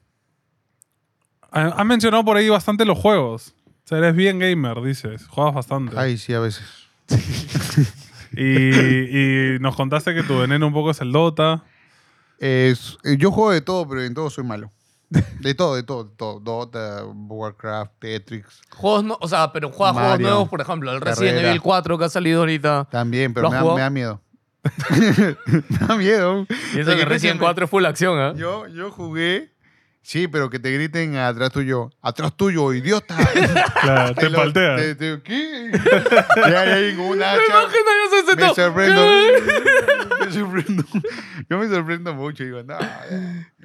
[SPEAKER 5] Ha- Has mencionado por ahí bastante los juegos. O sea, eres bien gamer, dices. Juegas bastante.
[SPEAKER 3] Ay, sí, a veces.
[SPEAKER 5] Y, y nos contaste que tu veneno un poco es el Dota.
[SPEAKER 3] Es- eh, yo juego de todo, pero en todo soy malo. De todo, de todo, de todo. Dota, Warcraft, Tetris.
[SPEAKER 1] Juegos no- o sea, pero juega juegos
[SPEAKER 3] Mario.
[SPEAKER 1] nuevos, por ejemplo, el Resident
[SPEAKER 3] Carrera.
[SPEAKER 1] Evil 4 que ha salido ahorita.
[SPEAKER 3] También,
[SPEAKER 1] ¿Lo
[SPEAKER 3] pero
[SPEAKER 1] has
[SPEAKER 3] me da,
[SPEAKER 1] jugado?
[SPEAKER 3] me da miedo. me da miedo.
[SPEAKER 1] Y eso
[SPEAKER 3] De
[SPEAKER 1] que
[SPEAKER 3] que
[SPEAKER 1] Resident
[SPEAKER 3] escúchame,
[SPEAKER 1] 4 es full acción, ¿ah?
[SPEAKER 3] Yo, yo jugué. Sí, pero que te griten atrás tuyo. Atrás tuyo, idiota.
[SPEAKER 5] Claro, te
[SPEAKER 3] lo-
[SPEAKER 5] palteas.
[SPEAKER 3] te- te- ¿Qué? Ya, ya, ahí con una hacha. Me sorprendo. me sorprendo. Yo me sorprendo mucho. Digo, no, ya,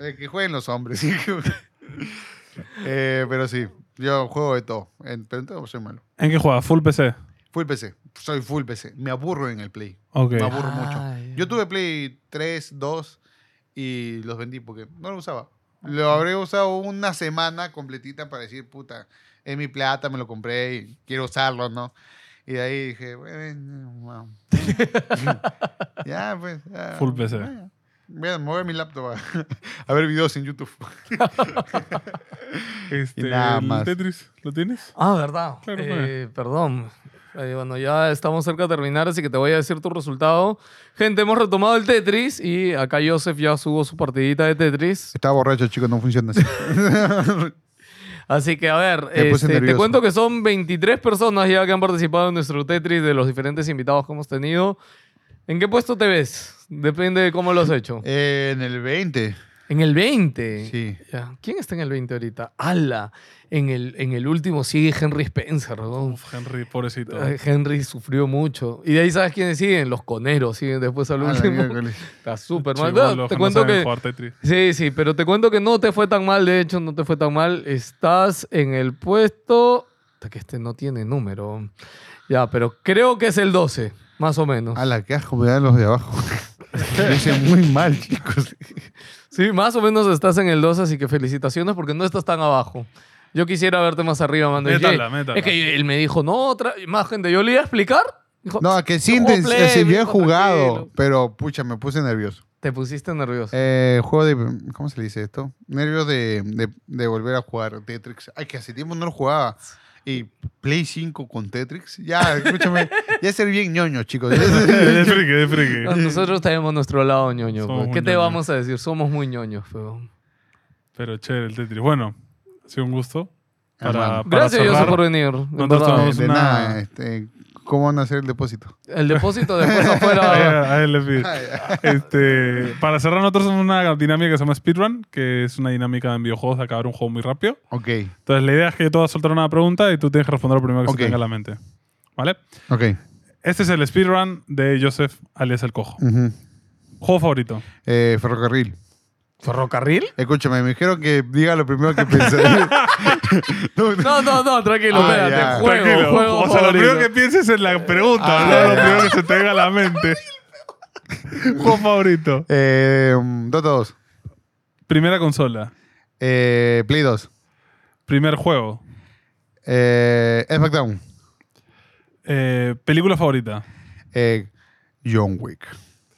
[SPEAKER 3] eh, que jueguen los hombres. Eh, pero sí, yo juego de todo. En- pero en todo soy malo.
[SPEAKER 5] ¿En qué juegas? ¿Full PC?
[SPEAKER 3] Full PC. Soy full PC. Me aburro en el Play.
[SPEAKER 5] Ok.
[SPEAKER 3] Me aburro
[SPEAKER 1] Ah,
[SPEAKER 3] mucho.
[SPEAKER 1] ya.
[SPEAKER 3] Yo tuve Play 3, 2 y los vendí porque no lo usaba. Lo habré usado una semana completita para decir, puta, es mi plata, me lo compré y quiero usarlo, ¿no? Y de ahí dije, bueno, wow. ya, pues. ya,
[SPEAKER 5] Full PC.
[SPEAKER 3] ya. Voy a mover mi laptop a, a ver videos en YouTube.
[SPEAKER 5] Este,
[SPEAKER 3] Y nada
[SPEAKER 5] ¿el
[SPEAKER 3] más.
[SPEAKER 5] Tetris lo tienes?
[SPEAKER 1] Ah, verdad.
[SPEAKER 5] Claro,
[SPEAKER 1] Eh, perdón. Eh, bueno, ya estamos cerca de terminar, así que te voy a decir tu resultado. Gente, hemos retomado el Tetris y acá Joseph ya subo su partidita de Tetris.
[SPEAKER 3] Estaba borracho, chicos, no funciona así.
[SPEAKER 1] Así que, a ver,
[SPEAKER 3] Me puse
[SPEAKER 1] este, te
[SPEAKER 3] nervioso.
[SPEAKER 1] cuento que son 23 personas ya que han participado en nuestro Tetris de los diferentes invitados que hemos tenido. ¿En qué puesto te ves? Depende de cómo lo has hecho.
[SPEAKER 3] Eh, en el 20,
[SPEAKER 1] En el 20.
[SPEAKER 3] sí.
[SPEAKER 1] Ya. ¿Quién está en el 20 ahorita? ¡Hala! En el, en el último sigue Henry Spencer, weón.
[SPEAKER 5] Uf, Henry, pobrecito.
[SPEAKER 1] Ay, Henry sufrió mucho. Y de ahí, ¿sabes quiénes siguen? Los coneros siguen después al
[SPEAKER 3] Ah, la
[SPEAKER 1] último.
[SPEAKER 3] miércoles.
[SPEAKER 1] Está súper
[SPEAKER 5] Chivo,
[SPEAKER 1] mal. No,
[SPEAKER 5] los
[SPEAKER 1] te
[SPEAKER 5] no
[SPEAKER 1] cuento
[SPEAKER 5] saben
[SPEAKER 1] que.
[SPEAKER 5] jugar Tetris.
[SPEAKER 1] Sí, sí, pero te cuento que no te fue tan mal, de hecho, no te fue tan mal. Estás en el puesto. Puta, Que este no tiene número. Ya, pero creo que es el 12,
[SPEAKER 5] Ah.
[SPEAKER 1] más o menos.
[SPEAKER 3] A la que asco me dan los de abajo. Me dicen muy mal, chicos.
[SPEAKER 1] Sí, más o menos estás en el 2, así que felicitaciones porque no estás tan abajo. Yo quisiera verte más arriba, mando. Y dije,
[SPEAKER 5] Métala, métala.
[SPEAKER 1] Es que él me dijo, no, otra imagen de yo le iba a explicar. Dijo,
[SPEAKER 3] No, a que sí,
[SPEAKER 1] "No,
[SPEAKER 3] te-
[SPEAKER 1] plebe,
[SPEAKER 3] sí, yo he
[SPEAKER 1] hijo,
[SPEAKER 3] jugado,
[SPEAKER 1] tranquilo".
[SPEAKER 3] pero pucha, me puse nervioso.
[SPEAKER 1] Te pusiste nervioso.
[SPEAKER 3] Eh, juego de. ¿Cómo se le dice esto? Nervios de, de- de volver a jugar Tetris. Ay, que hace tiempo no lo jugaba. Y Play 5 con Tetris. Ya, escúchame. ya ser bien ñoño, chicos.
[SPEAKER 5] de frique, de frique.
[SPEAKER 3] Ah.
[SPEAKER 1] Nosotros tenemos nuestro lado ñoño.
[SPEAKER 5] Somos
[SPEAKER 1] pues.
[SPEAKER 5] muy
[SPEAKER 1] ¿Qué te
[SPEAKER 5] ñoños.
[SPEAKER 1] vamos a decir? Somos muy ñoños, pero...
[SPEAKER 5] Pero chévere el Tetris. Bueno, ha sido un gusto.
[SPEAKER 3] Hermano.
[SPEAKER 5] Para, para
[SPEAKER 1] Gracias, Yoso,
[SPEAKER 5] cerrar,
[SPEAKER 1] por venir. en
[SPEAKER 5] nosotros
[SPEAKER 1] verdad.
[SPEAKER 5] estamos-
[SPEAKER 3] de
[SPEAKER 5] una-
[SPEAKER 3] nada, este, ¿cómo van a hacer el depósito?
[SPEAKER 1] El depósito después
[SPEAKER 5] Ahí-
[SPEAKER 1] afuera.
[SPEAKER 5] ahí le pido. Este, para cerrar, nosotros tenemos una dinámica que se llama Speedrun, que es una dinámica en videojuegos de acabar un juego muy rápido.
[SPEAKER 3] Ok,
[SPEAKER 5] Entonces, la idea es que yo te voy a soltar una pregunta y tú tienes que responder lo primero que
[SPEAKER 3] Ok.
[SPEAKER 5] se te venga a la mente. ¿Vale?
[SPEAKER 3] ok.
[SPEAKER 5] Este es el Speedrun de Joseph alias El Cojo.
[SPEAKER 3] Ujú.
[SPEAKER 5] ¿Juego favorito?
[SPEAKER 3] Eh, ferrocarril.
[SPEAKER 1] ¿Ferrocarril?
[SPEAKER 3] Escúchame, me dijeron que diga lo primero que pensé. No, no.
[SPEAKER 1] No, no, no, tranquilo,
[SPEAKER 3] Ah,
[SPEAKER 1] espérate.
[SPEAKER 3] ya.
[SPEAKER 1] Juego, juego
[SPEAKER 5] o sea, lo
[SPEAKER 1] favorito.
[SPEAKER 5] primero que pienses es la pregunta,
[SPEAKER 3] Ah,
[SPEAKER 5] no lo
[SPEAKER 3] ya.
[SPEAKER 5] primero que se te venga a la mente. Juego favorito.
[SPEAKER 3] Eh, Dota 2.
[SPEAKER 5] Primera consola.
[SPEAKER 3] Eh, Play 2.
[SPEAKER 5] Primer juego.
[SPEAKER 3] Eh, SmackDown.
[SPEAKER 5] Eh, película favorita.
[SPEAKER 3] Eh, John Wick.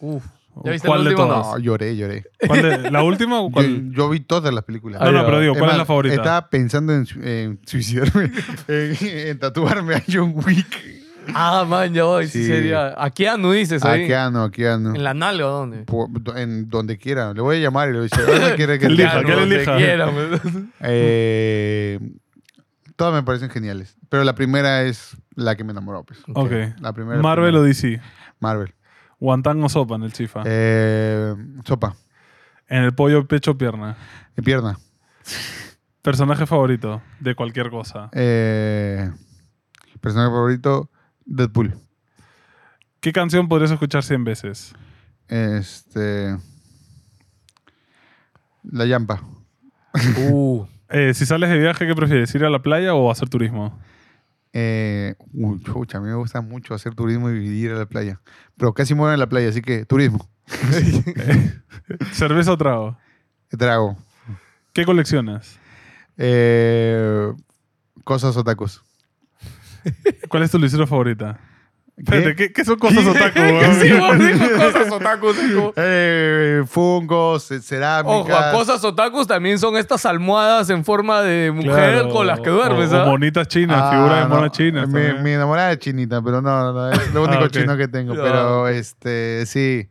[SPEAKER 1] Uf. ¿Ya viste
[SPEAKER 5] ¿Cuál
[SPEAKER 1] el
[SPEAKER 5] de
[SPEAKER 1] último?
[SPEAKER 5] todos?
[SPEAKER 1] No.
[SPEAKER 3] No, lloré, lloré.
[SPEAKER 5] ¿Cuál de- ¿La última o
[SPEAKER 3] Yo,
[SPEAKER 5] cuál?
[SPEAKER 3] yo vi todas las películas.
[SPEAKER 5] No, no,
[SPEAKER 1] Ay,
[SPEAKER 5] pero digo,
[SPEAKER 3] Es
[SPEAKER 5] ¿cuál es
[SPEAKER 3] más,
[SPEAKER 5] la favorita?
[SPEAKER 3] Estaba pensando en, su- en suicidarme, en, en tatuarme a John Wick.
[SPEAKER 1] Ah, man, ya voy. Sí.
[SPEAKER 3] Sí.
[SPEAKER 1] sería. ¿A Keanu dices ahí?
[SPEAKER 3] A Keanu, a Keanu.
[SPEAKER 1] ¿En la nalga o dónde?
[SPEAKER 3] Por- En donde quiera. Le voy a llamar y le voy a decir, ¿dónde quiere que
[SPEAKER 5] Elija,
[SPEAKER 1] Keanu,
[SPEAKER 5] que él
[SPEAKER 1] donde
[SPEAKER 5] elija.
[SPEAKER 1] quiera, pues.
[SPEAKER 3] Eh, todas me parecen geniales. Pero la primera es la que me enamoró, pues.
[SPEAKER 5] Ok.
[SPEAKER 3] La primera.
[SPEAKER 5] Marvel
[SPEAKER 3] primera.
[SPEAKER 5] o DC.
[SPEAKER 3] Marvel.
[SPEAKER 5] Guantán o sopa en el chifa.
[SPEAKER 1] Ah.
[SPEAKER 3] Eh, sopa.
[SPEAKER 5] En el pollo, pecho o pierna.
[SPEAKER 3] Mi pierna.
[SPEAKER 5] Personaje favorito de cualquier cosa.
[SPEAKER 3] Eh, personaje favorito, Deadpool.
[SPEAKER 5] ¿Qué canción podrías escuchar 100 veces?
[SPEAKER 3] Este. La Yampa.
[SPEAKER 1] Uh,
[SPEAKER 5] Eh, si sales de viaje, ¿qué prefieres? ¿Ir a la playa o hacer turismo?
[SPEAKER 3] Eh, uy, chucha, a mí me gusta mucho hacer turismo y ir a la playa. Pero casi muero en la playa, así que turismo.
[SPEAKER 5] ¿Cerveza o trago?
[SPEAKER 3] Trago.
[SPEAKER 5] ¿Qué coleccionas?
[SPEAKER 3] Eh, cosas otacos.
[SPEAKER 5] ¿Cuál es tu lisura favorita? Espérate,
[SPEAKER 3] ¿Qué?
[SPEAKER 5] ¿qué, qué son cosas otaku? weón?
[SPEAKER 1] Uh. sí, vos dijo cosas otakus. dijo.
[SPEAKER 3] Eh, fungos, eh, cerámicas.
[SPEAKER 1] Ojo, a cosas otakus también son estas almohadas en forma de mujer
[SPEAKER 5] Claro,
[SPEAKER 1] con las que duermes,
[SPEAKER 5] o- o
[SPEAKER 1] ¿ah?
[SPEAKER 5] monitas chinas,
[SPEAKER 3] Ah,
[SPEAKER 5] figuras de
[SPEAKER 3] no,
[SPEAKER 5] monas chinas.
[SPEAKER 3] Mi,
[SPEAKER 5] también.
[SPEAKER 3] mi enamorada es chinita, pero no, no, es lo
[SPEAKER 5] Ah,
[SPEAKER 3] único
[SPEAKER 5] ok.
[SPEAKER 3] chino que tengo. Pero este, sí.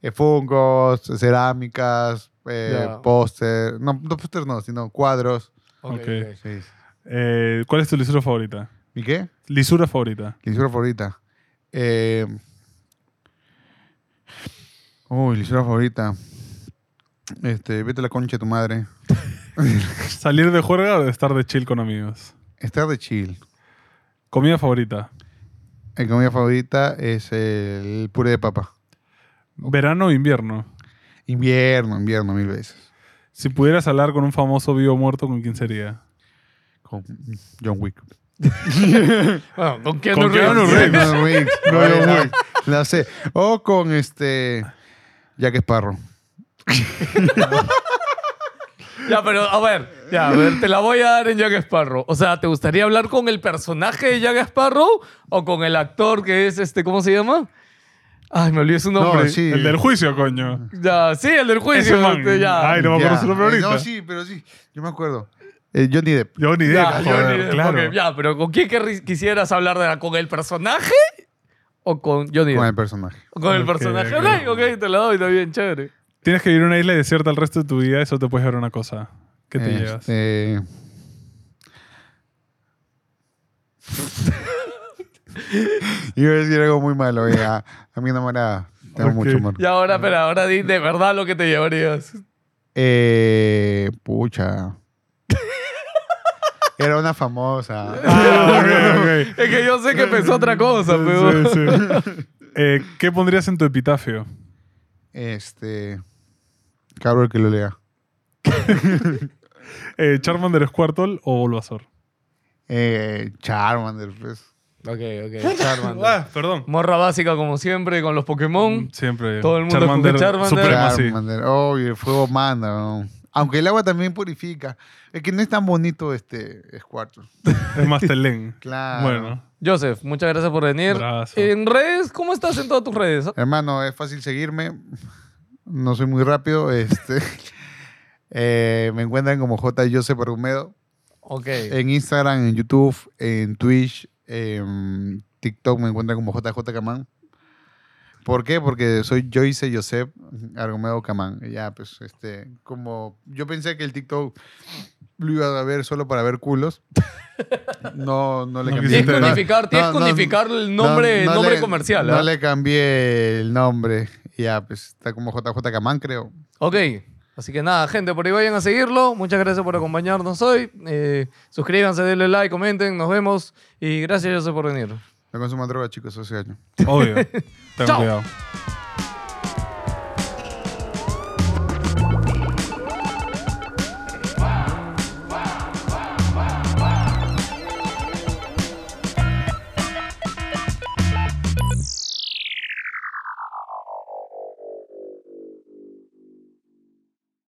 [SPEAKER 3] eh, Fungos, cerámicas, eh,
[SPEAKER 1] Ya.
[SPEAKER 3] póster. No, no póster no, sino cuadros.
[SPEAKER 1] Ok,
[SPEAKER 5] Ok.
[SPEAKER 1] ok.
[SPEAKER 3] Sí.
[SPEAKER 5] Eh, ¿Cuál es tu lisura favorita?
[SPEAKER 3] ¿Y qué?
[SPEAKER 5] Lisura favorita.
[SPEAKER 3] Lisura favorita. Eh, uy, lisura favorita. Este, vete a la concha de tu madre.
[SPEAKER 5] ¿Salir de juerga o de estar de chill con amigos?
[SPEAKER 3] Estar de chill.
[SPEAKER 5] ¿Comida favorita?
[SPEAKER 3] Mi comida favorita es el puré de papa.
[SPEAKER 5] ¿Verano o invierno?
[SPEAKER 3] Invierno, invierno, mil veces.
[SPEAKER 5] Si pudieras hablar con un famoso vivo o muerto, ¿con quién sería?
[SPEAKER 3] Con John Wick.
[SPEAKER 1] Bueno, con
[SPEAKER 5] Con
[SPEAKER 1] Keanu
[SPEAKER 5] Keanu
[SPEAKER 1] Reeves.
[SPEAKER 5] Reeves.
[SPEAKER 3] John Wick. No, John Wick. La sé. O con este. Jack Sparrow.
[SPEAKER 1] Ya, pero a ver, ya, a ver, te la voy a dar en Jack Sparrow. O sea, ¿te gustaría hablar con el personaje de Jack Sparrow o con el actor que es este, ¿cómo se llama? Ay, me olvidé su nombre.
[SPEAKER 3] No, sí.
[SPEAKER 5] El del juicio, coño.
[SPEAKER 1] Ya, sí, el del juicio.
[SPEAKER 5] Ese man.
[SPEAKER 1] este, ya.
[SPEAKER 5] Ay, no me acuerdo
[SPEAKER 3] Ya. Eh,
[SPEAKER 5] su nombre ahorita.
[SPEAKER 3] No, sí, pero sí. Yo me acuerdo. Eh, Johnny Depp.
[SPEAKER 5] Yo ni
[SPEAKER 1] Ya,
[SPEAKER 5] idea,
[SPEAKER 1] yo
[SPEAKER 5] joder,
[SPEAKER 1] ni idea,
[SPEAKER 5] claro.
[SPEAKER 1] porque- ya, pero ¿con quién querri- quisieras hablar? de la- ¿Con el personaje o con Johnny Depp?
[SPEAKER 3] Con el personaje.
[SPEAKER 1] ¿O Con el
[SPEAKER 5] Ok,
[SPEAKER 1] personaje.
[SPEAKER 5] ok.
[SPEAKER 1] Ok, ok, te la doy, está bien, chévere.
[SPEAKER 5] Tienes que vivir en una isla desierta el resto de tu vida, eso te puedes ver una cosa. ¿Qué te llevas?
[SPEAKER 3] Este, Iba a decir algo muy malo. eh, A, a mi enamorada. Te amo
[SPEAKER 5] Ok.
[SPEAKER 3] mucho, amor.
[SPEAKER 1] Y ahora, espera, ahora di de verdad lo que te llevarías.
[SPEAKER 3] Eh, pucha. Era una famosa.
[SPEAKER 5] Ah, ok, ok.
[SPEAKER 1] Es que yo sé que pensó otra cosa, pero...
[SPEAKER 5] Sí, sí. Eh, ¿Qué pondrías en tu epitafio?
[SPEAKER 3] Este. Cabrón que lo lea.
[SPEAKER 5] Eh, ¿Charmander Squirtle o Bulbasaur?
[SPEAKER 3] Eh, Charmander, pues.
[SPEAKER 1] Ok, ok. Charmander.
[SPEAKER 5] Ah, perdón.
[SPEAKER 1] Morra básica como siempre con los
[SPEAKER 5] Mm.
[SPEAKER 1] Pokémon.
[SPEAKER 5] Siempre.
[SPEAKER 1] Todo el mundo escucha Charmander.
[SPEAKER 5] Suprema, sí.
[SPEAKER 3] Charmander. Obvio, el fuego manda. ¿no? Aunque el agua también purifica. Es que no es tan bonito este Squirtle.
[SPEAKER 5] Es más Telén.
[SPEAKER 3] Claro.
[SPEAKER 5] Bueno.
[SPEAKER 1] Joseph, muchas gracias por venir.
[SPEAKER 5] Brazo.
[SPEAKER 1] En redes, ¿cómo estás en todas tus redes?
[SPEAKER 3] Hermano, es fácil seguirme. No soy muy rápido. Este, Eh, me encuentran como J. Joseph Argumedo.
[SPEAKER 1] Ok.
[SPEAKER 3] En Instagram, en YouTube, en Twitch, en TikTok me encuentran como JJ Camán. ¿Por qué? Porque soy Joyce Joseph Argumedo Camán. Y Ya, pues, este, como yo pensé que el TikTok lo iba a ver solo para ver culos. No, no le
[SPEAKER 5] No
[SPEAKER 3] cambié.
[SPEAKER 1] Tienes que
[SPEAKER 3] no-
[SPEAKER 1] unificar, tienes que
[SPEAKER 3] no-
[SPEAKER 1] unificar el nombre,
[SPEAKER 3] no- no
[SPEAKER 1] nombre
[SPEAKER 3] le-
[SPEAKER 1] comercial.
[SPEAKER 3] No
[SPEAKER 1] ¿ah?
[SPEAKER 3] le cambié el nombre. Ya, pues, está como JJ Camán, creo.
[SPEAKER 1] Ok. Así que nada, gente, por ahí vayan a seguirlo. Muchas gracias por acompañarnos hoy. Eh, suscríbanse, denle like, comenten, nos vemos. Y gracias, Joseph, por venir.
[SPEAKER 3] No consuman droga, chicos, soy año.
[SPEAKER 5] Obvio. Ten
[SPEAKER 1] Chao.
[SPEAKER 5] cuidado.